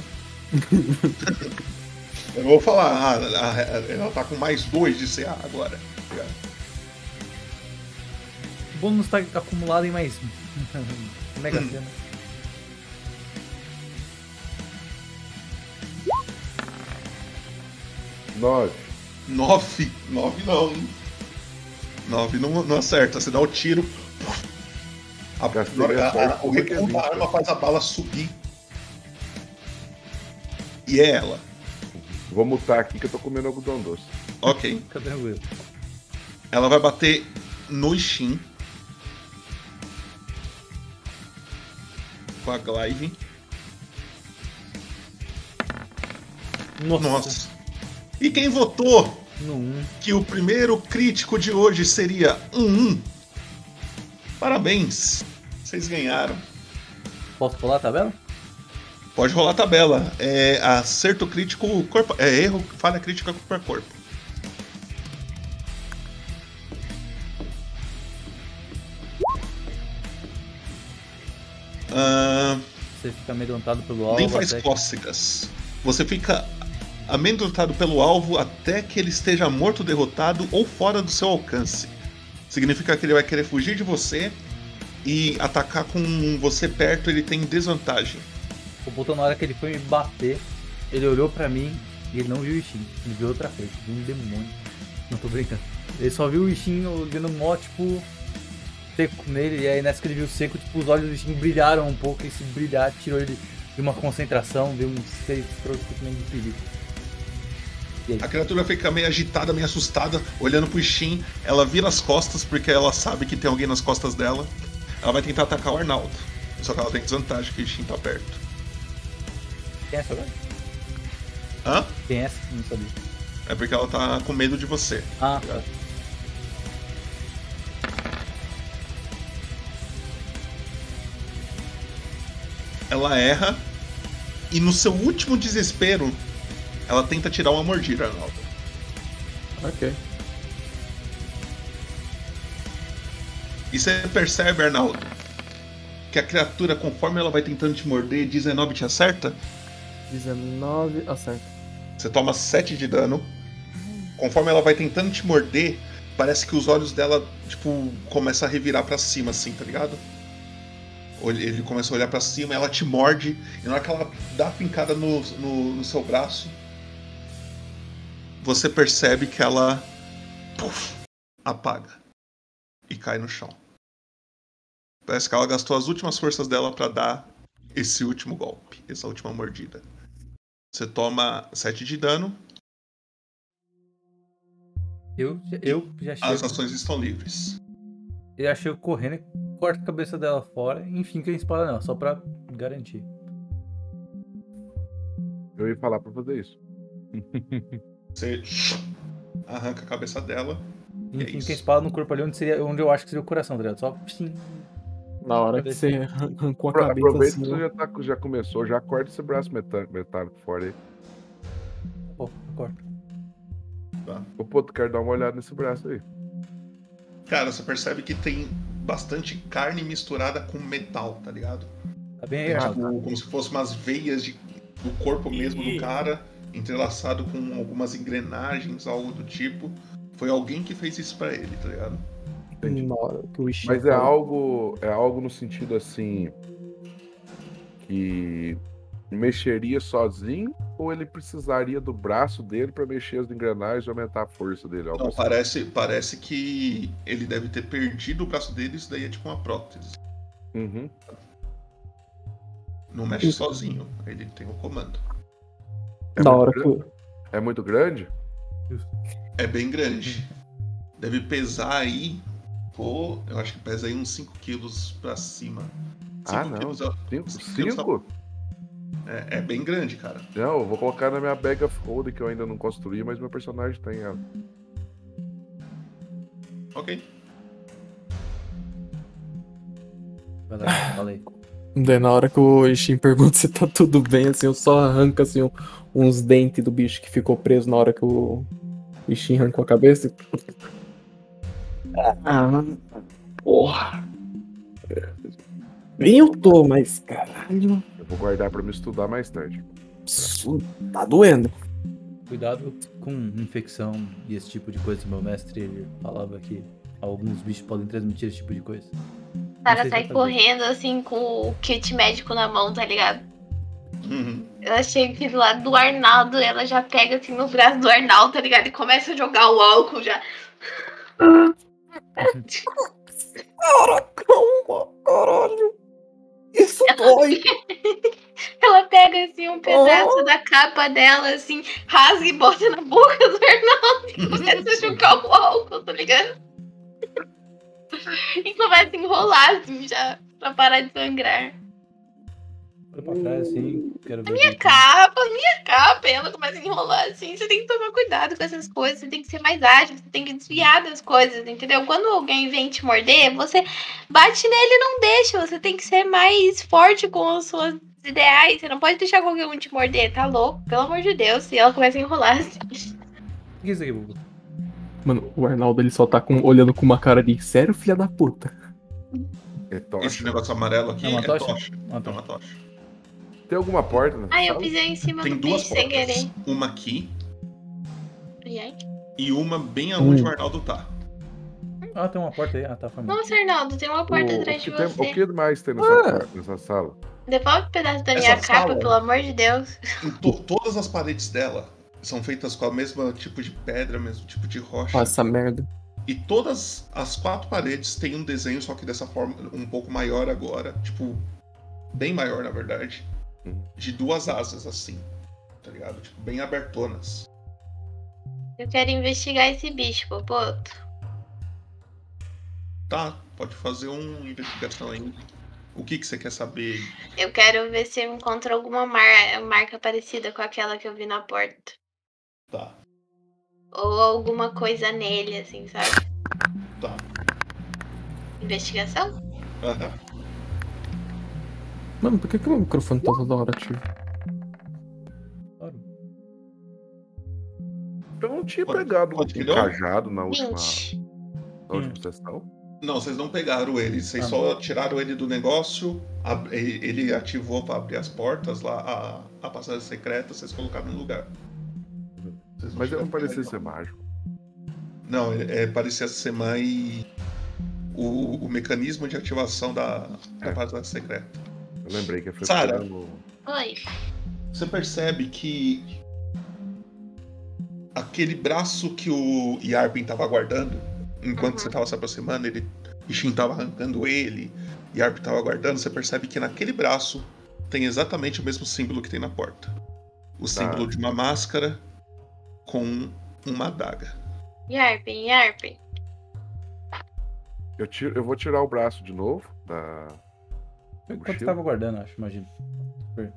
S1: eu não vou falar, ah, a- a- ela tá com mais dois de CA agora. tá ligado?
S3: O bônus tá acumulado em mais um. Mega
S1: Hum.
S3: cena.
S5: Nove.
S1: Nove? Nove não, hein? Nove não, não acerta, você dá o tiro. A,
S5: Gastei
S1: a-
S5: a sorte,
S1: a- o
S5: porque
S1: recuo
S5: é
S1: da
S5: vinte,
S1: arma faz a bala subir. E é ela.
S5: Vou mutar aqui que eu tô comendo algodão doce.
S1: Ok.
S3: Fica tranquilo.
S1: Ela vai bater no Ishin. Com a Glaive.
S3: Nossa.
S1: Nossa. E quem votou
S3: No um.
S1: que o primeiro crítico de hoje seria um 1 Parabéns. Vocês ganharam.
S3: Posso pular a tabela?
S1: Pode rolar a tabela. É acerto crítico corpo. É erro, falha crítica corpo a corpo. Ahn,
S3: Você fica amedrontado pelo alvo.
S1: nem faz
S3: até que-
S1: cócegas. Você fica amedrontado pelo alvo até que ele esteja morto, derrotado ou fora do seu alcance. Significa que ele vai querer fugir de você e atacar com um você perto, ele tem desvantagem.
S3: O botão na hora que ele foi me bater, ele olhou pra mim e ele não viu o Ishin. Ele viu outra coisa, viu um demônio. Não tô brincando. Ele só viu o Ishin olhando mó, tipo, seco nele. E aí nessa que ele viu seco, tipo, os olhos do Ishin brilharam um pouco. E esse brilhar tirou ele de uma concentração, de um sei, trouxe de perigo.
S1: A criatura fica meio agitada, meio assustada, olhando pro Shin. Ela vira as costas porque ela sabe que tem alguém nas costas dela. Ela vai tentar atacar o Arnaldo. Só que ela tem desvantagem que o Shin tá perto.
S3: Quem é essa agora?
S1: Hã?
S3: Quem é essa? Não sabia.
S1: É porque ela tá com medo de você.
S3: Ah, tá.
S1: Ela erra e no seu último desespero, ela tenta tirar uma mordida, Arnaldo.
S7: Ok.
S1: E você percebe, Arnaldo, que a criatura, conforme ela vai tentando te morder, 19 te acerta?
S7: 19, acerta.
S1: Você toma 7 de dano. Conforme ela vai tentando te morder, parece que os olhos dela, tipo, começa a revirar pra cima, assim, tá ligado? Olhe- Ele começa a olhar pra cima, ela te morde, e na hora que ela dá a pincada no, no, no seu braço, você percebe que ela puf, apaga e cai no chão. Parece que ela gastou as últimas forças dela pra dar esse último golpe, essa última mordida. Você toma 7 de dano,
S3: Eu, eu já
S1: as
S3: chego,
S1: ações estão livres.
S3: eu já chego correndo e corto a cabeça dela fora. Enfim, que a espada não, só pra garantir.
S5: Eu ia falar pra fazer isso.
S1: Você arranca a cabeça dela. é
S3: Enfim,
S1: isso.
S3: que a espada no corpo ali onde, seria, onde eu acho que seria o coração, tá ligado? Só sim.
S7: Na hora que você arrancou a cabeça
S5: Aproveita
S7: assim,
S5: que você
S7: ó,
S5: já, tá- já começou, já corta esse braço meta- metálico fora aí.
S3: Pô, eu corto.
S5: Ô, pô, tu quero dar uma olhada nesse braço aí.
S1: Cara, você percebe que tem bastante carne misturada com metal, tá ligado?
S3: Tá bem aí,
S1: É,
S3: Arnaldo.
S1: tipo, como se fossem umas veias de- do corpo mesmo do cara, entrelaçado com algumas engrenagens, algo do tipo. Foi alguém que fez isso pra ele, tá ligado?
S7: na hora que o Ishin
S5: Mas é algo, é algo no sentido assim que mexeria sozinho ou ele precisaria do braço dele pra mexer as engrenagens e aumentar a força dele? Algo
S1: Não,
S5: assim.
S1: Então, parece, parece que ele deve ter perdido o braço dele, isso daí é tipo uma prótese.
S5: Uhum.
S1: Não mexe sozinho, ele tem o comando.
S5: É
S7: na
S5: muito
S7: hora
S5: gran-
S7: que o-
S5: É muito grande?
S1: É bem grande. Deve pesar aí, pô, eu acho que pesa aí uns 5 quilos pra cima. 5
S5: Ah, não.
S1: quilos é-
S5: Cinco?
S1: Cinco?
S5: Cinco?
S1: é, é bem grande, cara.
S5: Não, eu vou colocar na minha bag of holding que eu ainda não construí, mas meu personagem tem ela.
S1: Ok.
S3: Vai lá, falei.
S7: Daí na hora que o Ishin pergunta se tá tudo bem, assim, eu só arranco assim, um- uns dentes do bicho que ficou preso na hora que o Ishin arrancou a cabeça. Ah, porra. Bem eu tô, mas caralho. um
S5: Eu vou guardar pra me estudar mais tarde.
S7: isso Tá doendo.
S3: Cuidado com infecção e esse tipo de coisa. Meu mestre ele falava que alguns bichos podem transmitir esse tipo de coisa.
S2: O cara
S3: sei
S2: sai
S3: exatamente.
S2: correndo assim com o kit médico na mão, tá ligado?
S1: Uhum.
S2: Ela chega aqui do lado do Arnaldo, ela já pega assim no braço do Arnaldo, tá ligado? E começa a jogar o álcool já.
S6: Caracão, caralho. Isso dói.
S2: Ela pega assim um pedaço da capa dela, assim, rasga e bota na boca do Arnaldo e começa a jogar o álcool, tá ligado? E começa a enrolar assim já pra parar de sangrar.
S3: Olha pra trás assim, quero ver.
S2: Minha capa, minha capa, e ela começa a enrolar assim. Você tem que tomar cuidado com essas coisas, você tem que ser mais ágil, você tem que desviar das coisas, entendeu? Quando alguém vem te morder, você bate nele e não deixa. Você tem que ser mais forte com os seus ideais. Você não pode deixar qualquer um te morder, tá louco? Pelo amor de Deus. E ela começa a enrolar assim.
S3: O que é isso aqui, Bubu?
S7: Mano, o Arnaldo ele só tá com- olhando com uma cara de sério, filha da puta.
S5: É
S1: Esse
S5: tocha.
S1: negócio amarelo aqui
S3: É
S1: é,
S3: uma tocha?
S1: tocha.
S3: Ah,
S1: É
S3: tá.
S1: uma tocha.
S5: Tem alguma porta na
S2: Ai, eu
S5: sala?
S2: pisei em cima
S1: Tem
S2: do
S1: duas
S2: peixe sem
S1: portas.
S2: querer.
S1: Uma aqui
S2: E aí?
S1: e uma bem
S5: Hum.
S1: aonde o Arnaldo tá.
S3: Ah, tem uma porta aí. Ah, tá, foi mal.
S2: Nossa, Arnaldo, tem uma porta
S5: o, o,
S2: atrás de
S5: que tem-
S2: você.
S5: o que mais tem nessa, porta, nessa sala?
S2: Devolve um pedaço da minha
S1: Essa
S2: capa,
S1: sala-
S2: pelo amor de Deus.
S1: Em to- todas as paredes dela são feitas com o mesmo tipo de pedra, mesmo tipo de rocha.
S5: Ah,
S7: Ó, essa merda.
S1: E todas as quatro paredes têm um desenho, só que dessa forma um pouco maior agora. Tipo, bem maior na verdade.
S5: Uhum.
S1: De duas asas assim. Tá ligado? Tipo, bem abertonas.
S2: Eu quero investigar esse bicho, Popoto.
S1: Tá, pode fazer uma investigação aí. O que, que você quer saber?
S2: Eu quero ver se eu encontro alguma mar- marca parecida com aquela que eu vi na porta.
S1: Tá,
S2: Ou alguma coisa nele, assim, sabe?
S1: tá.
S2: Investigação?
S1: Aham.
S7: Mano, por que, que o microfone tá toda hora ativo?
S5: Eu não tinha
S1: Pode-
S5: pegado
S1: pode
S5: um
S1: que deu?
S5: cajado na última,
S2: 20.
S5: na última sessão.
S1: Não, vocês não pegaram ele, vocês
S3: Tá
S1: só tiraram ele do negócio, ab- e- ele ativou pra abrir as portas lá, a, a passagem secreta, vocês colocaram no lugar. Uhum. Vocês
S5: Mas ele
S1: chegaram
S5: não
S1: a pegar
S5: parecia
S1: ele,
S5: ser mágico.
S1: Não, Não, é, é, parecia ser mais o, o mecanismo de ativação da, da
S5: É.
S1: passagem secreta.
S5: Eu lembrei que foi
S1: Sara.
S5: pelo-
S2: Oi.
S1: Você percebe que aquele braço que o Yarpin tava guardando, enquanto você tava se aproximando, ele Ishin tava arrancando ele, Yarpin tava guardando, você percebe que naquele braço tem exatamente o mesmo símbolo que tem na porta. O símbolo de uma máscara com uma adaga.
S2: Yarpin, Yarpin.
S5: Eu, tiro, eu vou tirar o braço de novo tá? da.
S3: Foi
S5: O
S3: quanto
S5: shield?
S3: tava guardando, acho, imagino. Foi.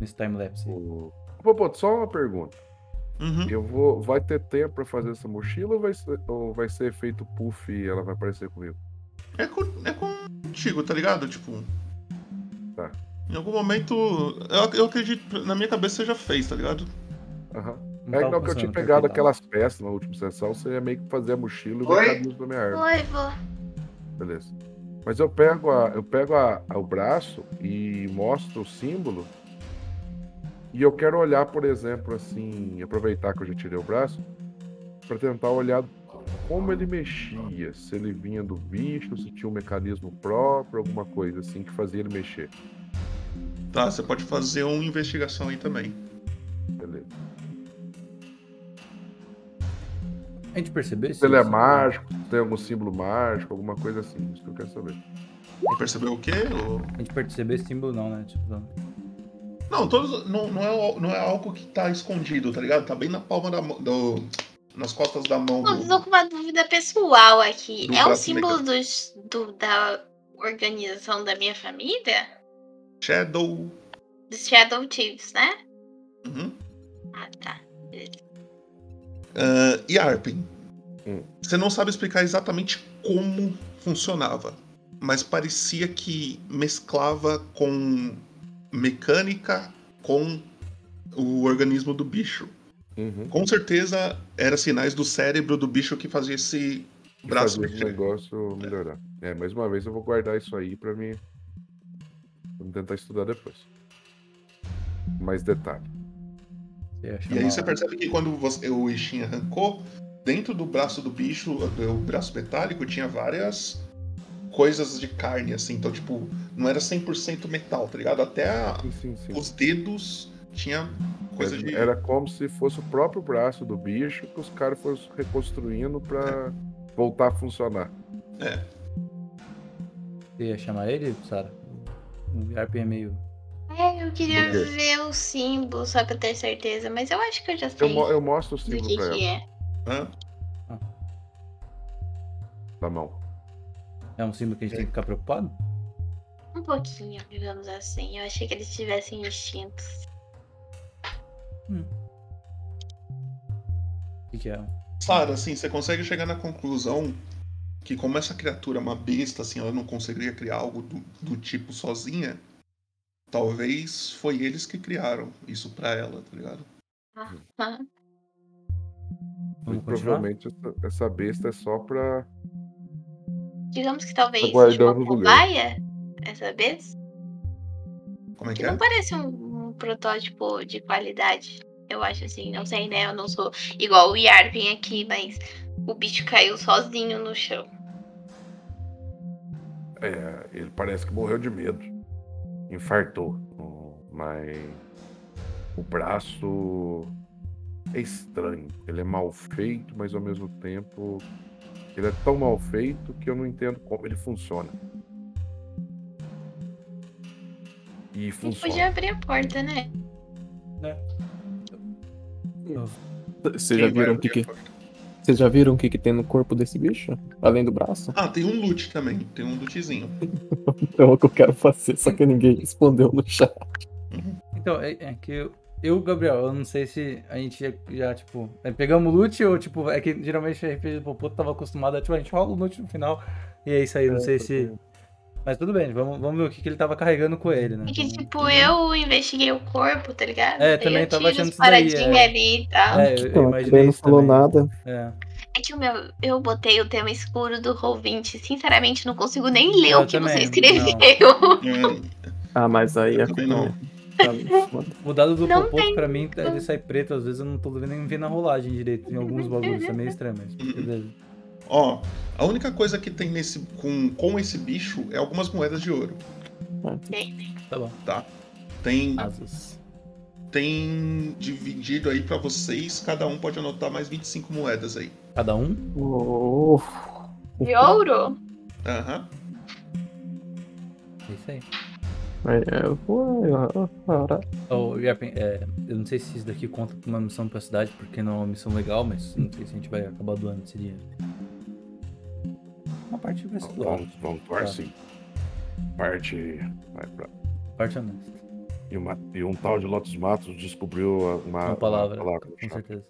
S3: Nesse timelapse aí.
S5: o- Pô, pô, só uma pergunta.
S1: Uhum.
S5: Eu vou. Vai ter tempo pra fazer essa mochila ou vai ser, ou vai ser feito puff e ela vai aparecer comigo?
S1: É, co- é contigo, tá ligado? Tipo.
S5: Tá.
S1: Em algum momento. Eu, eu acredito. Na minha cabeça você já fez, tá ligado?
S5: Aham.
S3: Não
S5: É que
S3: tava
S5: não, que eu tinha
S3: funcionando, tá? perfeito,
S5: pegado
S3: não.
S5: aquelas peças na última sessão, seria meio que fazer a mochila e
S8: Oi?
S5: vai caminho pra minha arma.
S2: Oi, vó.
S5: Beleza. Mas eu pego, a, eu pego a, a- o braço e mostro o símbolo. E eu quero olhar, por exemplo, assim, aproveitar que eu já tirei o braço, para tentar olhar como ele mexia, se ele vinha do bicho, se tinha um mecanismo próprio, alguma coisa assim que fazia ele mexer.
S1: Tá, você pode fazer uma investigação aí também.
S5: Beleza.
S3: A gente percebeu isso?
S5: Se ele é mágico, se tem algum símbolo mágico, alguma coisa assim, isso que eu quero saber.
S1: E percebeu o quê? O-
S3: né? A gente percebeu esse símbolo não, né? Tipo, não.
S1: Não, todos. Não, não, é, não é algo que tá escondido, tá ligado? Tá bem na palma da mão. do- nas costas da mão.
S2: Eu
S5: Uhum.
S1: Do...
S2: tô com uma dúvida pessoal aqui.
S1: Do
S2: é um
S1: braço
S2: símbolo dos, do, da organização da minha família?
S1: Shadow.
S2: Dos Shadow Chiefs, né?
S1: Uhum.
S2: Ah, tá.
S1: Ah, e Arpen.
S5: Hum.
S1: Você não sabe explicar exatamente como funcionava, mas parecia que mesclava com mecânica com o organismo do bicho.
S5: Uhum.
S1: Com certeza eram sinais do cérebro do bicho que fazia esse braço
S5: fazer esse
S1: mexer.
S5: negócio melhorar. É, mais uma vez eu vou guardar isso aí pra mim. Vamos tentar estudar depois. Mais detalhe.
S3: Você
S1: E
S3: ia
S1: aí
S3: chamar-
S5: Ah.
S1: você percebe que quando você- o Ishin arrancou, dentro do braço do bicho, do braço metálico, tinha várias coisas de carne, assim. Então, tipo, não era 100% metal, tá ligado? Até a-
S5: Sim, sim, sim.
S1: os dedos tinha coisa de.
S5: Era como se fosse o próprio braço do bicho que os caras fossem reconstruindo pra voltar a funcionar.
S3: Você ia chamar ele, Sara? O Yarp é meio.
S2: É, eu queria
S5: Por quê?
S2: ver o símbolo, só pra eu ter certeza, mas eu acho que eu já
S5: Eu,
S2: sei
S5: mo- eu mostro o
S2: do
S5: símbolo
S2: que,
S5: pra
S2: que
S5: ela
S2: é.
S1: Hã?
S5: na mão.
S3: É um símbolo que a gente tem que ficar preocupado?
S2: Um pouquinho, digamos assim. Eu achei que eles tivessem instintos.
S3: O que, que é?
S1: Sara, assim, você consegue chegar na conclusão que como essa criatura é uma besta, assim, ela não conseguiria criar algo do, do tipo sozinha, talvez foi eles que criaram isso pra ela, tá ligado?
S2: Hã?
S3: Vamos
S5: Muito
S3: continuar?
S5: provavelmente essa, essa besta é só pra.
S2: Digamos que talvez seja uma
S5: Aguardando o goleiro.
S2: cobaia essa vez.
S1: Como é
S2: Que
S1: que
S2: não
S1: é?
S2: parece um, um protótipo de qualidade. Eu acho assim, não sei, né? Eu não sou igual o Yarvin aqui, mas o bicho caiu sozinho no chão.
S5: É, ele parece que morreu de medo. Infartou. Hum, Mas o braço é estranho. Ele é mal feito, mas ao mesmo tempo. Ele é tão mal feito que eu não entendo como ele funciona. E
S2: A gente
S5: funciona.
S2: podia abrir a porta, né?
S7: Vocês
S1: Quem
S7: já
S1: vai
S7: viram o
S1: abrir
S7: que é?
S1: a
S7: que,
S1: porta?
S7: vocês já viram o que que tem no corpo desse bicho? Além do braço?
S1: Ah, tem um loot também, tem um lootzinho.
S7: Então é o que eu quero fazer, só que ninguém respondeu no chat.
S3: Então, é, é que eu, eu, Gabriel, eu não sei se a gente já, já, tipo, é, pegamos o loot ou, tipo, é que geralmente a RPG do Popoto tava acostumado a, tipo, a gente rola o loot no final e é isso aí, não sei se... Mas tudo bem, vamos, vamos ver o que, que ele tava carregando com ele, né?
S2: É que, tipo, eu investiguei o corpo, tá ligado?
S3: É,
S2: Eu
S3: também tava
S2: tiro
S3: achando
S2: as
S3: isso daí,
S2: paradinhas
S3: é.
S2: ali e tal.
S3: É, eu, eu
S6: Então, a
S3: imaginei
S6: não
S3: isso
S6: falou
S3: também.
S6: nada.
S3: É.
S2: É que o meu, eu botei o tema escuro do Roll20. Sinceramente, não consigo nem ler
S3: Eu
S2: o que
S3: também,
S2: você escreveu.
S1: Hum,
S7: Ah, mas aí
S1: eu
S7: é
S1: também não.
S3: O dado do
S2: Não
S3: Popoto,
S2: tem.
S3: pra mim, ele sai preto, às vezes eu não tô vendo nem vendo a rolagem direito em alguns bagulhos, isso é meio estranho, mas beleza.
S1: Ó, a única coisa que tem nesse com, com esse bicho é algumas moedas de ouro.
S3: Tá bom.
S1: Tem,
S3: Asas.
S1: tem dividido aí pra vocês. Cada um pode anotar mais 25 moedas aí.
S3: Cada um?
S6: Oh,
S2: De ouro?
S1: Aham.
S3: É isso aí.
S7: Aí eu vou. eu- eu-
S3: Ô, Yarpen, é, eu não sei se isso daqui conta pra uma missão pra cidade, porque não é uma missão legal, mas não sei se a gente vai acabar doando esse dinheiro. Uma parte vai ser doada,
S5: Vamos, vamos doar
S3: Tá.
S5: sim. Parte. vai pra-
S3: parte é honesta.
S5: E, uma- e um tal de Lotus Matos descobriu a- uma,
S3: Ah, uma palavra, tá.
S5: uma
S3: com certeza.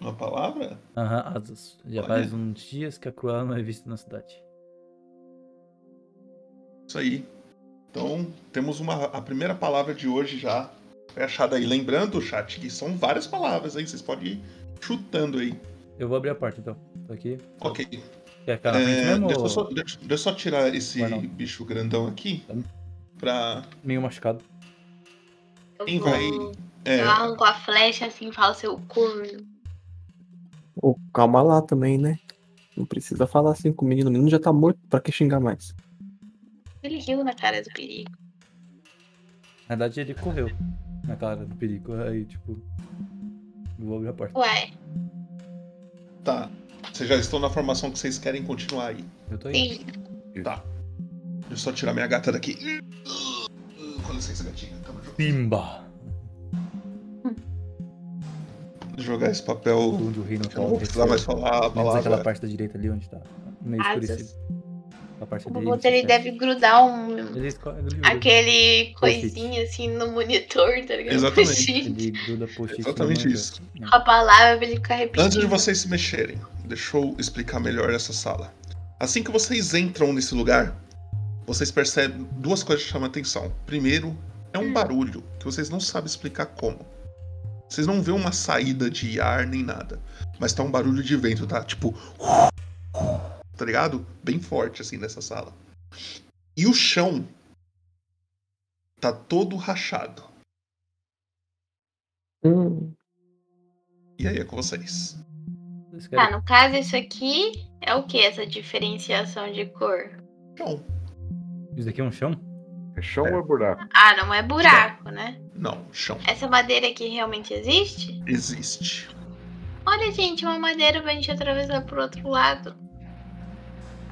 S1: Uma palavra?
S3: Aham, asas. Já
S1: Olha.
S3: faz uns dias que a Cruella não é vista na cidade.
S1: Isso aí. Então, temos uma, a primeira palavra de hoje já foi achada aí. Lembrando, chat, que são várias palavras aí, vocês podem ir chutando aí.
S3: Eu vou abrir a porta então. Tô aqui.
S1: Ok.
S3: Quer ficar na frente
S1: É,
S3: Tá, mesmo?
S1: deixa, eu
S3: ou-
S1: só, deixa- deixa eu só tirar esse
S3: Vai não.
S1: bicho grandão aqui.
S3: Tá bom.
S1: Pra.
S3: Meio machucado.
S2: Eu
S1: Quem
S2: vou-
S1: vai- É,
S2: Eu arranco a flecha assim e falo seu corno.
S7: Ô, Oh, calma lá também, né? Não precisa falar assim com o menino. O menino já tá morto, pra que xingar mais?
S2: Ele riu na cara do perigo.
S3: Na verdade, ele correu na cara do perigo. Aí, tipo. Eu vou abrir a porta.
S2: Ué,
S1: tá. Vocês já estão na formação que vocês querem continuar aí.
S3: Eu tô aí.
S2: sim.
S1: Deixa eu só tirar minha gata daqui. Com licença, gatinha. Tamo junto.
S3: Pimba!
S1: Jogar esse papel.
S3: Onde o rei não
S1: Eu não
S3: fala.
S1: vou precisar mais falar a
S3: Menos aquela
S1: palavra.
S3: parte da direita ali onde tá. Meio
S2: Asas.
S3: escurecido. A parte
S2: Ah, O
S3: ali.
S2: Boboto
S1: né?
S2: ele deve grudar um.
S3: Ele escolhe. Ele gruda.
S2: Aquele
S3: Post-it.
S2: coisinha assim no monitor, tá ligado?
S1: Exatamente.
S2: Post-it.
S3: Ele gruda post-it. na
S1: É Exatamente
S3: manga.
S1: isso.
S2: A palavra pra ele ficar repetindo.
S1: Antes de vocês se mexerem, deixa eu explicar melhor essa sala. Assim que vocês entram nesse lugar, vocês percebem duas coisas que chamam a atenção. Primeiro, é um barulho que vocês não sabem explicar como. Vocês não vê uma saída de ar nem nada, mas tá um barulho de vento, tá? Tipo, tá ligado? Bem forte assim nessa sala. E o chão tá todo rachado.
S7: Hum,
S1: E aí é com vocês.
S3: Vocês
S2: Tá,
S3: querem-
S2: no caso, isso aqui é o que? Essa diferenciação de cor?
S1: Chão.
S3: Isso daqui é um chão?
S5: É chão ou é buraco?
S2: Ah, não é buraco, né?
S1: Não, chão
S2: Essa madeira aqui realmente existe?
S1: existe.
S2: Olha, gente, uma madeira pra gente atravessar pro outro lado.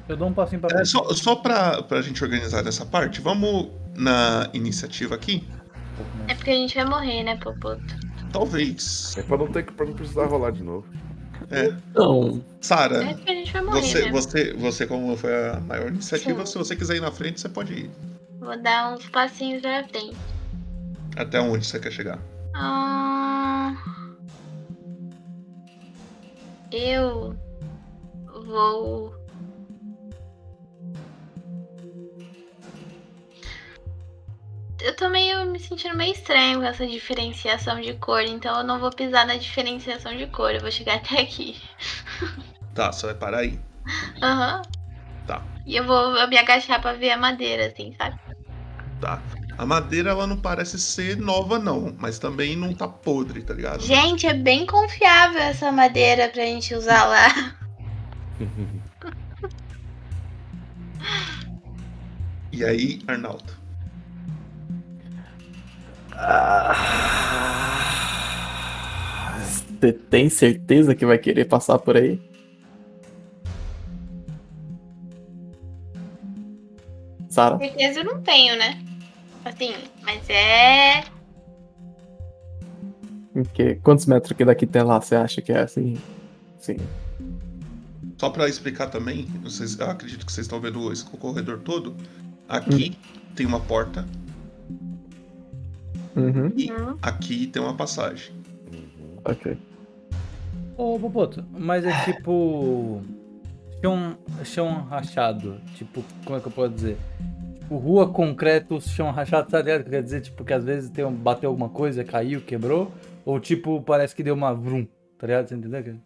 S3: Eu dou um passinho pra
S1: É,
S3: frente.
S1: só só pra, pra gente organizar essa parte, vamos na iniciativa aqui?
S3: um pouco
S2: É
S3: mais.
S2: porque a gente vai morrer, né, Popoto?
S1: Talvez.
S5: É pra não ter que pra não precisar rolar de novo.
S7: Não,
S2: É
S1: Sara,
S2: porque a gente vai morrer,
S1: você,
S2: né?
S1: você, você, como foi a maior iniciativa,
S2: Sim.
S1: se você quiser ir na frente, você pode ir.
S2: Vou dar uns passinhos pra frente.
S1: Até onde você quer chegar?
S2: Ah, Eu vou. Eu tô meio me sentindo meio estranho com essa diferenciação de cor, então eu não vou pisar na diferenciação de cor, eu vou chegar até aqui.
S1: Tá, você vai parar aí.
S2: Aham.
S1: Tá.
S2: E eu vou eu me agachar pra ver a madeira, assim, sabe?
S1: Tá. A madeira, ela não parece ser nova, não, mas também não tá podre, tá ligado?
S2: Gente, é bem confiável essa madeira pra gente usar lá.
S1: E aí, Arnaldo?
S7: você tem certeza que vai querer passar por aí? Sara,
S2: Certeza eu não tenho, né? Assim, mas é.
S7: em que- quantos metros que daqui até lá você acha que é assim? Sim.
S1: Só pra explicar também, vocês, eu acredito que vocês estão vendo esse corredor todo. Aqui tem uma porta,
S7: Uhum,
S2: Hum,
S1: aqui tem uma passagem.
S5: Uhum.
S7: ok.
S3: Ô, Boboto, mas é tipo. Chão, chão rachado. Tipo, como é que eu posso dizer? Tipo, rua, concreto, chão rachado, tá ligado? Quer dizer, tipo, que às vezes tem um, bateu alguma coisa, caiu, quebrou. Ou tipo, parece que deu uma vrum, tá ligado? Você entendeu?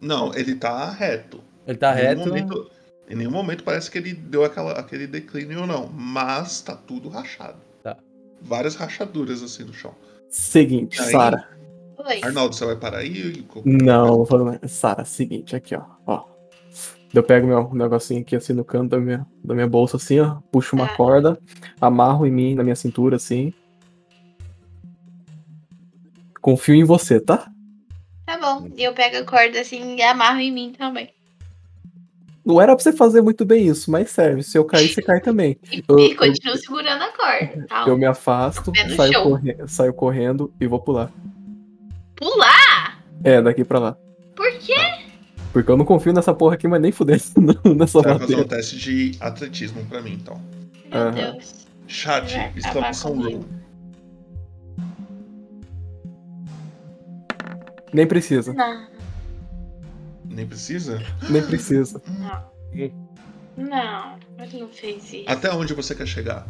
S1: Não, ele tá reto.
S3: Ele tá
S1: Em nenhum
S3: reto.
S1: momento- em nenhum momento parece que ele deu aquela, aquele declínio ou não, mas tá tudo rachado.
S3: Tá.
S1: Várias rachaduras assim no chão.
S7: Seguinte,
S1: Aí.
S7: Sara.
S2: Oi.
S1: Arnaldo, você vai parar aí? Co-
S7: Não, vou falar. mais. Sara, seguinte, aqui, ó. ó. Eu pego meu negocinho aqui, assim, no canto da minha, da minha bolsa, assim, ó. Puxo uma
S2: Tá.
S7: corda, amarro em mim, na minha cintura, assim.
S6: Confio em você, tá?
S2: Tá bom. E eu pego a corda assim e amarro em mim também.
S6: Não era pra você fazer muito bem isso, mas serve. Se eu cair, você cai também.
S2: E,
S6: Eu-
S2: e
S6: eu-
S2: continuo segurando a corda. Tá?
S6: Eu me afasto,
S2: Pé no
S6: saio,
S2: chão.
S6: corre- saio correndo e vou pular.
S2: Pular?
S6: É, daqui pra lá.
S2: Por quê?
S6: Porque eu não confio nessa porra aqui, mas nem fudendo não, nessa
S1: Vai fazer um
S6: bateria.
S1: teste de atletismo pra mim, então.
S2: Meu
S6: Aham.
S2: Deus.
S1: Chat,
S2: Vai acabar
S1: estamos São
S2: comigo.
S1: Lu.
S6: Nem precisa,
S2: Não,
S1: Nem precisa?
S6: nem precisa.
S2: não. Ele não fez isso.
S1: Até onde você quer chegar?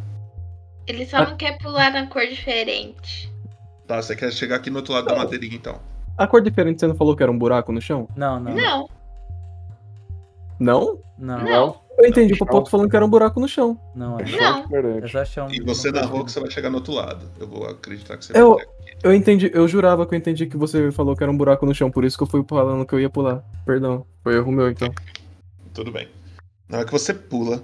S2: Ele só não quer pular na cor diferente.
S1: Tá, você quer chegar aqui no outro lado da madeirinha, então.
S6: A cor diferente, você não falou que era um buraco no chão?
S3: Não, não.
S2: Não,
S6: Não?
S3: Não, Ah, não,
S2: não,
S6: Eu entendi o
S5: chão.
S6: Popoto falando que era um buraco no chão.
S3: é.
S5: Chão
S2: não.
S3: É
S5: diferente.
S3: só chão.
S1: E você
S3: não
S1: narrou que um você vai chegar no outro lado. Eu vou acreditar que você
S6: Eu-
S1: vai chegar.
S6: Eu entendi, eu jurava que eu entendi que você falou que era um buraco no chão, por isso que eu fui falando que eu ia pular. Perdão, foi erro meu então.
S1: Tudo bem. Na hora que você pula,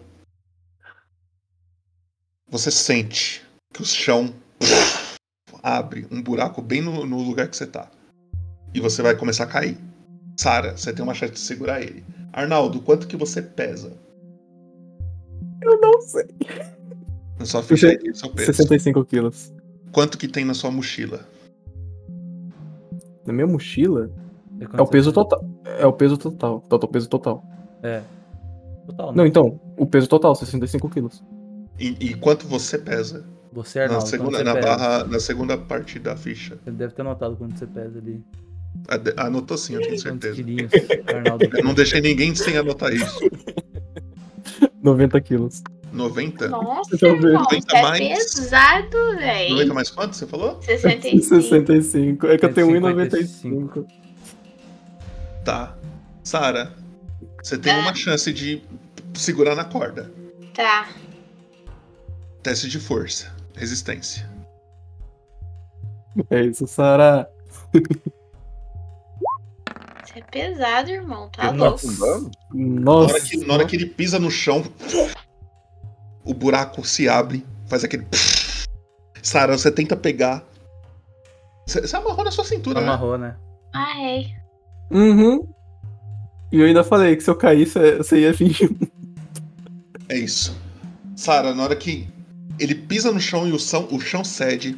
S1: você sente que o chão abre um buraco bem no, no lugar que você tá. E você vai começar a cair. Sara, você tem uma chance de segurar ele. Arnaldo, quanto que você pesa?
S6: Eu não sei.
S1: Na sua ficha aí, seu peso.
S6: 65 quilos.
S1: Quanto que tem na sua mochila?
S6: Na minha mochila? É o peso total. É o peso total. Total, peso total.
S3: É. Total,
S6: Não,
S3: né?
S6: então, o peso total, 65 quilos.
S1: E, e quanto você pesa?
S3: Você, Arnaldo,
S1: na segunda,
S3: quando você
S1: na
S3: pesa?
S1: barra, na segunda parte da ficha.
S3: Você deve ter notado quando você pesa ali.
S1: Ade- Anotou sim, eu tenho
S3: Quantos
S1: certeza.
S3: quilinhos, Arnaldo?
S1: Eu não deixei ninguém sem anotar isso.
S6: 90 quilos.
S1: 90?
S2: Nossa,
S6: Então,
S2: irmão,
S1: vem
S2: você é
S1: mais.
S2: pesado,
S1: 90
S2: velho.
S1: mais quanto você falou?
S2: 65.
S6: 65. É que eu tenho
S3: 195.
S6: 1,95.
S1: Tá. Sara, você tem uma chance de segurar na corda.
S2: Tá.
S1: Teste de força. Resistência.
S6: É isso, Sara.
S2: Você é pesado, irmão. Tá
S5: Ele tá
S2: louco.
S5: afundando?
S1: Na
S6: Nossa.
S1: hora, que, na hora que ele pisa no chão, o buraco se abre, faz aquele. Sara, você tenta pegar. Você você amarrou na sua cintura, né?
S3: Amarrou, né?
S2: Ai,
S6: Uhum. E eu ainda falei que se eu caísse, você ia fingir.
S1: É isso. Sara, na hora que ele pisa no chão e o chão, o chão cede,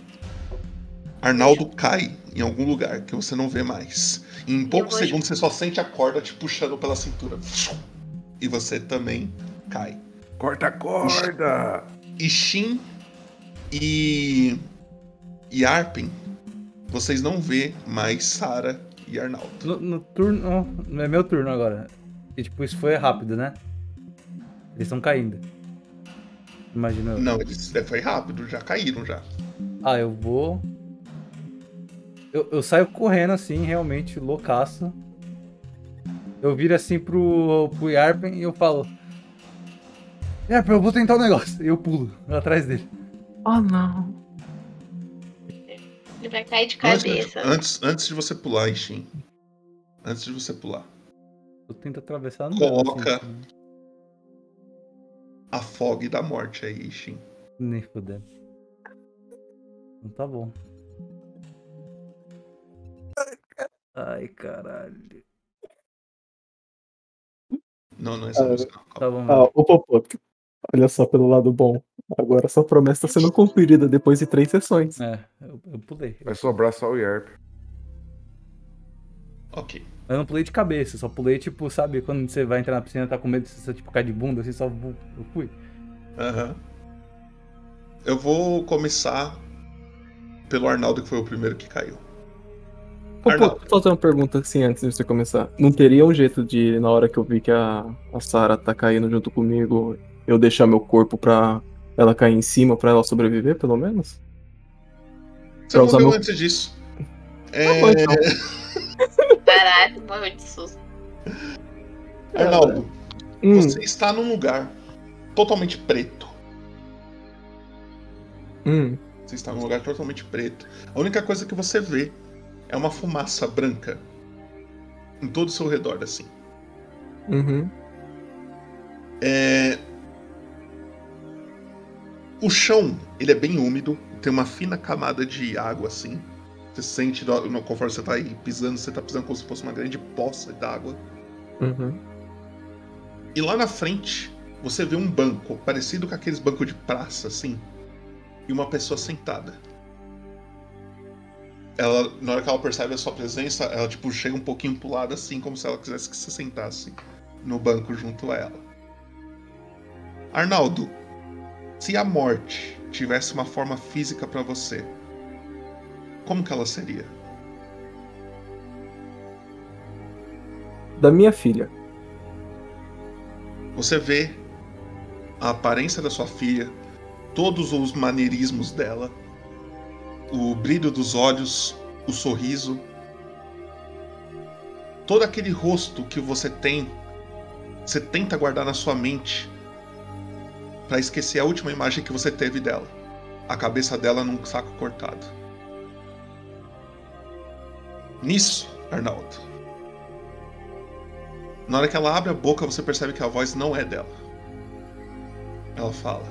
S1: Arnaldo cai em algum lugar que você não vê mais. E em poucos
S2: vou ju-
S1: segundos você só sente a corda te puxando pela cintura. E você também cai.
S5: Corta a corda!
S1: E Shin e. e Arpen, vocês não vê mais Sara e Arnaldo.
S3: No, no turno. Não é meu turno agora. E tipo, isso foi rápido, né? Eles estão caindo. Imagina. eu.
S1: Não, eles é, foi rápido, já caíram já.
S3: Ah, eu vou. Eu, eu saio correndo assim, realmente, loucaço. Eu viro assim pro, pro Yarpen e eu falo. Yarpen, eu vou tentar um negócio. E eu pulo atrás dele.
S4: Oh, não.
S2: ele vai cair de
S1: Antes,
S2: cabeça.
S1: antes, antes de você pular, Shin. Antes de você pular.
S3: Eu tento atravessar não.
S1: Coloca.
S3: assim.
S1: a fog da morte aí, Shin.
S3: Nem fudendo. Então tá bom. Ai, caralho.
S1: Não, não é essa
S6: Ah,
S1: música. não, calma.
S3: Tá bom.
S6: Ah, o Popoto. Olha só pelo lado bom. Agora sua promessa está sendo cumprida depois de três sessões.
S3: É, eu, eu pulei.
S5: Vai sobrar só o Yerp.
S1: Ok.
S3: Eu não pulei de cabeça, só pulei, tipo, sabe, quando você vai entrar na piscina e tá com medo de você tipo, cair de bunda, assim, só bu- eu fui.
S1: Aham. Eu vou começar pelo Arnaldo, que foi o primeiro que caiu. Arnaldo.
S6: Popoto, só tem uma pergunta assim antes de você começar. Não teria um jeito de, na hora que eu vi que a, a Sara tá caindo junto comigo, eu deixar meu corpo pra ela cair em cima, pra ela sobreviver, pelo menos?
S1: Você
S6: Pra usar
S1: morreu
S6: meu-
S1: antes disso.
S6: Tá bom,
S1: É,
S6: então.
S2: Caralho, morreu de susto.
S1: Arnaldo,
S6: Hum,
S1: você está num lugar totalmente preto.
S6: hum.
S1: Você está num lugar totalmente preto. A única coisa que você vê é uma fumaça branca em todo o seu redor, assim.
S6: Uhum.
S1: É... O chão, ele é bem úmido, tem uma fina camada de água assim. Você sente, do- no- conforme você tá aí pisando, você tá pisando como se fosse uma grande poça d'água.
S6: Uhum.
S1: E lá na frente, você vê um banco, parecido com aqueles bancos de praça, assim. E uma pessoa sentada. Ela, na hora que ela percebe a sua presença, ela, tipo, chega um pouquinho pro lado, assim, como se ela quisesse que você sentasse no banco junto a ela. Arnaldo, se a morte tivesse uma forma física pra você, como que ela seria?
S6: Da minha filha.
S1: Você vê a aparência da sua filha, todos os maneirismos dela, o brilho dos olhos, o sorriso, todo aquele rosto que você tem, você tenta guardar na sua mente para esquecer a última imagem que você teve dela, a cabeça dela num saco cortado. Nisso, Arnaldo, na hora que ela abre a boca, você percebe que a voz não é dela. Ela fala: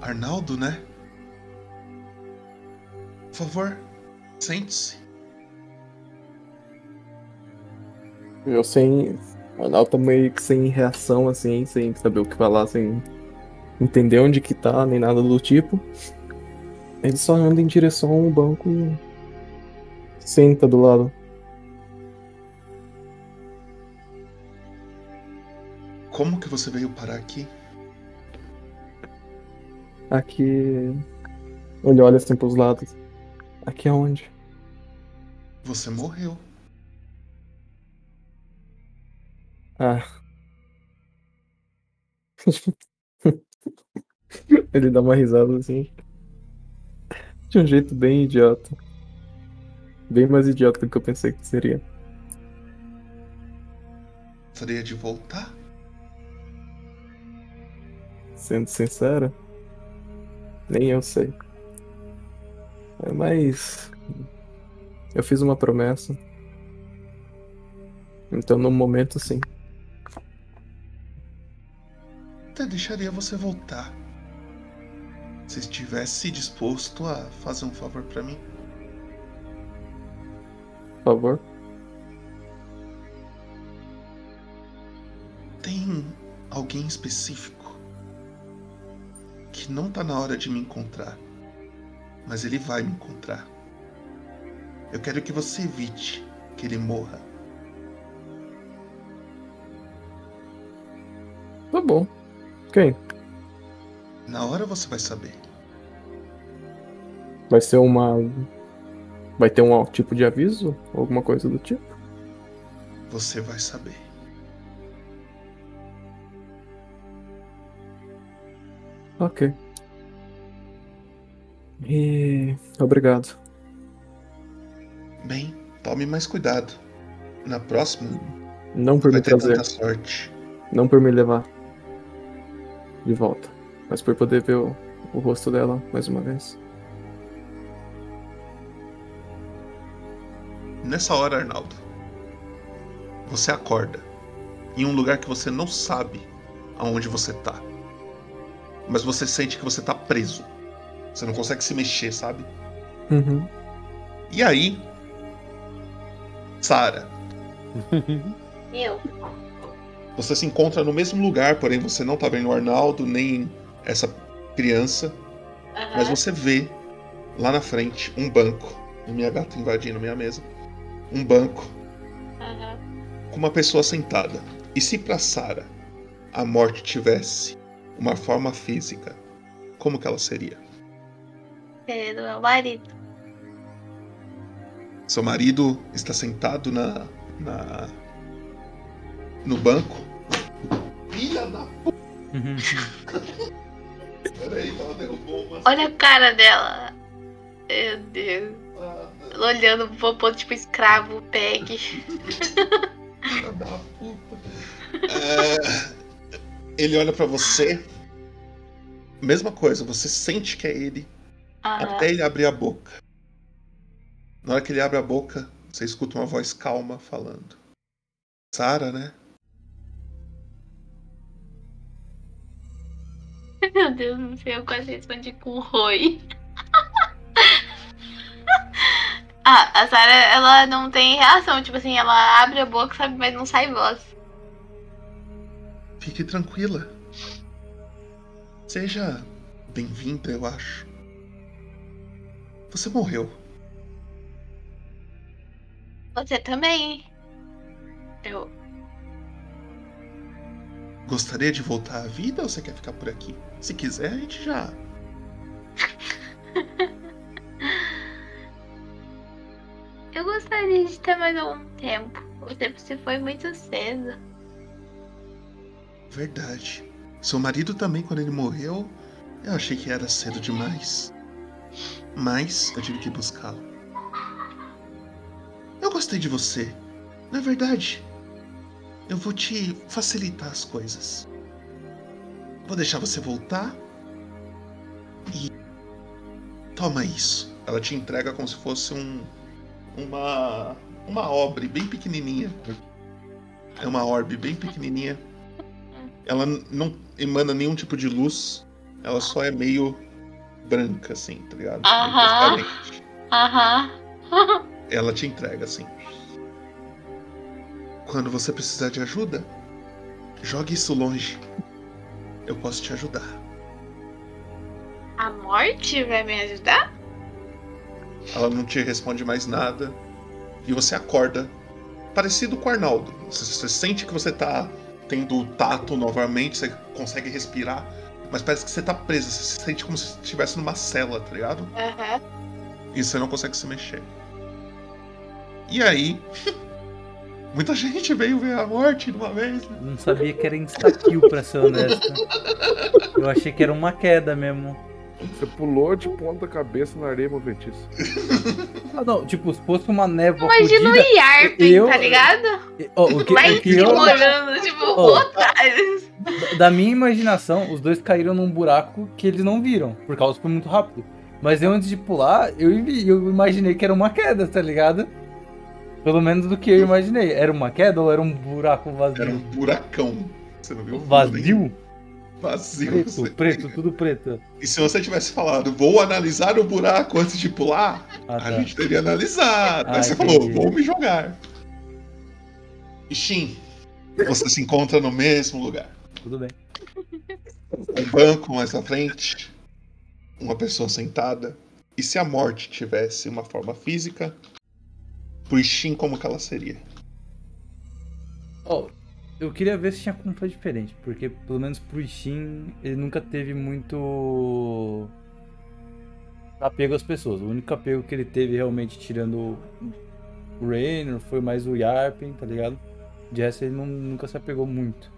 S1: Arnaldo, né? Por favor, sente-se.
S6: Eu sem. Ela tá meio que sem reação, assim, sem saber o que falar, sem entender onde que tá, nem nada do tipo. Ele só anda em direção ao banco e. Senta do lado.
S1: Como que você veio parar aqui?
S6: Aqui. Ele olha assim pros lados. Aqui é onde?
S1: Você morreu.
S6: Ah. Ele dá uma risada assim. De um jeito bem idiota. Bem mais idiota do que eu pensei que seria.
S1: Gostaria de voltar?
S6: Sendo sincero, nem eu sei. É, Mas eu fiz uma promessa. Então, no momento, sim.
S1: Até deixaria você voltar. Se estivesse disposto a fazer um favor pra mim.
S6: Por favor.
S1: Tem alguém específico que não tá na hora de me encontrar, mas ele vai me encontrar. Eu quero que você evite que ele morra.
S6: Tá bom. Quem?
S1: Na hora você vai saber.
S6: Vai ser uma. Vai ter um tipo de aviso? Alguma coisa do tipo?
S1: Você vai saber.
S6: Ok. E. Obrigado.
S1: Bem, tome mais cuidado. Na próxima,
S6: Não por
S1: vai
S6: me
S1: ter
S6: trazer.
S1: tanta sorte.
S6: Não por me levar de volta, mas por poder ver o, o rosto dela mais uma vez.
S1: Nessa hora, Arnaldo, você acorda em um lugar que você não sabe aonde você tá. Mas você sente que você tá preso. Você não consegue se mexer, sabe?
S6: Uhum.
S1: E aí, Sara,
S2: Eu?
S1: você se encontra no mesmo lugar, porém você não tá vendo o Arnaldo nem essa criança,
S2: Aham.
S1: mas você vê lá na frente um banco. E minha gata invadindo minha mesa. Um banco
S2: aham.
S1: com uma pessoa sentada. E se pra Sara a morte tivesse uma forma física, como que ela seria?
S2: Seria É, do meu marido.
S1: Seu marido está sentado na. na no banco. Filha da Peraí, ela derrubou uma.
S2: Olha a cara dela. Meu Deus. Ela olhando pro povo, tipo escravo, pegue.
S1: Filha da puta. É, ele olha pra você. Mesma coisa, você sente que é ele
S2: Aham.
S1: até ele abrir a boca. Na hora que ele abre a boca, você escuta uma voz calma falando. Sara, né?
S2: Meu Deus do céu, eu quase respondi com Roi. Ah, a Sarah, ela não tem reação. Tipo assim, ela abre a boca, sabe, mas não sai voz.
S1: Fique tranquila. Seja bem-vinda, eu acho. Você morreu.
S2: Você também. Eu.
S1: Gostaria de voltar à vida ou você quer ficar por aqui? Se quiser, a gente já.
S2: Eu gostaria de ter mais algum tempo. O tempo se foi muito cedo.
S1: Verdade. Seu marido também, quando ele morreu, eu achei que era cedo demais. Mas eu tive que buscá-lo. Eu gostei de você. Na verdade, eu vou te facilitar as coisas. Vou deixar você voltar. E. Toma isso. Ela te entrega como se fosse um. Uma. Uma orbe bem pequenininha. É uma orbe bem pequenininha. Ela n- não emana nenhum tipo de luz. Ela só é meio branca, assim, tá ligado? Bem
S2: Aham.
S1: transparente.
S2: Aham.
S1: Ela te entrega assim. Quando você precisar de ajuda, jogue isso longe. Eu posso te ajudar.
S2: A morte vai me ajudar?
S1: Ela não te responde mais nada. E você acorda. Parecido com o Arnaldo. Você, você sente que você tá tendo o tato novamente, você consegue respirar. Mas parece que você tá preso. Você se sente como se estivesse numa cela, tá ligado?
S2: Aham.
S1: E você não consegue se mexer. E aí. Muita gente veio ver a morte de uma vez, né?
S3: Não sabia que era insta-kill, pra ser honesto. Eu achei que era uma queda mesmo.
S5: Você pulou de ponta cabeça na areia movediça.
S3: Ah, não, tipo, se fosse uma névoa
S2: Imagina o
S3: fodida...
S2: Yarpin,
S3: eu-
S2: tá ligado?
S3: Ó, o que,
S2: Lá
S3: o
S2: em
S3: que eu,
S2: cima olhando, tipo,
S3: Ó.
S2: otários.
S3: da minha imaginação, os dois caíram num buraco que eles não viram, por causa que foi muito rápido. Mas eu, antes de pular, eu, eu imaginei que era uma queda, tá ligado? Pelo menos do que eu imaginei. Era uma queda ou era um buraco
S1: Era um
S3: vazio?
S1: buracão. Você não viu?
S3: Vazio?
S1: Vazio.
S3: Preto, preto, tudo preto.
S1: E se você tivesse falado, vou analisar o buraco antes de pular,
S3: Ah,
S1: a
S3: tá.
S1: gente teria analisado.
S3: Ah,
S1: Mas você
S3: entendi.
S1: falou, vou me jogar. E Shin, você se encontra no mesmo lugar.
S3: Tudo bem.
S1: Um banco mais à frente, uma pessoa sentada. E se a morte tivesse uma forma física, pro Shin, como que ela seria?
S3: Ó, eu queria ver se tinha como fazer diferente, porque pelo menos pro Ishin, ele nunca teve muito apego às pessoas. O único apego que ele teve realmente tirando o Raynor foi mais o Yarpen, tá ligado? De resto ele não- nunca se apegou muito.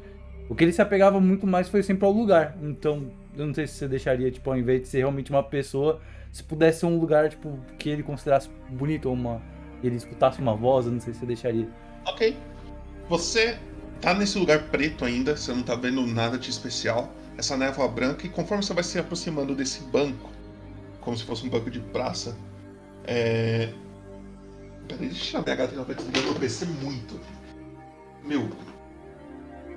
S3: O que ele se apegava muito mais foi sempre ao lugar. Então, eu não sei se você deixaria, tipo, ao invés de ser realmente uma pessoa, se pudesse ser um lugar, tipo, que ele considerasse bonito ou uma. Ele escutasse uma voz, eu não sei se você deixaria.
S1: Ok. Você tá nesse lugar preto ainda, você não tá vendo nada de especial. Essa névoa branca, e conforme você vai se aproximando desse banco, como se fosse um banco de praça, é. Peraí, deixa eu minha gata que ela vai desligar meu PC muito. Meu.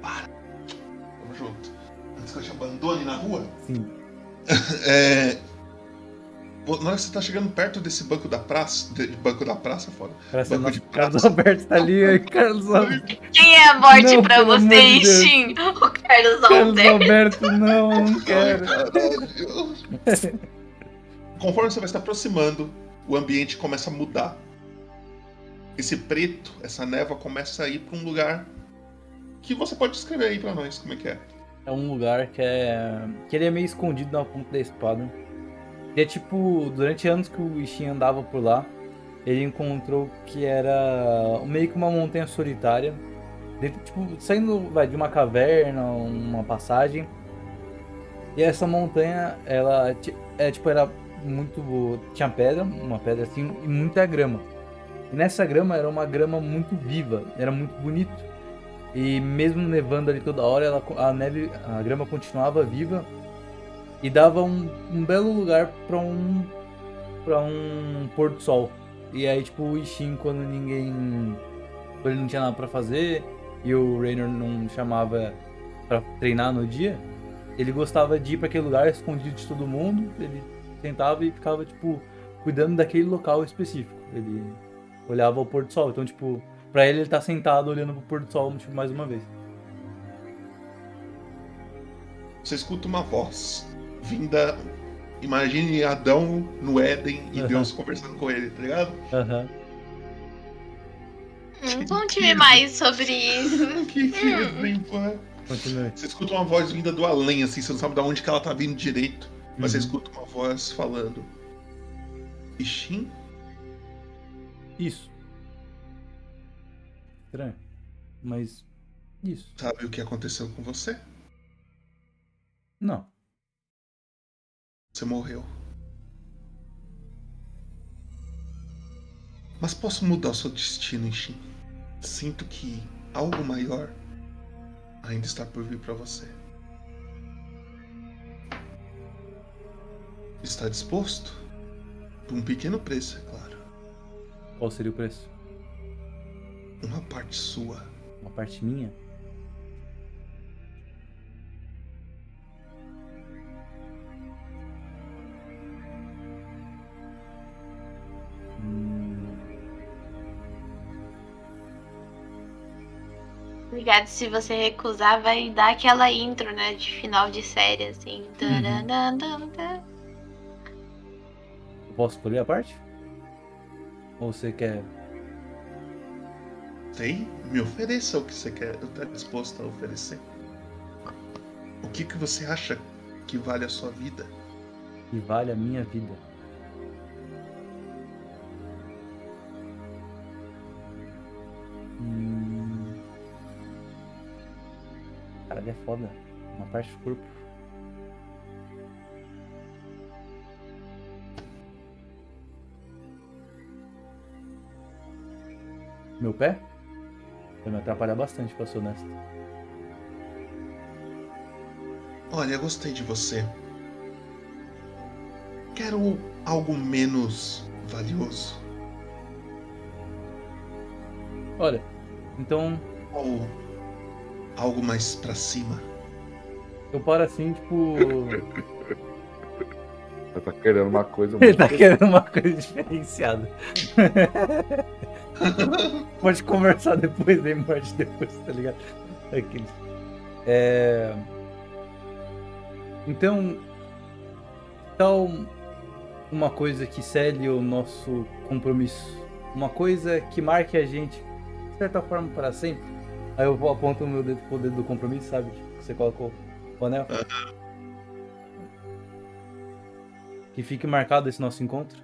S1: Para. Tamo junto. Antes que eu te abandone na rua.
S3: Sim.
S1: É. vo- Na hora que você tá chegando perto desse banco da praça. de- Banco da praça, foda.
S3: Parece
S1: Banco de
S3: nosso Carlos
S1: praça.
S3: Alberto tá ali, aí, Carlos, Al-
S2: Quem é a morte
S3: Não,
S2: pra
S3: pelo amor
S2: você,
S3: de Deus.
S2: Ishin? O Carlos
S3: Carlos
S2: Alter.
S3: Alberto, não, eu não quero.
S1: Conforme você vai se aproximando, o ambiente começa a mudar. Esse preto, essa névoa começa a ir para um lugar que você pode descrever aí para nós como é que é.
S3: É um lugar que é. que ele é meio escondido na ponta da espada. E é tipo, durante anos que o Ishin andava por lá, ele encontrou que era meio que uma montanha solitária. Dentro, tipo, saindo vai, de uma caverna, uma passagem. E essa montanha, ela ti- é tipo, era muito. Tinha pedra, uma pedra assim, e muita grama. E nessa grama era uma grama muito viva, era muito bonito. E mesmo nevando ali toda hora, ela, a neve, a grama continuava viva e dava um, um belo lugar para um para um pôr do sol. E aí tipo o Ishin quando ninguém quando ele não tinha nada para fazer e o Raynor não chamava para treinar no dia, ele gostava de ir para aquele lugar escondido de todo mundo, ele sentava e ficava tipo cuidando daquele local específico. Ele olhava o pôr do sol. Então, tipo, pra ele, ele tá sentado olhando pro pôr do sol, tipo, mais uma vez.
S1: Você escuta uma voz vinda. Imagine Adão no Éden e
S3: Aham.
S1: Deus conversando com ele, tá ligado?
S3: Aham.
S2: Hum, Conte-me mais sobre isso.
S1: Que que é, limpa?
S3: Continue.
S1: Você escuta uma voz vinda do além, assim, você não sabe de onde que ela tá vindo direito, mas você escuta uma voz falando. Ixim,
S3: Isso. Estranho. Mas. Isso.
S1: sabe o que aconteceu com você?
S3: Não.
S1: Você morreu. Mas posso mudar o seu destino, Ixim. Sinto que algo maior ainda está por vir para você. Está disposto? Por um pequeno preço, é claro.
S3: Qual seria o preço?
S1: Uma parte sua.
S3: Uma parte minha? Hum,
S2: Obrigado, se você recusar, vai dar aquela intro, né? De final de série, assim.
S3: Uhum.
S2: Taranandanda.
S3: eu posso escolher a parte? Ou você quer.
S1: Tem? Me ofereça o que você quer, eu estou disposto a oferecer. O que, que você acha que vale a sua vida?
S3: que vale a minha vida. Hum. Caralho, é foda. Uma parte do corpo. Meu pé? Vai me atrapalhar bastante, pra ser honesto.
S1: Olha, eu gostei de você. Quero algo menos valioso.
S3: Olha, então
S1: Ou algo mais pra cima.
S3: eu paro assim, tipo.
S5: Ela tá querendo uma coisa
S3: Ele tá
S5: muito.
S3: querendo uma coisa diferenciada. Pode conversar depois, daí morte depois, tá ligado? Aquele. É... Então, tal uma coisa que cele o nosso compromisso, uma coisa que marque a gente de certa forma para sempre. Aí eu vou aponto o meu dedo pro dedo do compromisso, sabe? Que você colocou o anel. Que fique marcado esse nosso encontro.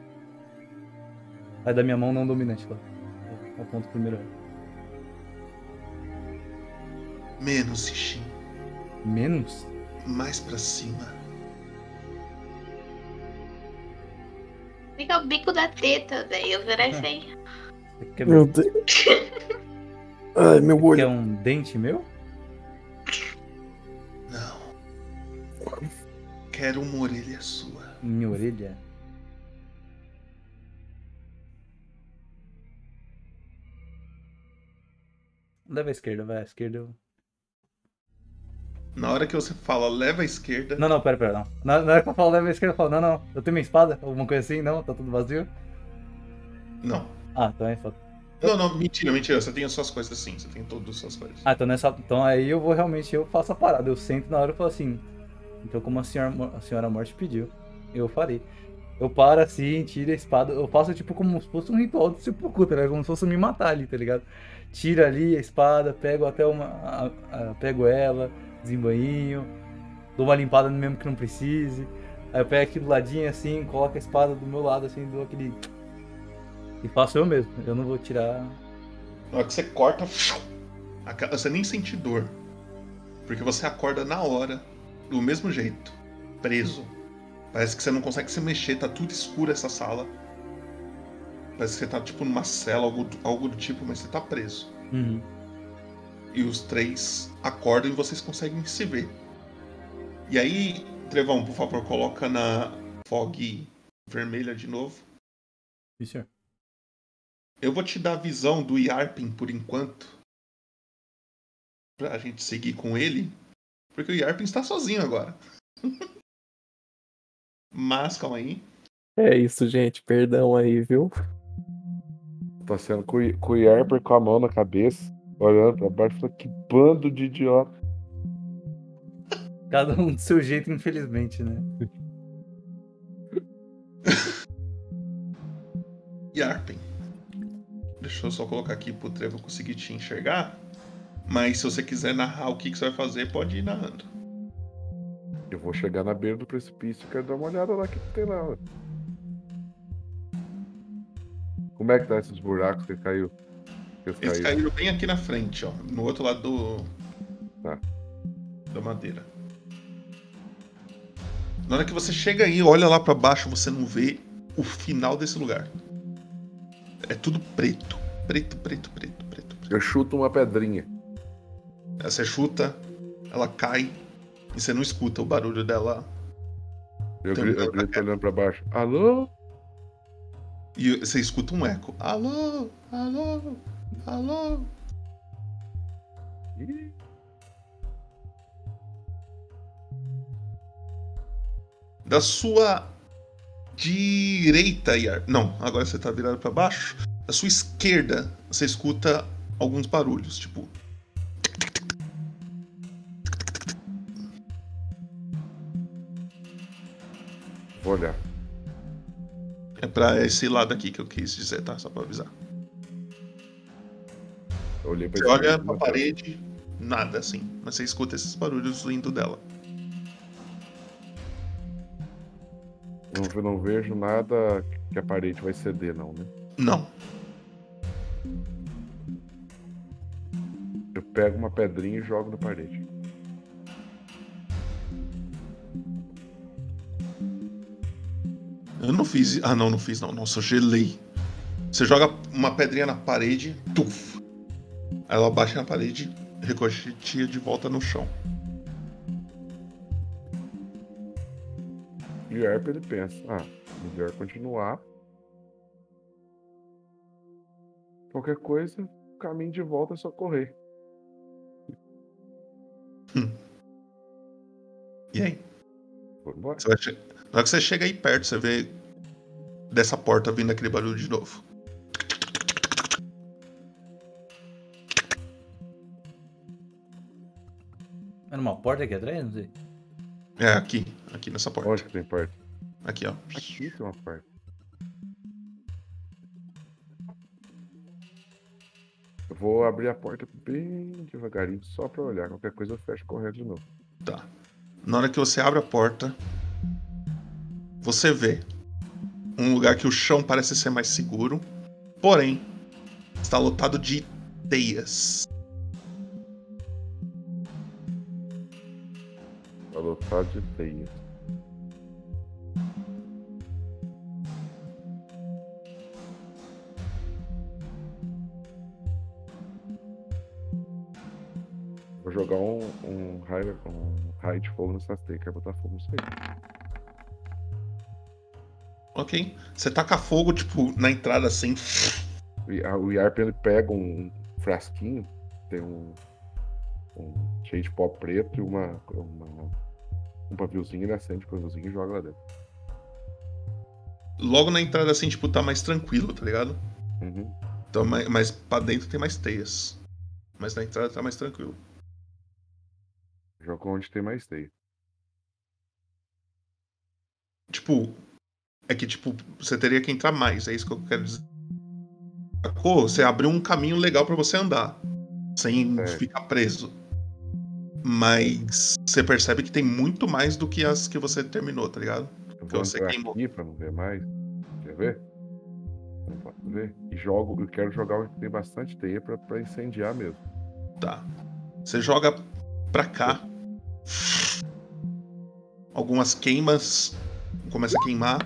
S3: Aí da minha mão não dominante lá. Eu aponto o primeiro.
S1: Menos, Xixi.
S3: Menos?
S1: Mais pra cima.
S2: Fica o bico da teta, velho. Eu
S3: É.
S2: virei feio.
S3: Você quer
S7: Meu
S3: ver?
S7: Deus. Ai, meu
S3: que é
S7: olho.
S3: um dente meu?
S1: Não. Quero uma orelha sua.
S3: Minha orelha? Leva a esquerda, vai à esquerda. eu-
S1: Na hora que você fala leva à esquerda,
S3: Não, não, pera, pera, não. Na, na hora que eu falo leva a esquerda, eu falo, não, não, eu tenho minha espada, alguma coisa assim, não, tá tudo vazio.
S1: não.
S3: Ah, então é foda.
S1: Não, não, mentira, mentira. Você tem as suas coisas sim, você tem todas as suas coisas.
S3: Ah, então nessa. Então aí eu vou realmente, eu faço a parada. Eu sento na hora e falo assim. Então como a senhora, mo- a senhora morte pediu, eu farei. Eu paro assim, tiro a espada. Eu faço tipo como se fosse um ritual de sepulcro, tá ligado? Como se fosse me matar ali, tá ligado? Tiro ali a espada, pego até uma. a- a- pego ela, desembanho, dou uma limpada no mesmo que não precise. Aí eu pego aqui do ladinho assim, coloco a espada do meu lado assim, dou aquele. E faço eu mesmo. Eu não vou tirar.
S1: Na hora que você corta, aca- você nem sente dor. Porque você acorda na hora, do mesmo jeito, preso. Parece que você não consegue se mexer, tá tudo escuro essa sala. Parece que você tá tipo numa cela, algo do, algo do tipo, mas você tá preso.
S3: Uhum.
S1: E os três acordam e vocês conseguem se ver. E aí, Trevão, por favor, coloca na fog vermelha de novo.
S3: Sim, senhor.
S1: Eu vou te dar a visão do Yarpin por enquanto. Pra gente seguir com ele. Porque o Yarpin está sozinho agora. Mas, calma aí.
S6: É isso, gente. Perdão aí, viu?
S5: Tá sendo com com o Yarper com a mão na cabeça, olhando pra baixo, falando que bando de idiota.
S3: Cada um do seu jeito, infelizmente, né?
S1: Yarpen. Deixa eu só colocar aqui pro Trevo conseguir te enxergar. Mas se você quiser narrar o que, que você vai fazer, pode ir narrando.
S5: Eu vou chegar na beira do precipício e quero dar uma olhada lá que não tem nada. Como é que tá esses buracos que caiu? Que
S1: Eles
S5: caiu.
S1: caíram bem aqui na frente, ó. No outro lado do.
S5: Tá.
S1: Da madeira. Na hora que você chega aí, olha lá pra baixo, você não vê o final desse lugar. É tudo preto. Preto, preto, preto, preto. preto.
S5: Eu chuto uma pedrinha.
S1: Aí Você chuta, ela cai e você não escuta o barulho dela.
S5: Eu,
S1: Tem
S5: grito,
S1: um
S5: eu grito olhando pra baixo. Alô?
S1: E você escuta um eco. Alô, alô, alô.
S5: Ih,
S1: da sua direita, Yar. Não, agora você tá virado pra baixo. Da sua esquerda, você escuta alguns barulhos, tipo.
S5: Vou olhar.
S1: É pra esse lado aqui que eu quis dizer, tá? Só pra avisar.
S5: Eu olhei pra
S1: Você
S5: esquerda,
S1: olha
S5: não
S1: pra
S5: tem.
S1: parede, nada assim. Mas você escuta esses barulhos indo dela.
S5: Não, ve- não vejo nada que a parede vai ceder, não, né?
S1: Não.
S5: Eu pego uma pedrinha e jogo na parede.
S1: Eu não fiz. Ah, não, não fiz não. Nossa, eu gelei. Você joga uma pedrinha na parede, tuf. Aí ela baixa na parede, recochetia de volta no chão.
S5: E o Herp ele pensa, ah, melhor continuar. Qualquer coisa, o caminho de volta é só correr.
S1: E aí?
S5: Vamos embora.
S1: Você vai che- Na hora que você chega aí perto, você vê dessa porta vindo aquele barulho de novo.
S3: Era uma porta aqui atrás? Não sei.
S1: É, aqui. Aqui nessa porta.
S5: Onde que tem porta?
S1: Aqui, ó.
S5: Aqui tem uma porta. Eu vou abrir a porta bem devagarinho, só pra olhar. Qualquer coisa eu fecho correndo de novo.
S1: Tá. Na hora que você abre a porta, você vê um lugar que o chão parece ser mais seguro, porém está lotado de teias.
S5: Tá lotado de teia. Vou jogar um, um, raio, um raio de fogo nessas teias. Quero botar fogo nisso aí.
S1: Ok? Você taca fogo, tipo, na entrada assim.
S5: E a- O Yarp ele pega um frasquinho, tem um, um cheio de pó preto e uma, uma- um paviozinho, ele acende o paviozinho e joga lá dentro.
S1: Logo na entrada assim, tipo, tá mais tranquilo, tá ligado? Então, mas, mas pra dentro tem mais teias. Mas na entrada tá mais tranquilo.
S5: Joga onde tem mais teia.
S1: Tipo, é que tipo, você teria que entrar mais, é isso que eu quero dizer. Sacou? Você abriu um caminho legal pra você andar, sem
S5: É.
S1: ficar preso. Mas você percebe que tem muito mais do que as que você terminou, tá ligado?
S5: Eu vou
S1: Você
S5: entrar
S1: queimou.
S5: aqui pra não ver mais. Quer ver? Não posso ver. E jogo, eu quero jogar onde tem bastante teia pra, pra incendiar mesmo.
S1: Tá. Você joga pra cá. Algumas queimas. Começa a queimar.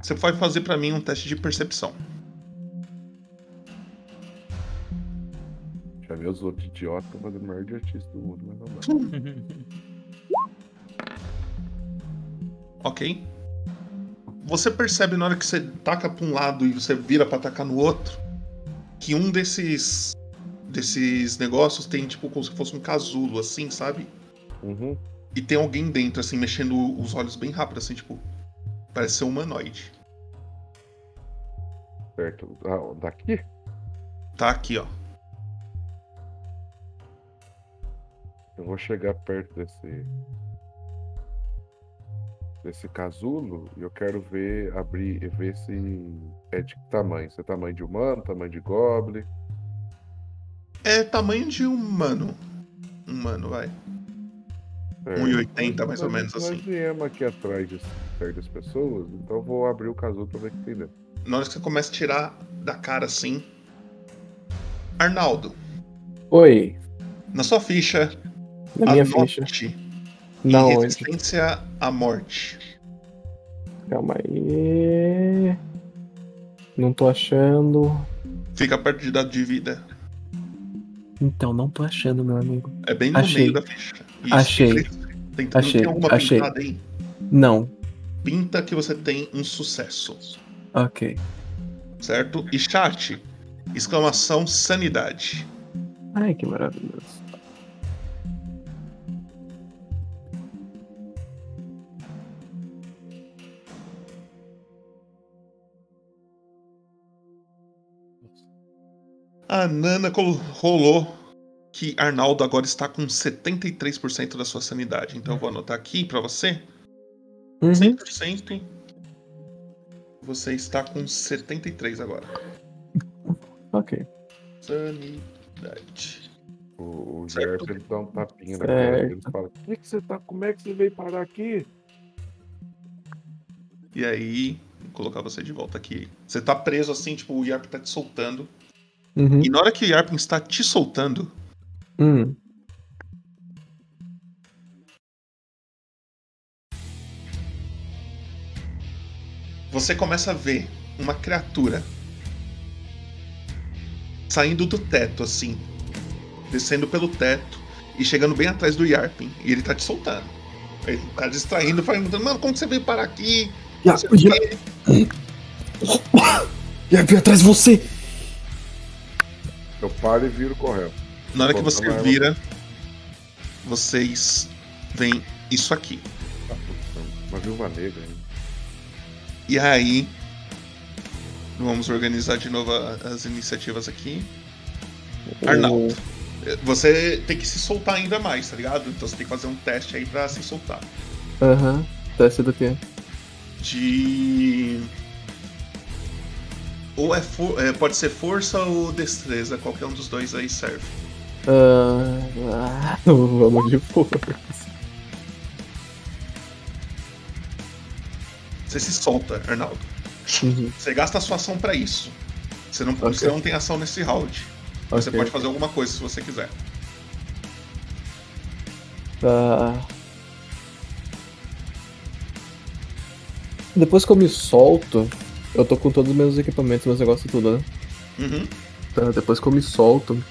S1: Você vai fazer pra mim um teste de percepção.
S5: Já vi os outros idiotas tão fazendo o maior idiotice do mundo, mas vamos lá.
S1: Ok. Você percebe na hora que você taca pra um lado e você vira pra tacar no outro, que um desses desses negócios tem tipo como se fosse um casulo assim, sabe?
S5: Uhum.
S1: E tem alguém dentro assim mexendo os olhos bem rápido assim, tipo, parece ser um humanoide.
S5: Perto da- daqui?
S1: Tá aqui, ó.
S5: Eu vou chegar perto desse. desse casulo e eu quero ver, abrir e ver se é de que tamanho. Se é tamanho de humano, tamanho de goblin.
S1: É tamanho de humano. Humano, vai.
S5: É,
S1: 1,80 mais ou menos
S5: Nós
S1: assim.
S5: viemos aqui atrás de certas pessoas, então eu vou abrir o casulo pra ver o que tem dentro.
S1: Na hora que você começa a tirar da cara assim. Arnaldo,
S6: Oi,
S1: na sua ficha,
S6: na minha
S1: anote
S6: ficha. Não,
S1: em
S6: antes.
S1: resistência à morte.
S6: Calma aí. Não tô achando.
S1: Fica perto de dado de vida.
S6: Então, não tô achando, meu amigo.
S1: É bem no
S6: Achei.
S1: meio da ficha. Isso,
S6: Achei.
S1: Tem, tem,
S6: Achei.
S1: Tem alguma
S6: Achei.
S1: pintada aí?
S6: Não.
S1: Pinta que você tem um sucesso,
S6: Ok.
S1: certo? E chat, exclamação sanidade.
S6: Ai, que maravilhoso.
S1: A Nana col- rolou que Arnaldo agora está com 73% da sua sanidade. Então eu vou anotar aqui pra você.
S6: Uhum.
S7: Uhum.
S1: 100%. Você está com 73 agora.
S6: Ok.
S1: Sanidade.
S5: O, o
S1: Certo.
S5: Gerson ele dá um tapinha na cara dele e fala: "Por que, que você tá? Como é que você veio parar aqui?
S1: E aí, vou colocar você de volta aqui. Você tá preso assim, tipo, o Yarp tá te soltando.
S9: Hum?
S6: Uhum.
S1: E na hora que o Yarp está te soltando,
S6: Hum.
S1: você começa a ver uma criatura saindo do teto, assim, descendo pelo teto e chegando bem atrás do Yarpin. E ele tá te soltando. Ele tá distraindo, perguntando: Mano, como que você veio parar aqui? Não sei o
S9: Já,
S1: quê."
S9: já, já vi atrás de você!
S5: Eu paro e viro correndo.
S1: Na hora que
S5: Vou
S1: você
S5: tomar ela.
S1: vira, vocês veem isso aqui.
S5: Ah, putz, Uma viúva negra, hein?
S1: E aí. Vamos organizar de novo a- as iniciativas aqui. Arnaldo. eh, Você tem que se soltar ainda mais, tá ligado? Então você tem que fazer um teste aí pra se soltar.
S6: Aham. Teste do quê?
S1: De. Ou é, for- eh, pode ser força ou destreza, qualquer um dos dois aí serve.
S6: Ah, ah, vamos de força.
S1: Você se solta, Arnaldo.
S6: Uhum.
S1: Você gasta a sua ação pra isso. Você não,
S6: Ok.
S1: você não tem ação nesse round. Você
S6: Ok.
S1: pode fazer alguma coisa se você quiser.
S6: Tá. Depois que eu me solto, eu tô com todos os meus equipamentos, meus negócios e tudo, né?
S1: Uhum.
S6: Tá, depois que eu me solto,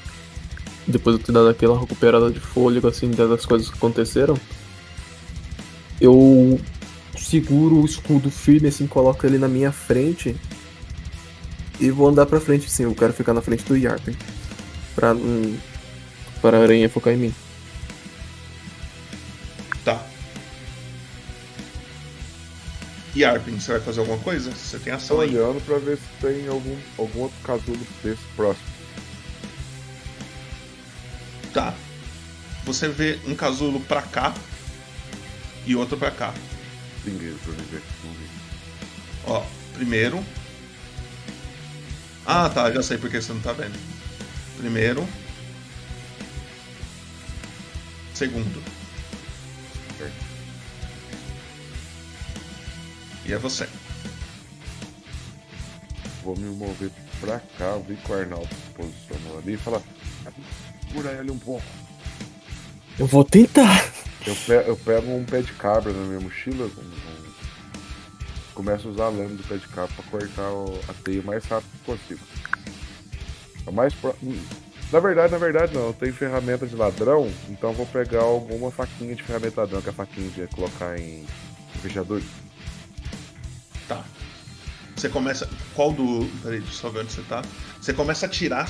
S6: depois de eu ter dado aquela recuperada de fôlego, assim, das coisas que aconteceram, eu seguro o escudo firme, assim, coloco ele na minha frente e vou andar pra frente, assim, eu quero ficar na frente do Yarpen, pra, não- pra a aranha focar em mim.
S1: Tá. E Arpin, você vai fazer alguma coisa? Você tem
S5: Tô
S1: ação aí.
S5: olhando pra ver se tem algum, algum outro casulo desse próximo.
S1: Tá. Você vê um casulo pra cá e outro pra cá.
S5: Ninguém pra viver. Vamos ver.
S1: Ó, primeiro. Ah, tá, já sei porque você não tá vendo. Primeiro. Segundo. E é você.
S5: Vou me mover pra cá, vi que o Arnaldo se posicionou ali e falar: Segura ele um pouco.
S9: Eu vou tentar!
S5: Eu, pe- eu pego um pé de cabra na minha mochila, um- um- começo a usar a lama do pé de cabra pra cortar o- a teia o mais rápido que consigo. A mais pro- hum, Na verdade, na verdade não, eu tenho ferramenta de ladrão, então eu vou pegar alguma faquinha de ferramenta ladrão, que é a faquinha de colocar em em fechadura.
S1: Tá. Você começa. Qual do. Peraí, deixa eu só ver onde você tá. Você começa a tirar.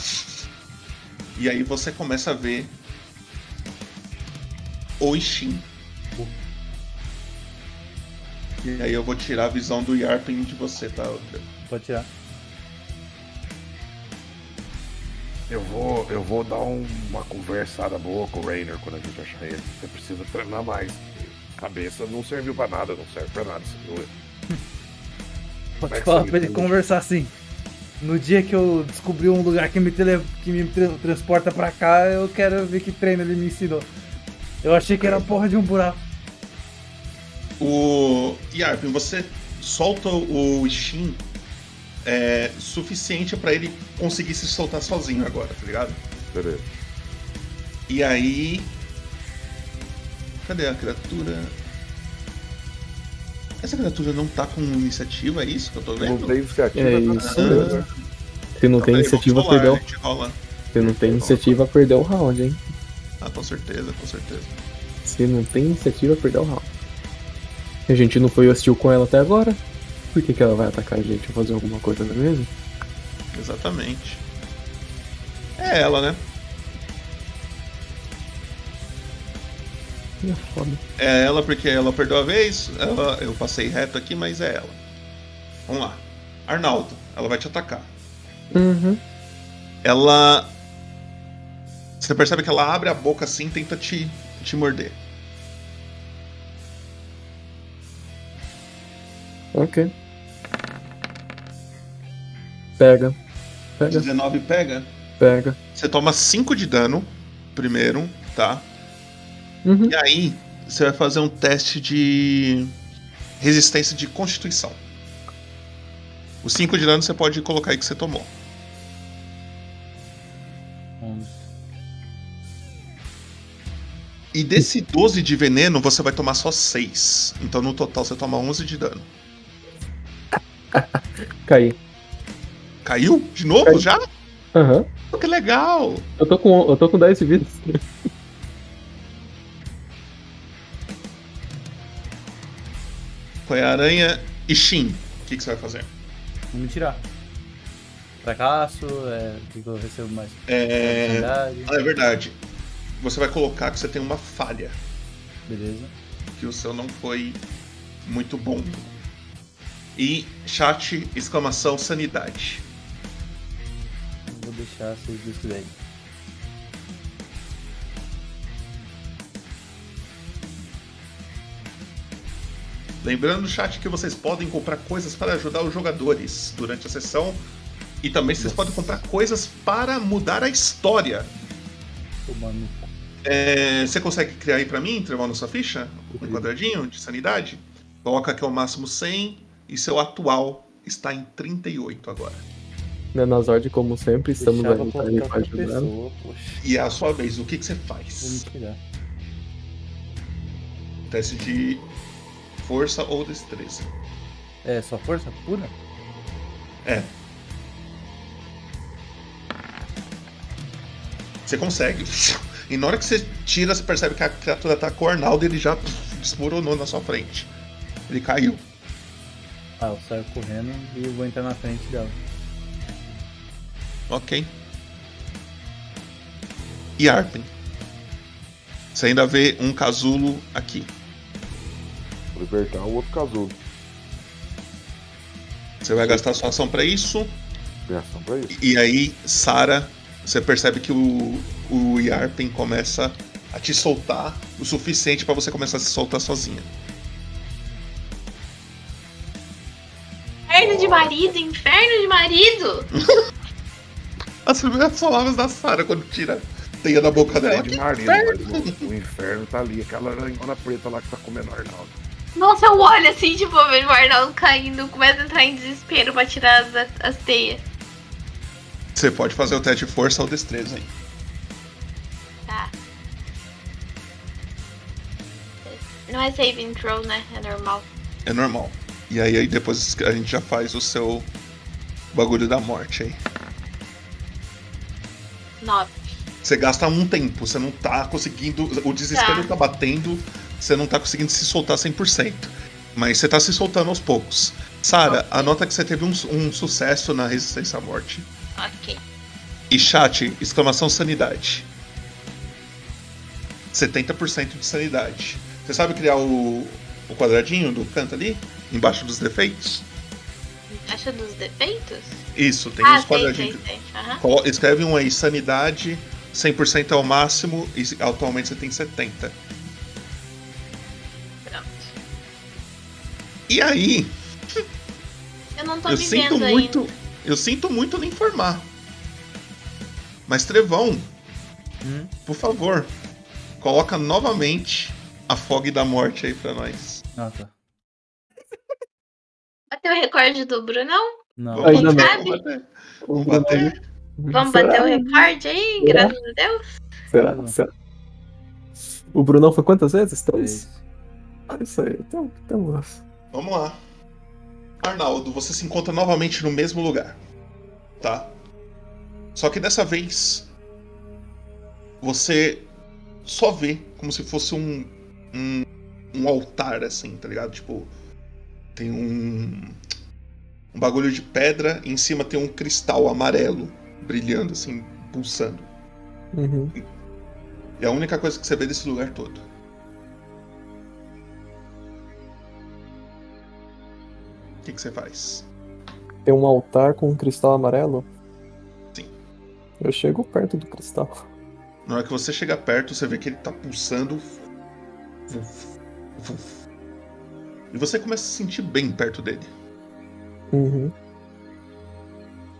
S1: E aí você começa a ver. O Ishin. E aí eu vou tirar a visão do Yarpin de você, tá? Outra.
S3: Pode tirar.
S5: Eu vou, eu vou dar um- uma conversada boa com o Rainer quando a gente achar ele. Você precisa treinar mais. Cabeça não serviu pra nada, não serve pra nada. essa dor.
S3: Pode
S5: Mas
S3: falar
S5: sim,
S3: pra ele
S5: eu-
S3: conversar assim. No dia que eu descobri um lugar que me, tele- que me tra- transporta pra cá, eu quero ver que treino ele me ensinou. Eu achei que era a porra de um buraco.
S1: O Yarpin, você solta o Shin é, suficiente pra ele conseguir se soltar sozinho agora, tá ligado?
S5: Beleza.
S1: E aí. Cadê a criatura? Essa criatura não tá com iniciativa, é isso que eu tô
S5: Não
S1: vendo?
S5: tem iniciativa.
S7: É
S5: tá
S7: isso
S5: tudo bem,
S1: mesmo.
S5: né?
S7: Se não
S1: Então,
S7: tem
S1: peraí,
S7: iniciativa,
S1: vamos rolar,
S7: perdeu.
S1: a gente rola.
S7: Se não tem iniciativa, perdeu o round, hein?
S1: Ah, com certeza, com certeza.
S7: Se não tem iniciativa, perdeu o round. A gente não foi hostil com ela até agora. Por que, que ela vai atacar a gente ou fazer alguma coisa, não é mesmo?
S1: Exatamente. É ela, né?
S7: Ih, É foda.
S1: É ela porque ela perdeu a vez. ela- eu passei reto aqui, mas é ela. Vamos lá. Arnaldo, ela vai te atacar.
S7: Uhum.
S1: Ela. Você percebe que ela abre a boca assim e tenta te, te morder.
S7: Ok. Pega. Pega,
S1: 19 pega.
S7: pega.
S1: Você toma 5 de dano primeiro, tá?
S7: Uhum.
S1: E aí, você vai fazer um teste de resistência de constituição. Os 5 de dano você pode colocar aí que você tomou. E desse 12 de veneno, você vai tomar só 6. Então no total você toma 11 de dano.
S7: Caí.
S1: Caiu? De novo
S7: Caiu.
S1: já?
S7: Aham.
S1: Pô, que legal!
S7: Eu tô com. Eu tô com 10 de vida.
S1: Foi a aranha e Shin. O que, que você vai fazer?
S3: Vou me tirar. Fracasso, é, o que que eu recebo mais?
S1: É.
S3: Oportunidade,
S1: Ah, é verdade. Você vai colocar que você tem uma falha.
S3: Beleza.
S1: que o seu não foi muito bom. E chat, exclamação, sanidade.
S3: Vou deixar vocês decidirem.
S1: Lembrando, chat, que vocês podem comprar coisas para ajudar os jogadores durante a sessão. E também vocês
S3: Nossa.
S1: podem comprar coisas para mudar a história.
S3: Tomando.
S1: É, você consegue criar aí para mim, Trevor, na sua ficha? Um quadradinho de sanidade? Coloca que é o máximo 100 e seu atual está em 38 agora.
S7: Nenazord, Né, como sempre, estamos à
S6: tá
S3: Deixava
S7: vontade
S3: colocar
S7: pra
S3: outra
S7: ajudar.
S3: pessoa, poxa.
S1: E é a sua vez, o que, que você
S3: Vou me
S1: faz?
S3: tirar.
S1: Teste de força ou destreza.
S3: É, só força pura?
S1: Você consegue. E na hora que você tira, você percebe que a criatura atacou o Arnaldo e ele já desmoronou na sua frente. Ele caiu.
S3: Ah, eu saio correndo e vou entrar na frente dela.
S1: Ok. E Arpen. Você ainda vê um casulo aqui.
S5: Vou Libertar o outro casulo.
S1: Você vai gastar sua ação pra isso.
S5: Reação pra isso.
S1: E aí, Sara, você percebe que o, o Yarpen começa a te soltar o suficiente pra você começar a se soltar sozinha.
S2: Inferno de marido, inferno de marido!
S1: As primeiras palavras da Sara quando tira a teia da boca
S5: Cadê
S1: dela.
S5: de marido, mas o, o inferno tá ali. Aquela aranhona preta lá que tá comendo o Arnaldo.
S2: Nossa, eu olho assim, tipo, eu vejo o Arnaldo caindo, começa a entrar em desespero pra tirar as, as teias.
S1: Você pode fazer o teste de força ou destreza aí.
S2: Tá. Não é saving throw, né? É normal.
S1: É normal. E aí, aí depois a gente já faz o seu bagulho da morte aí.
S2: Nove.
S1: Você gasta um tempo, você não tá conseguindo. O desespero tá,
S2: Tá.
S1: batendo, você não tá conseguindo se soltar 100%. Mas você tá se soltando aos poucos. Sara,
S2: Ok.
S1: anota que você teve um, su- um sucesso na resistência à morte.
S2: Ok.
S1: E chat, exclamação sanidade. 70% de sanidade. Você sabe criar o, o quadradinho do canto ali? Embaixo dos defeitos?
S2: Acha dos defeitos?
S1: Isso, tem
S2: Ah,
S1: uns
S2: sei,
S1: quadradinhos.
S2: sei,
S1: de-
S2: sei. Aham.
S1: Colo- Escreve um aí, sanidade, 100% é o máximo, e se- atualmente você tem 70.
S2: Pronto.
S1: E aí,
S2: Eu não tô
S1: eu
S2: me
S1: sinto
S2: vendo
S1: muito.
S2: ainda.
S1: Eu sinto muito lhe informar. Mas Trevão,
S3: Hum?
S1: por favor, coloca novamente a Fog da Morte aí pra nós.
S3: Ah, tá.
S2: Bateu o recorde do Brunão?
S3: Não.
S1: Vamos
S6: Ainda
S1: bater,
S2: bem.
S1: vamos bater. Vamos bater.
S2: Vamos
S6: Será?
S2: bater o recorde aí,
S6: Será?
S2: graças a Deus.
S6: Será? Será? O Brunão foi quantas vezes? Três?
S3: Três.
S6: Ah, isso aí. Então, temos.
S1: Vamos lá. Arnaldo, você se encontra novamente no mesmo lugar. Tá? Só que dessa vez. Você só vê como se fosse um. Um, um altar, assim, tá ligado? Tipo. Tem um. Um bagulho de pedra. E em cima tem um cristal amarelo. Brilhando, assim, pulsando.
S6: Uhum.
S1: É a única coisa que você vê desse lugar todo. O que, que você faz?
S6: Tem um altar com um cristal amarelo?
S1: Sim.
S6: Eu chego perto do cristal.
S1: Na hora que você chega perto, você vê que ele tá pulsando. Vuf, vuf. E você começa a se sentir bem perto dele.
S6: Uhum.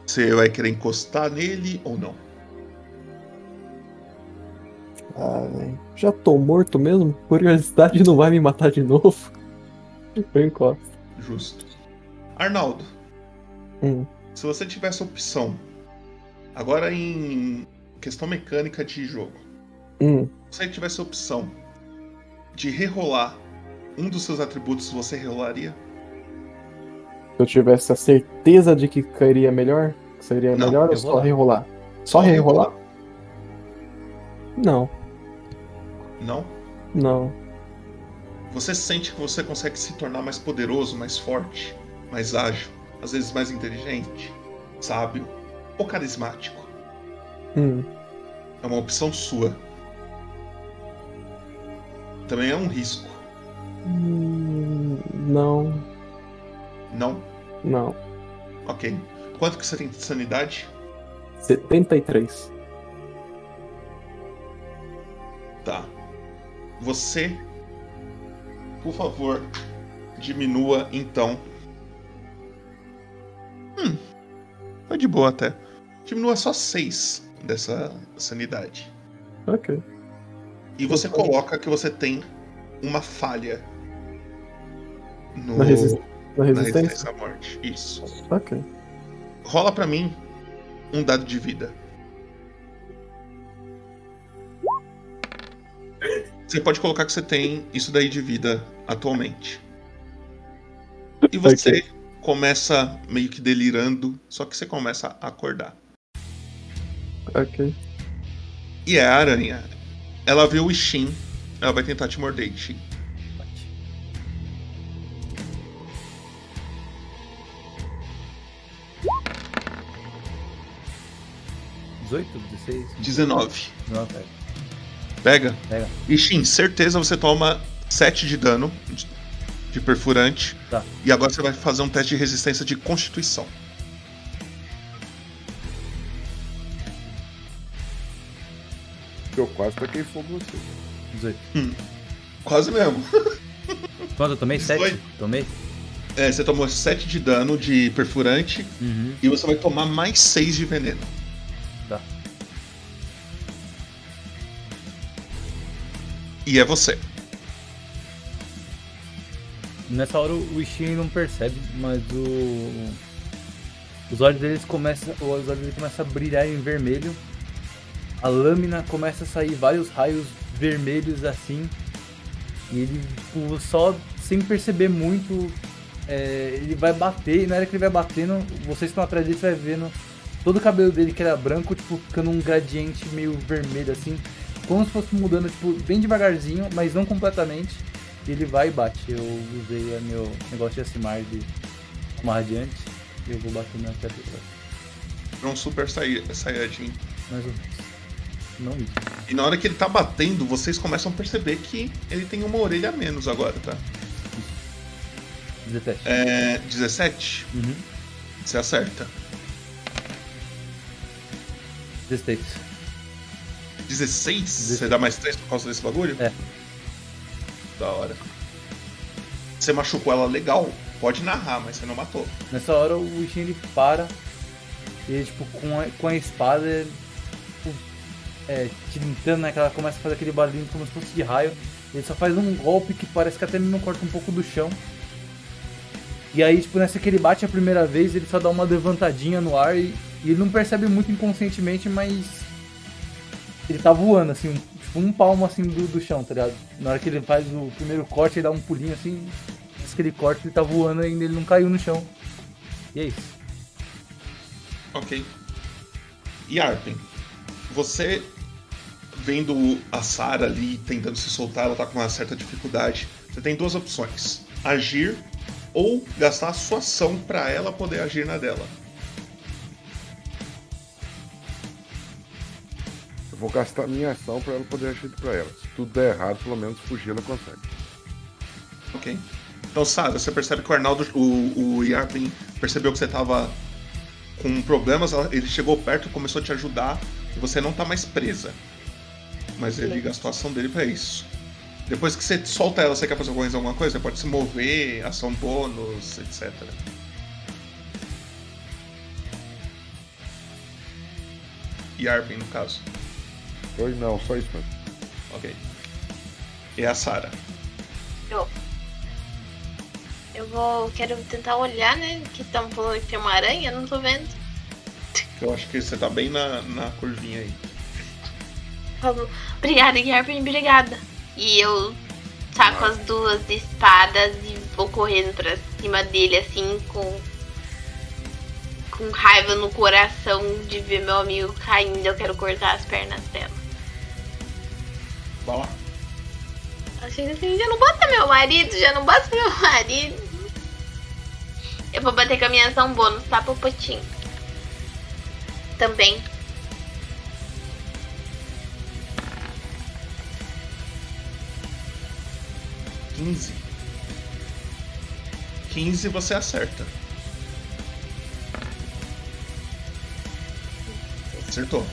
S1: Você vai querer encostar nele ou não?
S6: Ah, velho. já tô morto mesmo? Curiosidade não vai me matar de novo. Eu encosto.
S1: Justo. Arnaldo,
S6: Hum.
S1: se você tivesse a opção, agora em questão mecânica de jogo,
S6: Hum.
S1: Se você tivesse a opção de rerolar um dos seus atributos, você rerolaria?
S6: Se eu tivesse a certeza de que cairia melhor, que seria
S1: Não,
S6: melhor ou
S3: rerolar.
S6: só rerolar? Só rerolar? Não,
S1: Não.
S6: não.
S1: Você sente que você consegue se tornar mais poderoso, mais forte, mais ágil, às vezes mais inteligente, sábio ou carismático.
S6: Hum.
S1: É uma opção sua. Também é um risco.
S6: Hum, Não,
S1: Não?
S6: não.
S1: Ok. Quanto que você tem de sanidade?
S6: 73.
S1: Tá. Você, por favor, diminua então. Hum. Foi de boa até. Diminua só 6 dessa sanidade.
S6: Ok.
S1: E você coloca que você tem uma falha no,
S6: Na resist- Hum. Na
S1: na
S6: resistência?
S1: resistência à morte. Isso.
S6: Ok.
S1: Rola pra mim um dado de vida. Você pode colocar que você tem isso daí de vida atualmente. E você começa meio que delirando, só que você começa a acordar.
S6: Ok.
S1: E é a aranha. Ela vê o Ishin, ela vai tentar te morder, Ishin.
S3: Dezoito, dezesseis,
S1: 19.
S3: não, tá. pera.
S1: Pega?
S3: Pega.
S1: Ishin, certeza você toma 7 de dano de- de perfurante.
S3: Tá.
S1: E agora você vai fazer um teste de resistência de constituição.
S5: Porque eu quase taquei fogo né? você.
S3: 18.
S1: Quase mesmo.
S3: Quanto eu tomei? 7?
S1: Dezoito.
S3: Tomei?
S1: É, você tomou 7 de dano de perfurante
S3: Uhum.
S1: e você vai tomar mais 6 de veneno.
S3: Tá.
S1: E é você.
S3: Nessa hora o Ishin não percebe, mas o. Os olhos deles começam. Os olhos dele começam a brilhar em vermelho. A lâmina começa a sair vários raios vermelhos assim. E ele, tipo, só sem perceber muito. é, ele vai bater, e na hora que ele vai batendo, vocês que estão atrás dele, você vai vendo todo o cabelo dele que era branco, tipo, ficando um gradiente meio vermelho assim. Como se fosse mudando, tipo, bem devagarzinho, mas não completamente. E ele vai e bate. Eu usei a meu negócio de acimar de uma radiante e eu vou bater na cabeça.
S1: É um super Sai- Saiyajin.
S3: Mais ou menos. Não isso.
S1: E na hora que ele tá batendo, vocês começam a perceber que ele tem uma orelha a menos agora, tá?
S3: Deteste.
S1: É. 17?
S3: Uhum.
S1: Você acerta.
S3: Destakes.
S1: 16? Você dá mais 3 por causa desse bagulho?
S3: É.
S1: Da hora. Você machucou ela legal. Pode narrar, mas você não matou.
S3: Nessa hora o bichinho ele para e ele, tipo, com a, com a espada, ele, tipo, é, tilintando, né? Que ela começa a fazer aquele barulhinho como se fosse de raio. Ele só faz um golpe que parece que até mesmo corta um pouco do chão. E aí, tipo, nessa que ele bate a primeira vez, ele só dá uma levantadinha no ar e, e ele não percebe muito inconscientemente, mas. Ele tá voando, assim, um- tipo um palmo assim do, do chão, tá ligado? Na hora que ele faz o primeiro corte, ele dá um pulinho assim, diz que ele corta, ele tá voando ainda, ele não caiu no chão. E é isso.
S1: Ok. E Arpen, você vendo a Sarah ali tentando se soltar, ela tá com uma certa dificuldade. Você tem duas opções: agir ou gastar a sua ação pra ela poder agir na dela.
S5: Eu vou gastar minha ação pra ela poder agir pra ela. Se tudo der errado, pelo menos fugir ela consegue.
S1: Ok. Então, Sara, você percebe que o Arnaldo, o, o Yarpin, percebeu que você tava com problemas, ela- ele chegou perto, começou a te ajudar, e você não tá mais presa. Mas ele gastou a ação dele pra isso. Depois que você solta ela, você quer fazer mais alguma coisa? Você pode se mover, ação bônus, etc. Yarpin, no caso.
S5: Dois não, só isso mesmo.
S1: Ok. E a Sara.
S2: Eu vou. Quero tentar olhar, né? Que estão falando que tem uma aranha, eu não tô vendo.
S1: que Eu acho que você tá bem na, na curvinha aí.
S2: Falou, obrigada, Guilherme, obrigada. E eu saco as duas espadas e vou correndo pra cima dele, assim, com. Com raiva no coração de ver meu amigo caindo. Eu quero cortar as pernas dela.
S1: Vai lá.
S2: Ela chega assim, já não bota meu marido, já não bota meu marido. Eu vou bater com a minha ação bônus, tá, Popotinho? Também.
S1: quinze 15 você acerta. Acertou.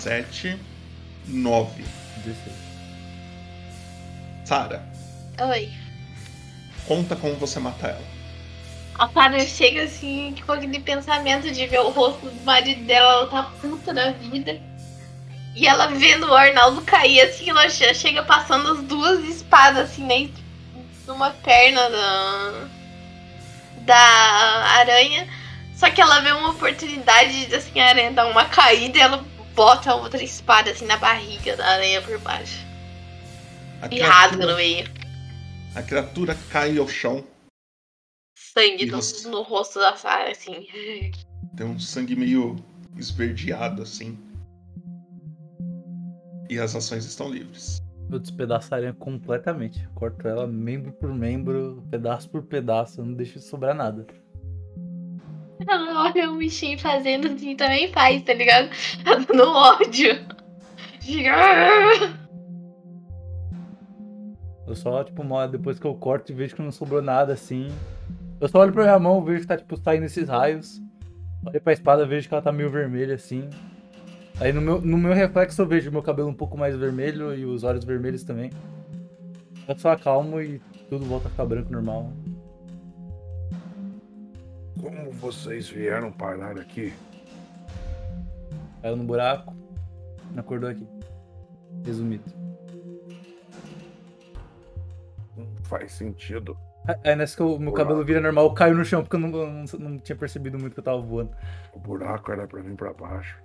S1: sete nove
S3: 16.
S1: Sara,
S2: Oi.
S1: conta como você mata ela.
S2: A Sarah chega assim, com aquele pensamento de ver o rosto do marido dela, ela tá puta da vida. E ela vendo o Arnaldo cair assim, ela che- chega passando as duas espadas assim, né, numa perna da, da aranha. Só que ela vê uma oportunidade de assim, a aranha dar uma caída e ela bota a outra espada assim na barriga da aranha por baixo.
S1: A
S2: E rasga
S1: criatura-
S2: no meio.
S1: a criatura cai ao chão,
S2: Sangue no,
S1: Nossa.
S2: no rosto da Sarah, assim.
S1: tem um sangue meio esverdeado assim. E as ações estão livres.
S3: Eu despedaço a aranha completamente. Corto ela membro por membro, pedaço por pedaço, eu não deixo sobrar nada.
S2: Ela olha um bichinho fazendo assim também faz, tá ligado? Tá dando ódio. Fica, "Ah!"
S3: Eu só, tipo, uma hora depois que eu corto e vejo que não sobrou nada assim. Eu só olho pra minha mão, vejo que tá, tipo, saindo esses raios. Olho pra espada, vejo que ela tá meio vermelha assim. Aí no meu, no meu reflexo eu vejo meu cabelo um pouco mais vermelho e os olhos vermelhos também. Eu só acalmo e tudo volta a ficar branco normal.
S5: Como vocês vieram parar aqui?
S3: Caiu no buraco, acordou aqui. Resumido.
S5: Não faz sentido.
S3: É, nessa que o meu cabelo vira normal, eu caio no chão porque eu não, não- não tinha percebido muito que eu tava voando.
S5: O buraco era pra vir pra baixo.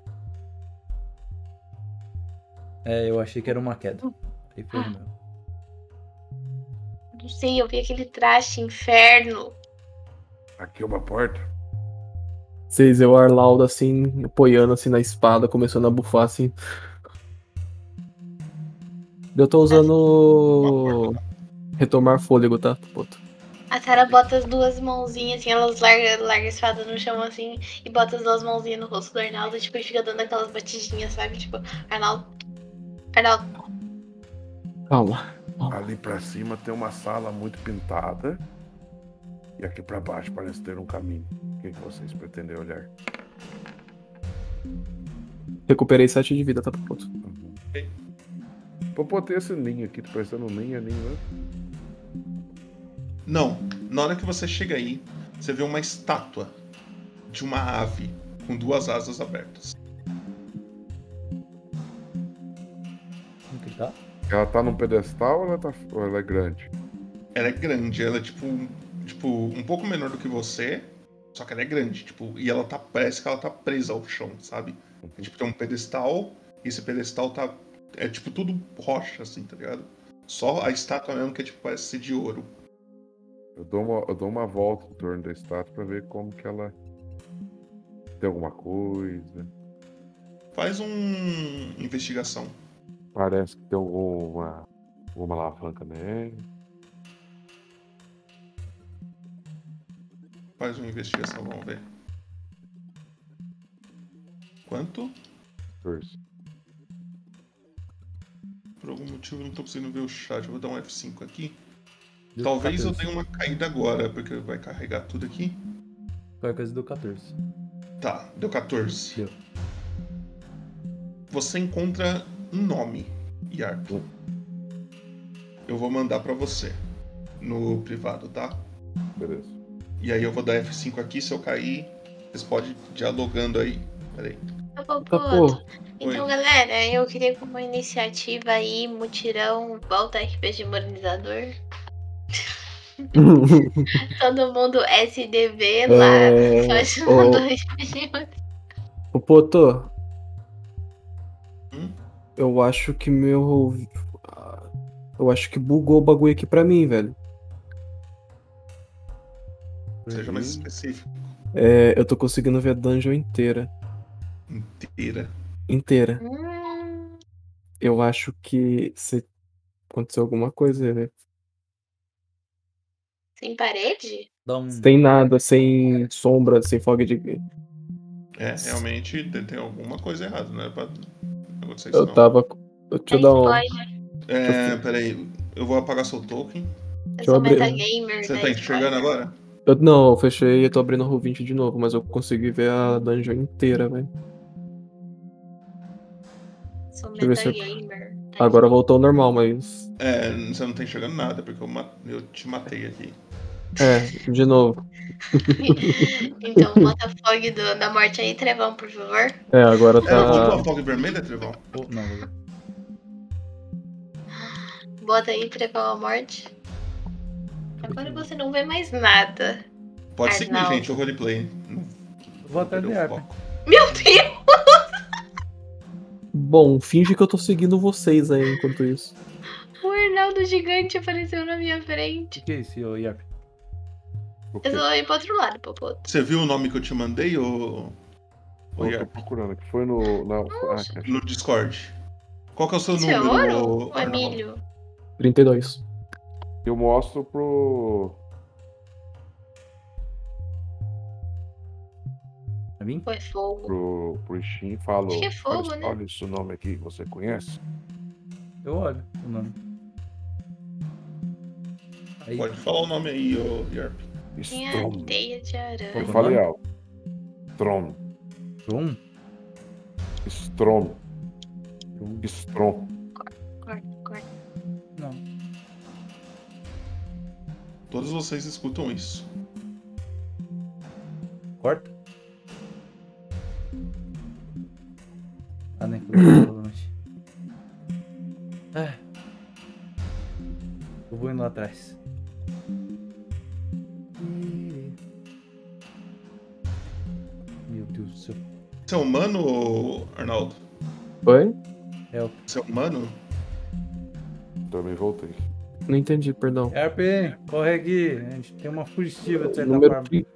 S3: É, eu achei que era uma queda. Aí foi o meu.
S2: Não sei, eu vi aquele traste inferno.
S5: Aqui é uma porta.
S6: Vocês vê o Arnaldo assim, apoiando assim na espada, começando a bufar assim. Eu tô usando. Retomar fôlego, tá? Puta.
S2: A Sarah bota as duas mãozinhas, assim, elas larga, larga a espada no chão, assim, e bota as duas mãozinhas no rosto do Arnaldo, tipo, e fica dando aquelas batidinhas, sabe? Tipo, Arnaldo. Arnaldo,
S6: Calma.
S5: Ali pra cima tem uma sala muito pintada. E aqui pra baixo parece ter um caminho. O que que vocês pretendem olhar?
S6: Recuperei 7 de vida, tá pronto.
S5: Pô, pô, tem esse ninho aqui, tô parecendo um ninho, é ninho, né?
S1: Não, na hora que você chega aí, você vê uma estátua de uma ave com duas asas abertas.
S3: Como que ele tá?
S5: Ela tá num pedestal ou ela, tá, ou ela é grande?
S1: Ela é grande, ela é tipo, um- tipo um pouco menor do que você, só que ela é grande, tipo, e ela tá parece que ela tá presa ao chão, sabe? Tipo, tem um pedestal, e esse pedestal tá é tipo tudo rocha assim, tá ligado? Só a estátua mesmo que é, tipo parece ser de ouro.
S5: Eu dou, uma, eu dou uma volta em torno da estátua pra ver como que ela. Tem alguma coisa.
S1: Faz um investigação.
S5: Parece que tem alguma. alguma alavanca nela.
S1: Faz uma investigação, vamos ver. Quanto?
S5: Torce.
S1: Por algum motivo eu não tô conseguindo ver o chat. Eu vou dar um F5 aqui. Talvez eu tenha uma caída agora, porque vai carregar tudo aqui.
S3: Qualquer coisa do 14.
S1: Tá, deu 14.
S3: Deu.
S1: Você encontra um nome, Yarp. Eu vou mandar pra você no privado, tá?
S5: Beleza.
S1: E aí eu vou dar F5 aqui, se eu cair, vocês podem ir dialogando aí. Peraí.
S2: Eu vou pro
S6: Tá, pô.
S2: outro. Então,
S1: Oi.
S2: galera, eu queria como iniciativa aí, mutirão, volta RPG Moralizador. Todo mundo SDV lá, um
S6: É,
S2: só chamando
S6: ô.
S2: RPG Moralizador.
S6: Ô, Poto.
S1: Hum?
S6: Eu acho que meu. ah, Eu acho que bugou o bagulho aqui pra mim, velho.
S1: Seja mais
S5: Uhum.
S1: específico.
S6: É, eu tô conseguindo ver a dungeon inteira.
S1: Inteira.
S6: Inteira.
S2: Hum,
S6: Eu acho que se aconteceu alguma coisa, velho.
S2: sem parede?
S3: Dá
S1: Hum.
S3: um.
S6: Sem nada, sem sombra, sem fog de.
S1: É, realmente tem tem alguma coisa errada, não era pra acontecer é isso
S6: Eu tá-
S1: não.
S6: tava.
S2: Tá
S6: Deixa eu dar um.
S2: Spoiler,
S1: É, peraí, eu vou apagar seu token.
S2: eu
S6: eu
S2: sou
S6: abrir.
S2: metagamer,
S1: Você
S2: né?
S1: tá enxergando
S2: spoiler.
S1: agora?
S6: Eu, não, eu fechei e tô abrindo o roll de novo, mas eu consegui ver a dungeon inteira, velho.
S2: Sou
S6: Deixa eu ver se eu-
S2: metagamer. tá
S6: Agora
S2: aqui.
S6: voltou ao normal, mas.
S1: É, você não tá enxergando nada, porque eu, ma- eu te matei aqui.
S6: É, de novo.
S2: então, bota fog do- da morte aí, Trevão, por favor.
S6: É, agora
S1: É, comprou
S6: tá.
S1: a fog vermelha, Trevão?
S3: Oh, não, vou-
S2: Bota aí, Trevão, a morte. Agora
S6: Uhum.
S2: você não vê mais nada.
S1: Pode
S2: Ah,
S1: seguir,
S2: não.
S1: gente, o roleplay. Não
S3: Vou atrás
S1: perdeu
S3: do
S1: o
S3: Yarp.
S1: foco.
S2: Meu Deus!
S6: Bom, finge que eu tô seguindo vocês aí enquanto isso.
S2: O Arnaldo gigante apareceu na minha frente.
S3: O que é isso, ô Yarp?
S5: O quê?
S2: Eu só ir pro outro lado, Popoto.
S1: Você viu o nome que eu te mandei, ô. ô
S5: Eu tô
S1: Yarp,
S5: procurando aqui. Foi no. Na, ah,
S2: Nossa.
S5: aqui.
S1: no Discord. Qual que é o seu
S2: Isso é
S1: número?
S2: ouro?
S1: ô
S2: Ou é
S1: Arnaldo?
S2: milho?
S6: 32.
S5: eu mostro pro.
S3: Pra mim?
S2: Ou é fogo?
S5: pro, pro Ishin e falo.
S2: Acho que é fogo,
S5: olha,
S2: né?
S5: olha esse nome aqui, você conhece?
S3: Eu olho o nome. Aí,
S1: Pode falar o nome aí, ô Yarp.
S2: Tinha
S5: Strom.
S2: teia de
S5: Eu
S2: aranha.
S3: Como
S5: falei
S3: é
S5: alto. Strom.
S3: Tron?
S5: Strom.
S3: Tron?
S5: Strom.
S2: Corta, corta.
S3: Não.
S1: Todos vocês escutam isso.
S3: Corta? Ah, nem provavelmente. É. Eu vou indo lá atrás. Ih. Meu Deus do céu.
S1: Você é humano, ô Arnaldo?
S6: Oi?
S3: Help.
S1: Você é humano?
S5: Também voltei.
S6: Não entendi, perdão.
S3: Help, É, corre aqui. A gente tem uma fugitiva
S1: tá
S3: de certa
S6: Número
S3: forma.
S6: tri-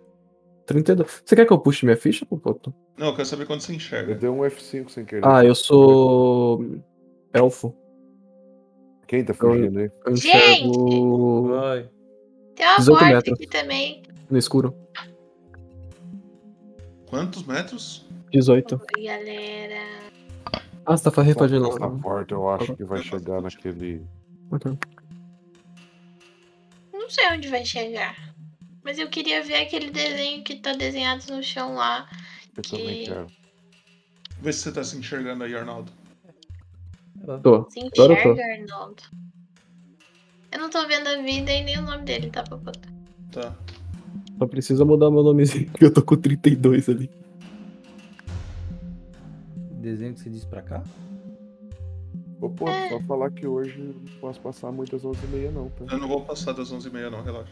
S6: 32. Você quer que eu puxe minha ficha, Popoto?
S1: Não, eu quero saber quando você
S5: Eu
S1: enxerga.
S5: dei um F5 sem querer.
S6: Ah, eu sou. Elfo.
S5: Quem tá fugindo aí?
S6: Eu enxergo.
S3: Oi.
S2: Tem uma
S6: 18
S2: porta
S6: metros.
S2: aqui também.
S6: No escuro.
S1: Quantos metros?
S6: 18.
S2: Oi, galera.
S6: Ah, você tá fazendo rifa de
S5: Essa
S6: novo.
S5: porta eu acho que vai chegar naquele.
S2: Não sei onde vai chegar. Mas eu queria ver aquele desenho que tá desenhado no chão lá.
S5: Eu também
S2: Que-
S5: quero.
S1: Vê se você tá se enxergando aí, Arnaldo.
S6: Tô.
S2: Se
S6: Agora eu tô.
S2: enxerga, Arnaldo. Eu não tô vendo a vida e nem o nome dele, tá, Popota?
S1: Tá.
S6: Só precisa mudar meu nomezinho, que eu tô com 32 ali.
S3: Desenho que se diz pra cá?
S5: Ô, pô,
S2: é.
S5: só falar que hoje não posso passar muitas 11h30 não, tá?
S1: Eu não vou passar das 11h30, não, relaxa.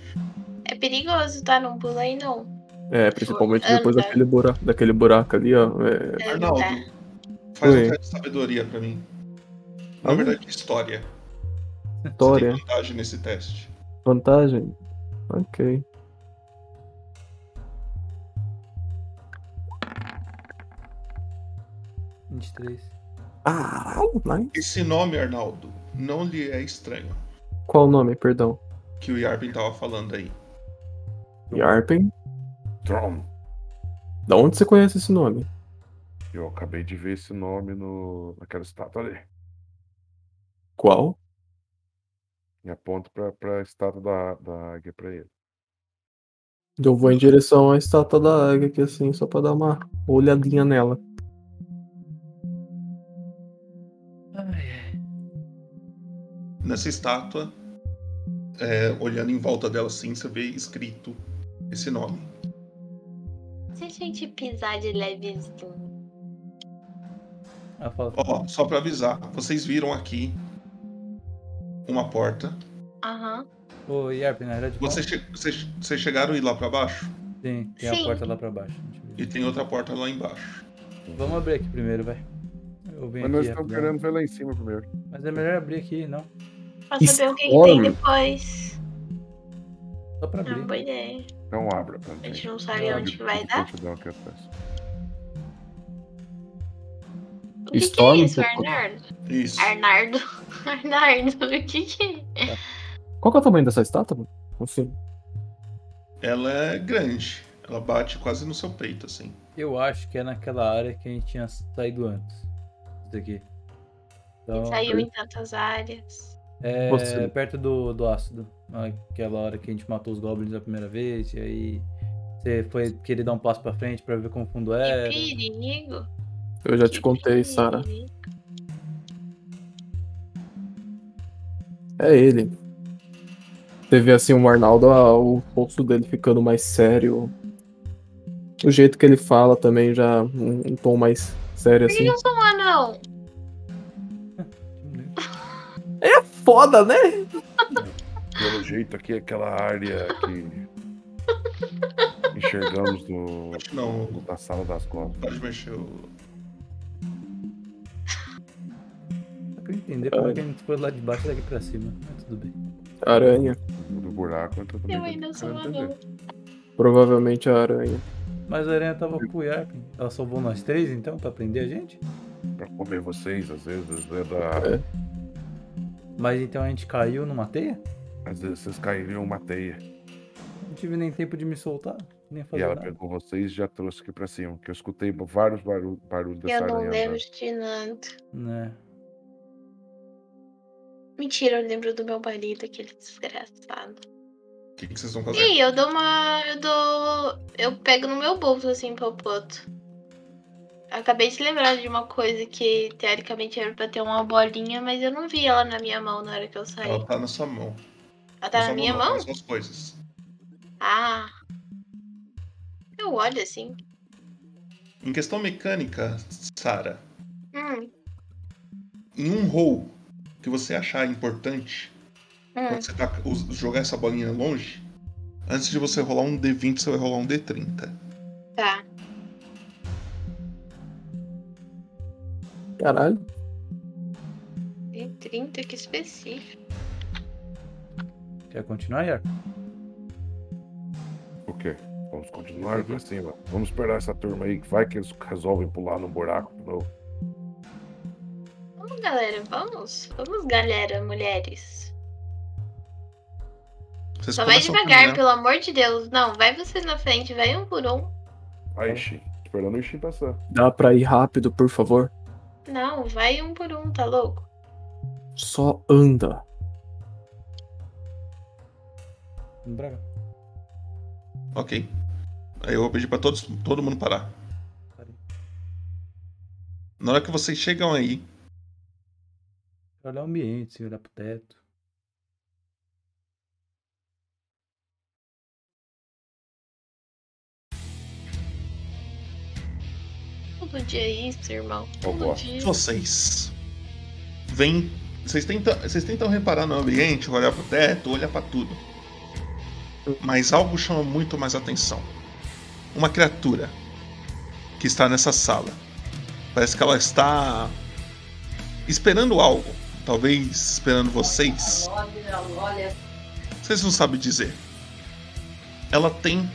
S2: É perigoso, tá? Não pula aí, não.
S6: É, principalmente depois
S2: Anda.
S6: daquele buraco, daquele buraco ali, ó. é,
S2: É, não
S1: Arnaldo,
S2: dá.
S1: faz
S6: Oi.
S1: um teste de sabedoria pra mim. Na
S6: Ah,
S1: verdade, história. Você
S6: Vitória,
S1: tem vantagem nesse teste.
S6: vantagem. Ok.
S3: Vinte e três.
S6: Ah, nice.
S1: Esse nome, Arnaldo, não lhe é estranho.
S6: Qual o nome, perdão?
S1: Que o Yarvin tava falando aí.
S6: Yarpen?
S5: Tron.
S6: Da onde você conhece esse nome?
S5: Eu acabei de ver esse nome no... naquela estátua ali.
S6: Qual?
S5: E aponto pra, pra estátua da, da águia pra ele.
S6: Eu vou em direção à estátua da águia aqui assim, só pra dar uma olhadinha nela.
S1: Nessa estátua, é, olhando em volta dela assim, você vê escrito esse nome.
S2: Se a gente pisar de levezinho.
S3: Ela fala.
S1: Ó, só pra avisar, vocês viram aqui uma porta.
S2: Aham.
S3: Ô, Yarp, na verdade. fala. assim,
S1: Vocês, che- vocês- vocês chegaram a ir lá pra baixo
S3: Tem, tem a
S2: Sim.
S3: porta lá pra baixo. Deixa eu ver.
S1: e tem outra porta lá embaixo.
S3: Vamos abrir aqui primeiro, vai. Eu venho
S5: Mas nós
S3: aqui.
S5: estamos
S3: rapidão.
S5: querendo ver lá em cima primeiro.
S3: Mas é melhor abrir aqui, não.
S2: Pra saber o que, que tem
S6: Storm.
S2: depois.
S3: Só pra
S2: É uma
S3: abrir.
S2: boa ideia.
S5: Então abra pra
S2: A
S5: gente.
S2: gente não sabe
S3: Não,
S2: onde que vai dar.
S5: Deixa eu dar uma que eu faço.
S2: O que, que é
S6: Storm,
S2: isso,
S6: você-
S2: Arnardo?
S1: Isso.
S2: Arnardo. Arnardo, o que que é?
S6: Qual que é o tamanho dessa estátua? mano? Assim,
S1: Ela é grande. Ela bate quase no seu peito, assim.
S3: Eu acho que é naquela área que a gente tinha saído antes. Isso daqui.
S6: Ah,
S3: Então,
S2: Saiu em tantas áreas.
S3: é
S6: Você-
S3: perto do, do ácido. Aquela hora que a gente matou os goblins a primeira vez. E aí você foi querer dar um passo pra frente pra ver como o fundo era.
S2: Que perigo.
S6: eu É. já
S2: que
S6: te contei,
S2: perigo.
S6: Sara. É ele. Você vê assim o Arnaldo, ah, o rosto dele ficando mais sério. O jeito que ele fala também já um, um tom mais sério
S2: Por que, que
S6: assim.
S2: eu sou um anão?
S6: Foda, né?
S5: Pelo jeito aqui, é aquela área que enxergamos do,
S1: Não.
S5: do- da sala das costas.
S1: Pode mexer o.
S3: Só que eu entender como é que a gente foi lá de baixo daqui pra cima. Mas tudo bem.
S6: Aranha.
S5: Do buraco, então também
S2: Eu
S5: tô
S2: ainda sou um
S5: tentando entender.
S2: anão.
S6: Provavelmente a aranha.
S3: Mas a aranha tava com o Yarp. Ela salvou nós três então pra prender a gente?
S5: Pra comer vocês, às vezes, é da...
S3: Mas então a gente caiu numa teia?
S5: às vezes vocês cairiam uma teia.
S3: Não tive nem tempo de me soltar, nem
S5: E
S3: fazer
S5: ela
S3: nada.
S5: pegou vocês e já trouxe aqui pra cima. Que eu escutei vários barulhos, barulhos
S6: é
S5: dessa
S2: Eu não
S5: aranha.
S2: lembro
S5: andando.
S2: de nada.
S3: Né?
S2: Mentira, eu lembro do meu marido, aquele desgraçado.
S1: O que, que vocês vão fazer?
S2: Sim, eu dou uma. Eu dou. Eu pego no meu bolso assim, popoto. Eu acabei de lembrar de uma coisa que teoricamente era pra ter uma bolinha, mas eu não vi ela na minha mão na hora que eu saí.
S1: Ela tá na sua mão.
S2: Ela tá na
S1: sua
S2: minha
S1: não,
S2: mão?
S1: Nas suas coisas.
S2: Ah. Eu olho assim.
S1: Em questão mecânica, Sara,
S2: Hum,
S1: em um roll que você achar importante,
S2: hum.
S1: quando você tá, us- jogar essa bolinha longe, antes de você rolar um D20, você vai rolar um D30.
S2: Tá.
S6: Caralho.
S2: Tem 30, que específico.
S3: Quer continuar, Yarp?
S5: O quê? Vamos continuar pra cima. Vamos esperar essa turma aí, que vai que eles resolvem pular no buraco de novo.
S2: Vamos, galera, vamos. Vamos, galera, mulheres.
S1: Vocês
S2: Só vai
S1: começam a
S2: devagar,
S1: caminhar.
S2: pelo amor de Deus. Não, vai vocês na frente, vai um por um.
S5: Aí, Shin. Esperando o Shin passar.
S6: Dá pra ir rápido, por favor?
S2: Não, vai um por um, tá louco?
S6: Só anda.
S3: Vamos pra cá.
S1: Ok. Aí eu vou pedir pra todos, todo mundo parar. Na hora que vocês chegam aí,
S3: Olhar o ambiente, assim, olhar pro teto.
S2: Todo dia é isso, irmão.
S5: Ó,
S2: Todo
S5: boa.
S2: dia.
S1: vocês vêm. Vocês tentam, vocês tentam reparar no ambiente, olhar pro teto, olhar pra tudo. Mas algo chama muito mais atenção. Uma criatura que está nessa sala. Parece que ela está esperando algo. Talvez esperando vocês. Vocês não sabem dizer. Ela tem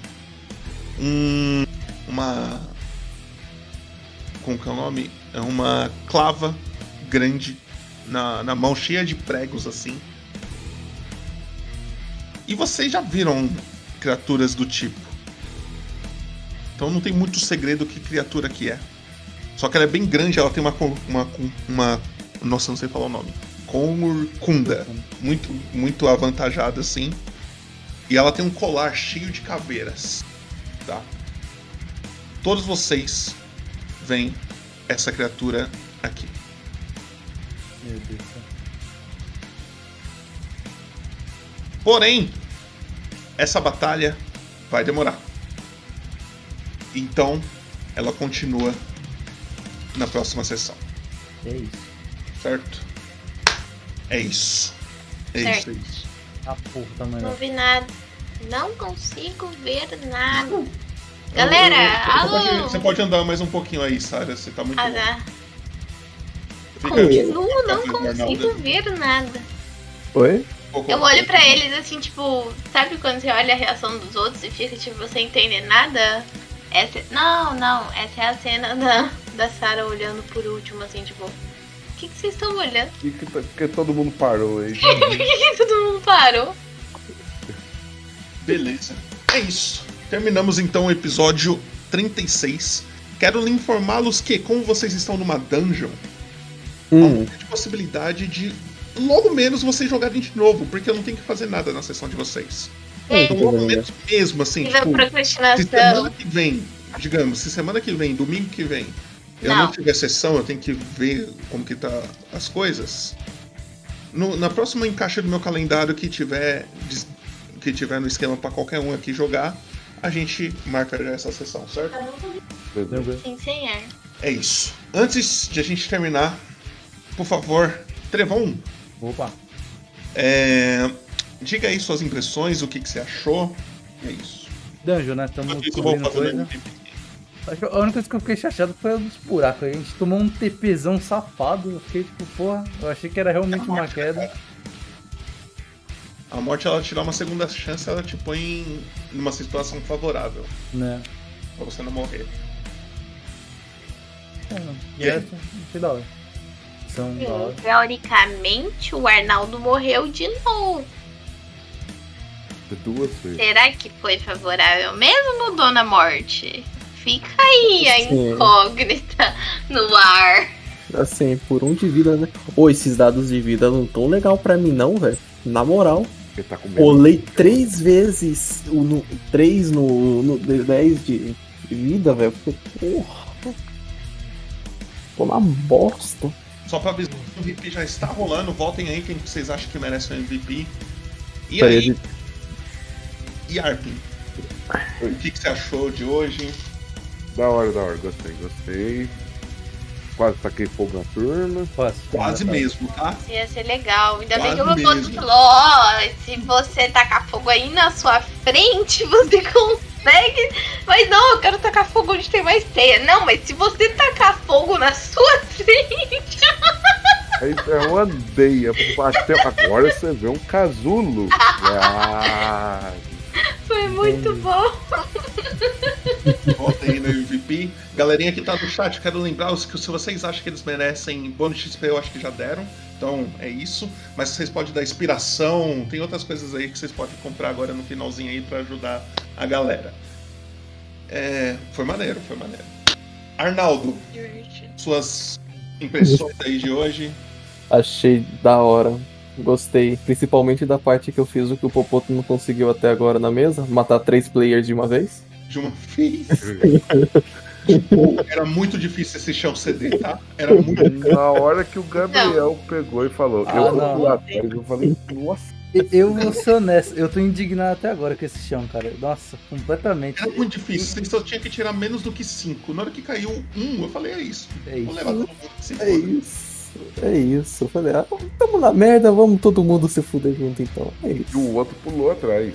S1: um, uma como que é o nome? É uma clava grande na, na mão, cheia de pregos assim. E vocês já viram criaturas do tipo. Então não tem muito segredo que criatura que é. Só que ela é bem grande, ela tem uma. co- uma, co- uma nossa, não sei falar o nome. Corcunda. Muito, muito avantajada assim. E ela tem um colar cheio de caveiras. Tá? Todos vocês vem essa criatura aqui.
S3: Meu Deus. do céu.
S1: Porém, essa batalha vai demorar. Então, ela continua na próxima sessão,
S3: É isso.
S1: certo? É isso. É isso, é isso.
S3: A porra tá
S2: Não
S3: maior.
S2: vi nada. Não consigo ver nada. Galera,
S1: Você pode,
S2: alô!
S1: você pode andar mais um pouquinho aí, Sara. Você tá muito.
S2: Ah, tá.
S1: Fica
S2: Continuo, não
S1: Fica normal,
S2: consigo
S1: né?
S2: ver nada.
S6: Oi?
S1: um pouco-
S2: Eu olho pra eles assim, tipo, sabe quando você olha a reação dos outros e fica tipo sem entender nada? Essa... Não, não, essa é a cena da, da Sarah olhando por último, assim, tipo, o que, que vocês estão olhando?
S5: E que, tá- que todo mundo parou aí.
S2: Por que, que todo mundo parou?
S1: Beleza. É isso. Terminamos então o episódio 36. Quero lhe informá-los que, como vocês estão numa dungeon,
S6: Hum,
S1: de possibilidade de logo menos vocês jogarem de novo, porque eu não tenho que fazer nada na sessão de vocês. Então,
S2: Sim,
S6: Eita.
S1: logo menos mesmo, assim,
S2: nível
S1: tipo, se semana
S2: procrastinação.
S1: que vem, digamos, se semana que vem, domingo que vem, eu não,
S2: Não.
S1: tiver sessão, eu tenho que ver como que tá as coisas. No- na próxima encaixa do meu calendário que tiver, dis- que tiver no esquema pra qualquer um aqui jogar, a gente marca já essa sessão, certo?
S5: Beleza.
S3: Tranquilo.
S2: Sim, senhor.
S1: É isso. Antes de a gente terminar, por favor, Trevão,
S3: Opa.
S1: É, diga aí suas impressões, o que, que você achou. E é isso.
S3: Dungeon, né? Tamo
S1: Enquanto isso, eu vou
S3: descobrindo
S1: fazer né?
S3: coisa.
S1: meu MVP.
S3: Acho que A única coisa que eu fiquei chateado foi os buracos. A gente tomou um TPzão safado. Eu fiquei tipo, porra, eu achei que era realmente uma queda.
S1: A morte, ela te dá uma segunda chance, ela te põe em uma situação favorável
S3: Né?
S1: pra você não morrer.
S3: É, não.
S1: E aí?
S3: Achei da hora. São da hora.
S2: Teoricamente, o Arnaldo morreu de novo.
S5: Duas vezes.
S2: Será que foi favorável mesmo, Dona Morte? Fica aí a
S6: Sim.
S2: incógnita no ar.
S6: assim, por um de vida, né? Ô, esses dados de vida não tão legal pra mim não, velho. Na moral.
S5: Ele tá com medo.
S6: Rolei três vezes, o no, três no, no de- 10 de de vida, velho. Porque, Porra. Tô na bosta.
S1: Só pra avisar, o MVP já está rolando. Voltem aí quem vocês acham que merece o MVP. E
S6: Peraí,
S1: aí, Yarpin? O que, que você achou de hoje?
S5: Da hora, da hora. Gostei, gostei. Quase taquei fogo na turma.
S3: Fácil.
S1: Quase
S5: é
S1: mesmo, tá?
S2: Ia ser legal. Ainda bem que o
S1: Quase
S2: meu
S1: mesmo.
S2: falou: ó, se você tacar fogo aí na sua frente, você consegue. Mas não, eu quero tacar fogo onde tem mais teia. Não, mas se você tacar fogo na sua frente.
S5: Aí é uma deia. Até agora você vê um casulo. Ah,
S2: Foi muito bom.
S1: Voltem aí no MVP. Galerinha que tá no chat, quero lembrar os que se vocês acham que eles merecem bônus XP, eu acho que já deram. Então é isso. Mas vocês podem dar inspiração, tem outras coisas aí que vocês podem comprar agora no finalzinho aí pra ajudar a galera. É, foi maneiro, foi maneiro. Arnaldo, suas impressões aí de hoje.
S6: Achei da hora. Gostei. Principalmente da parte que eu fiz o que o Popoto não conseguiu até agora na mesa. Matar três players de uma vez.
S1: De uma vez. Era muito difícil esse chão ceder, tá? Era muito.
S5: Na hora que o Gabriel pegou e falou,
S3: Ah,
S5: eu
S3: não.
S5: vou lá atrás, eu falei, nossa,
S3: E- Eu vou ser honesto, eu tô indignado até agora com esse chão, cara. Nossa, completamente.
S1: Era É muito difícil. Vocês só tinham que tirar menos do que cinco. Na hora que caiu um, eu falei, é isso.
S3: É
S1: Vou
S3: isso.
S1: levar todo mundo. que se
S6: É
S1: foda.
S6: isso. É isso. Eu falei, ah, tamo na merda, vamos todo mundo se fuder junto então. É
S5: e
S6: isso.
S5: o outro pulou atrás.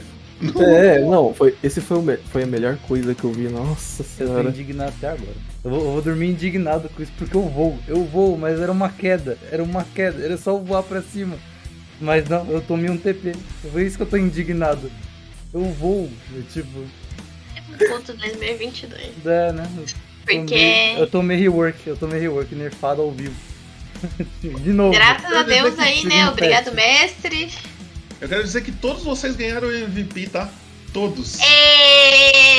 S6: É, não, foi, esse foi, o me- foi a melhor coisa que eu vi, nossa
S3: Eu tô
S6: senhora.
S3: indignado até agora. Eu vou, eu vou dormir indignado com isso, porque eu vou, eu vou, mas era uma queda, era uma queda, era só eu voar pra cima. Mas não, eu tomei um TP. Foi isso que eu tô indignado. Eu vou, eu, tipo,
S2: Ponto 2022.
S3: dá, né? Eu tomei, eu
S2: Porque,
S3: tomei rework, eu tomei rework nerfado ao vivo. De novo.
S2: graças a Deus aí, né?
S6: um
S3: Segundo
S2: Obrigado,
S3: teste.
S2: mestre.
S1: Eu quero dizer que todos vocês ganharam o MVP, tá? Todos.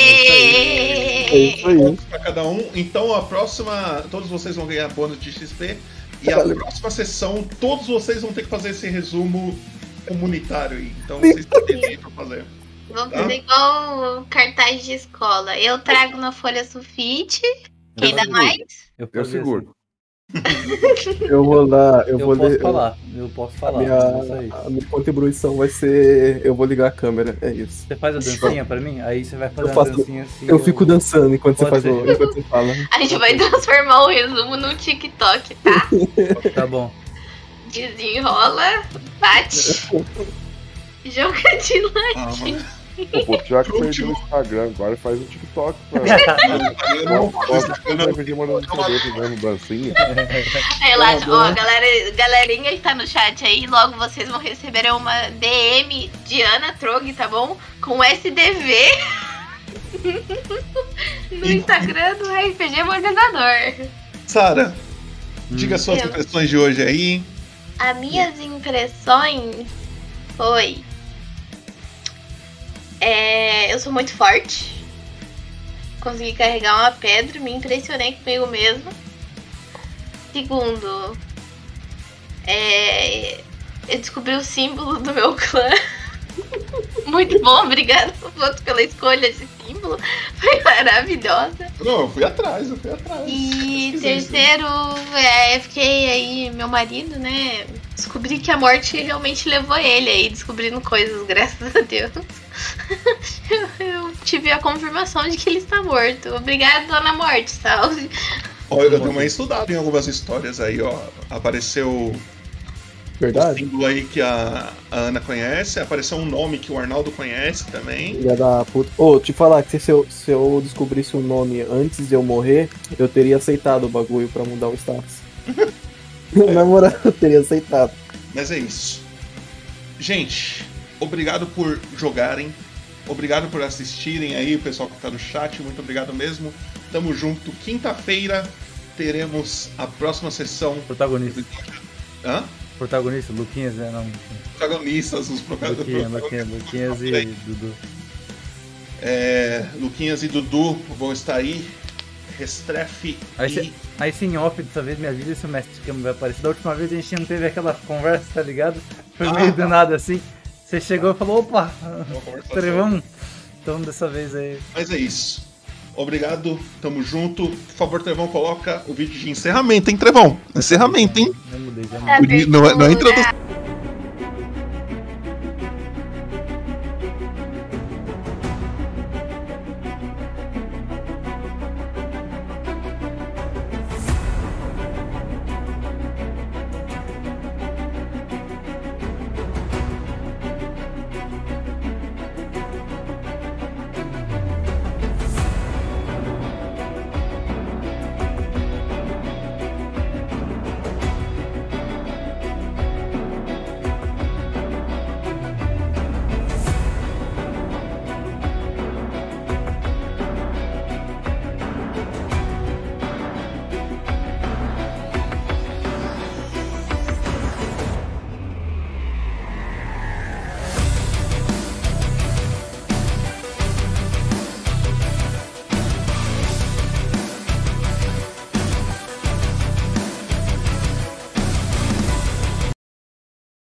S6: É isso aí.
S1: Pra cada um. Então a próxima. Todos vocês vão ganhar bônus de XP. E a próxima sessão, todos vocês vão ter que fazer esse resumo comunitário aí. Então vocês têm tempo pra fazer.
S2: Vamos
S1: Tá.
S2: fazer igual o cartaz de escola. Eu trago na folha sulfite. Quem dá
S5: seguro.
S2: mais?
S5: Eu
S3: fazia
S5: seguro.
S6: Eu vou lá, eu,
S3: assim. Eu,
S6: vou
S3: posso
S6: ler.
S3: falar, eu posso
S6: A
S3: falar. é isso aí.
S6: minha, a minha contribuição vai ser. Eu vou ligar a câmera, é isso.
S3: Você faz a dancinha pra mim? Aí você vai fazer
S6: Eu
S3: a
S6: faço-
S3: dancinha assim.
S6: Eu fico dançando enquanto você
S3: Pode
S6: faz o.
S3: ser.
S6: Enquanto você fala.
S2: A gente vai transformar o resumo num TikTok, tá?
S3: Tá bom.
S2: Desenrola, bate, joga de lado.
S1: Ah, mano.
S5: O outro já que
S1: Último.
S5: perdeu o Instagram, agora faz um TikTok pra.
S1: Eu não vou fazer isso, eu não-
S5: Vai mandando cabeça mesmo, dancinha.
S2: Relaxa,
S1: Tá
S2: É, ó,
S1: bom.
S2: galera, galerinha que tá no chat aí, logo vocês vão receber uma DM de Ana Trog, tá bom? Com SDV no Instagram do RPG Organizador.
S1: Sara, diga suas
S2: Eu.
S1: impressões de hoje aí.
S2: As minhas impressões foi. É, eu sou muito forte. Consegui carregar uma pedra, me impressionei comigo mesmo. Segundo, é, eu descobri o símbolo do meu clã. Muito bom, obrigada Voto pela escolha de símbolo. Foi maravilhosa.
S1: Não, eu fui atrás, eu fui atrás.
S2: E
S1: Pesquisei
S2: terceiro, é, eu fiquei aí, meu marido, né? Descobri que a morte realmente levou ele aí, descobrindo coisas, graças a Deus. Eu, eu tive a confirmação de que ele está morto. Obrigada, dona Morte, salve.
S1: isso. Ó, eu dei uma estudada em algumas histórias aí, ó. Apareceu o
S6: Verdade?
S1: um símbolo aí que a, a Ana conhece, apareceu um nome que o Arnaldo conhece também.
S6: Filha da puta. Ô, te falar que se eu, se eu descobrisse o nome antes de eu morrer, eu teria aceitado o bagulho pra mudar o status. Na moral, eu teria aceitado.
S1: Mas é isso. Gente, obrigado por jogarem. Obrigado por assistirem aí, o pessoal que tá no chat. Muito obrigado mesmo. Tamo junto. Quinta-feira teremos a próxima sessão.
S3: Protagonista.
S1: Hã?
S3: Protagonista, Luquinhas, né? Não.
S1: Protagonistas, os
S3: Luquinhas,
S1: protagonistas.
S3: Luquinhas, Luquinhas e Dudu.
S1: É, Luquinhas e Dudu vão estar aí. Restrefe
S3: Aí
S1: e
S3: cê- Aí sim, off, dessa vez minha vida esse mestre que vai aparecer. Da última vez a gente não teve aquela conversa, tá ligado? Foi meio do nada assim. Você chegou e falou, opa,
S1: uma conversação.
S3: trevão. Então dessa vez aí.
S1: Mas é isso. Obrigado, tamo junto. Por favor, Trevão, coloca o vídeo de encerramento, hein, Trevão? Encerramento, hein?
S3: Já mudei, já mudei.
S2: Tá
S1: Não é- não é
S2: abertura.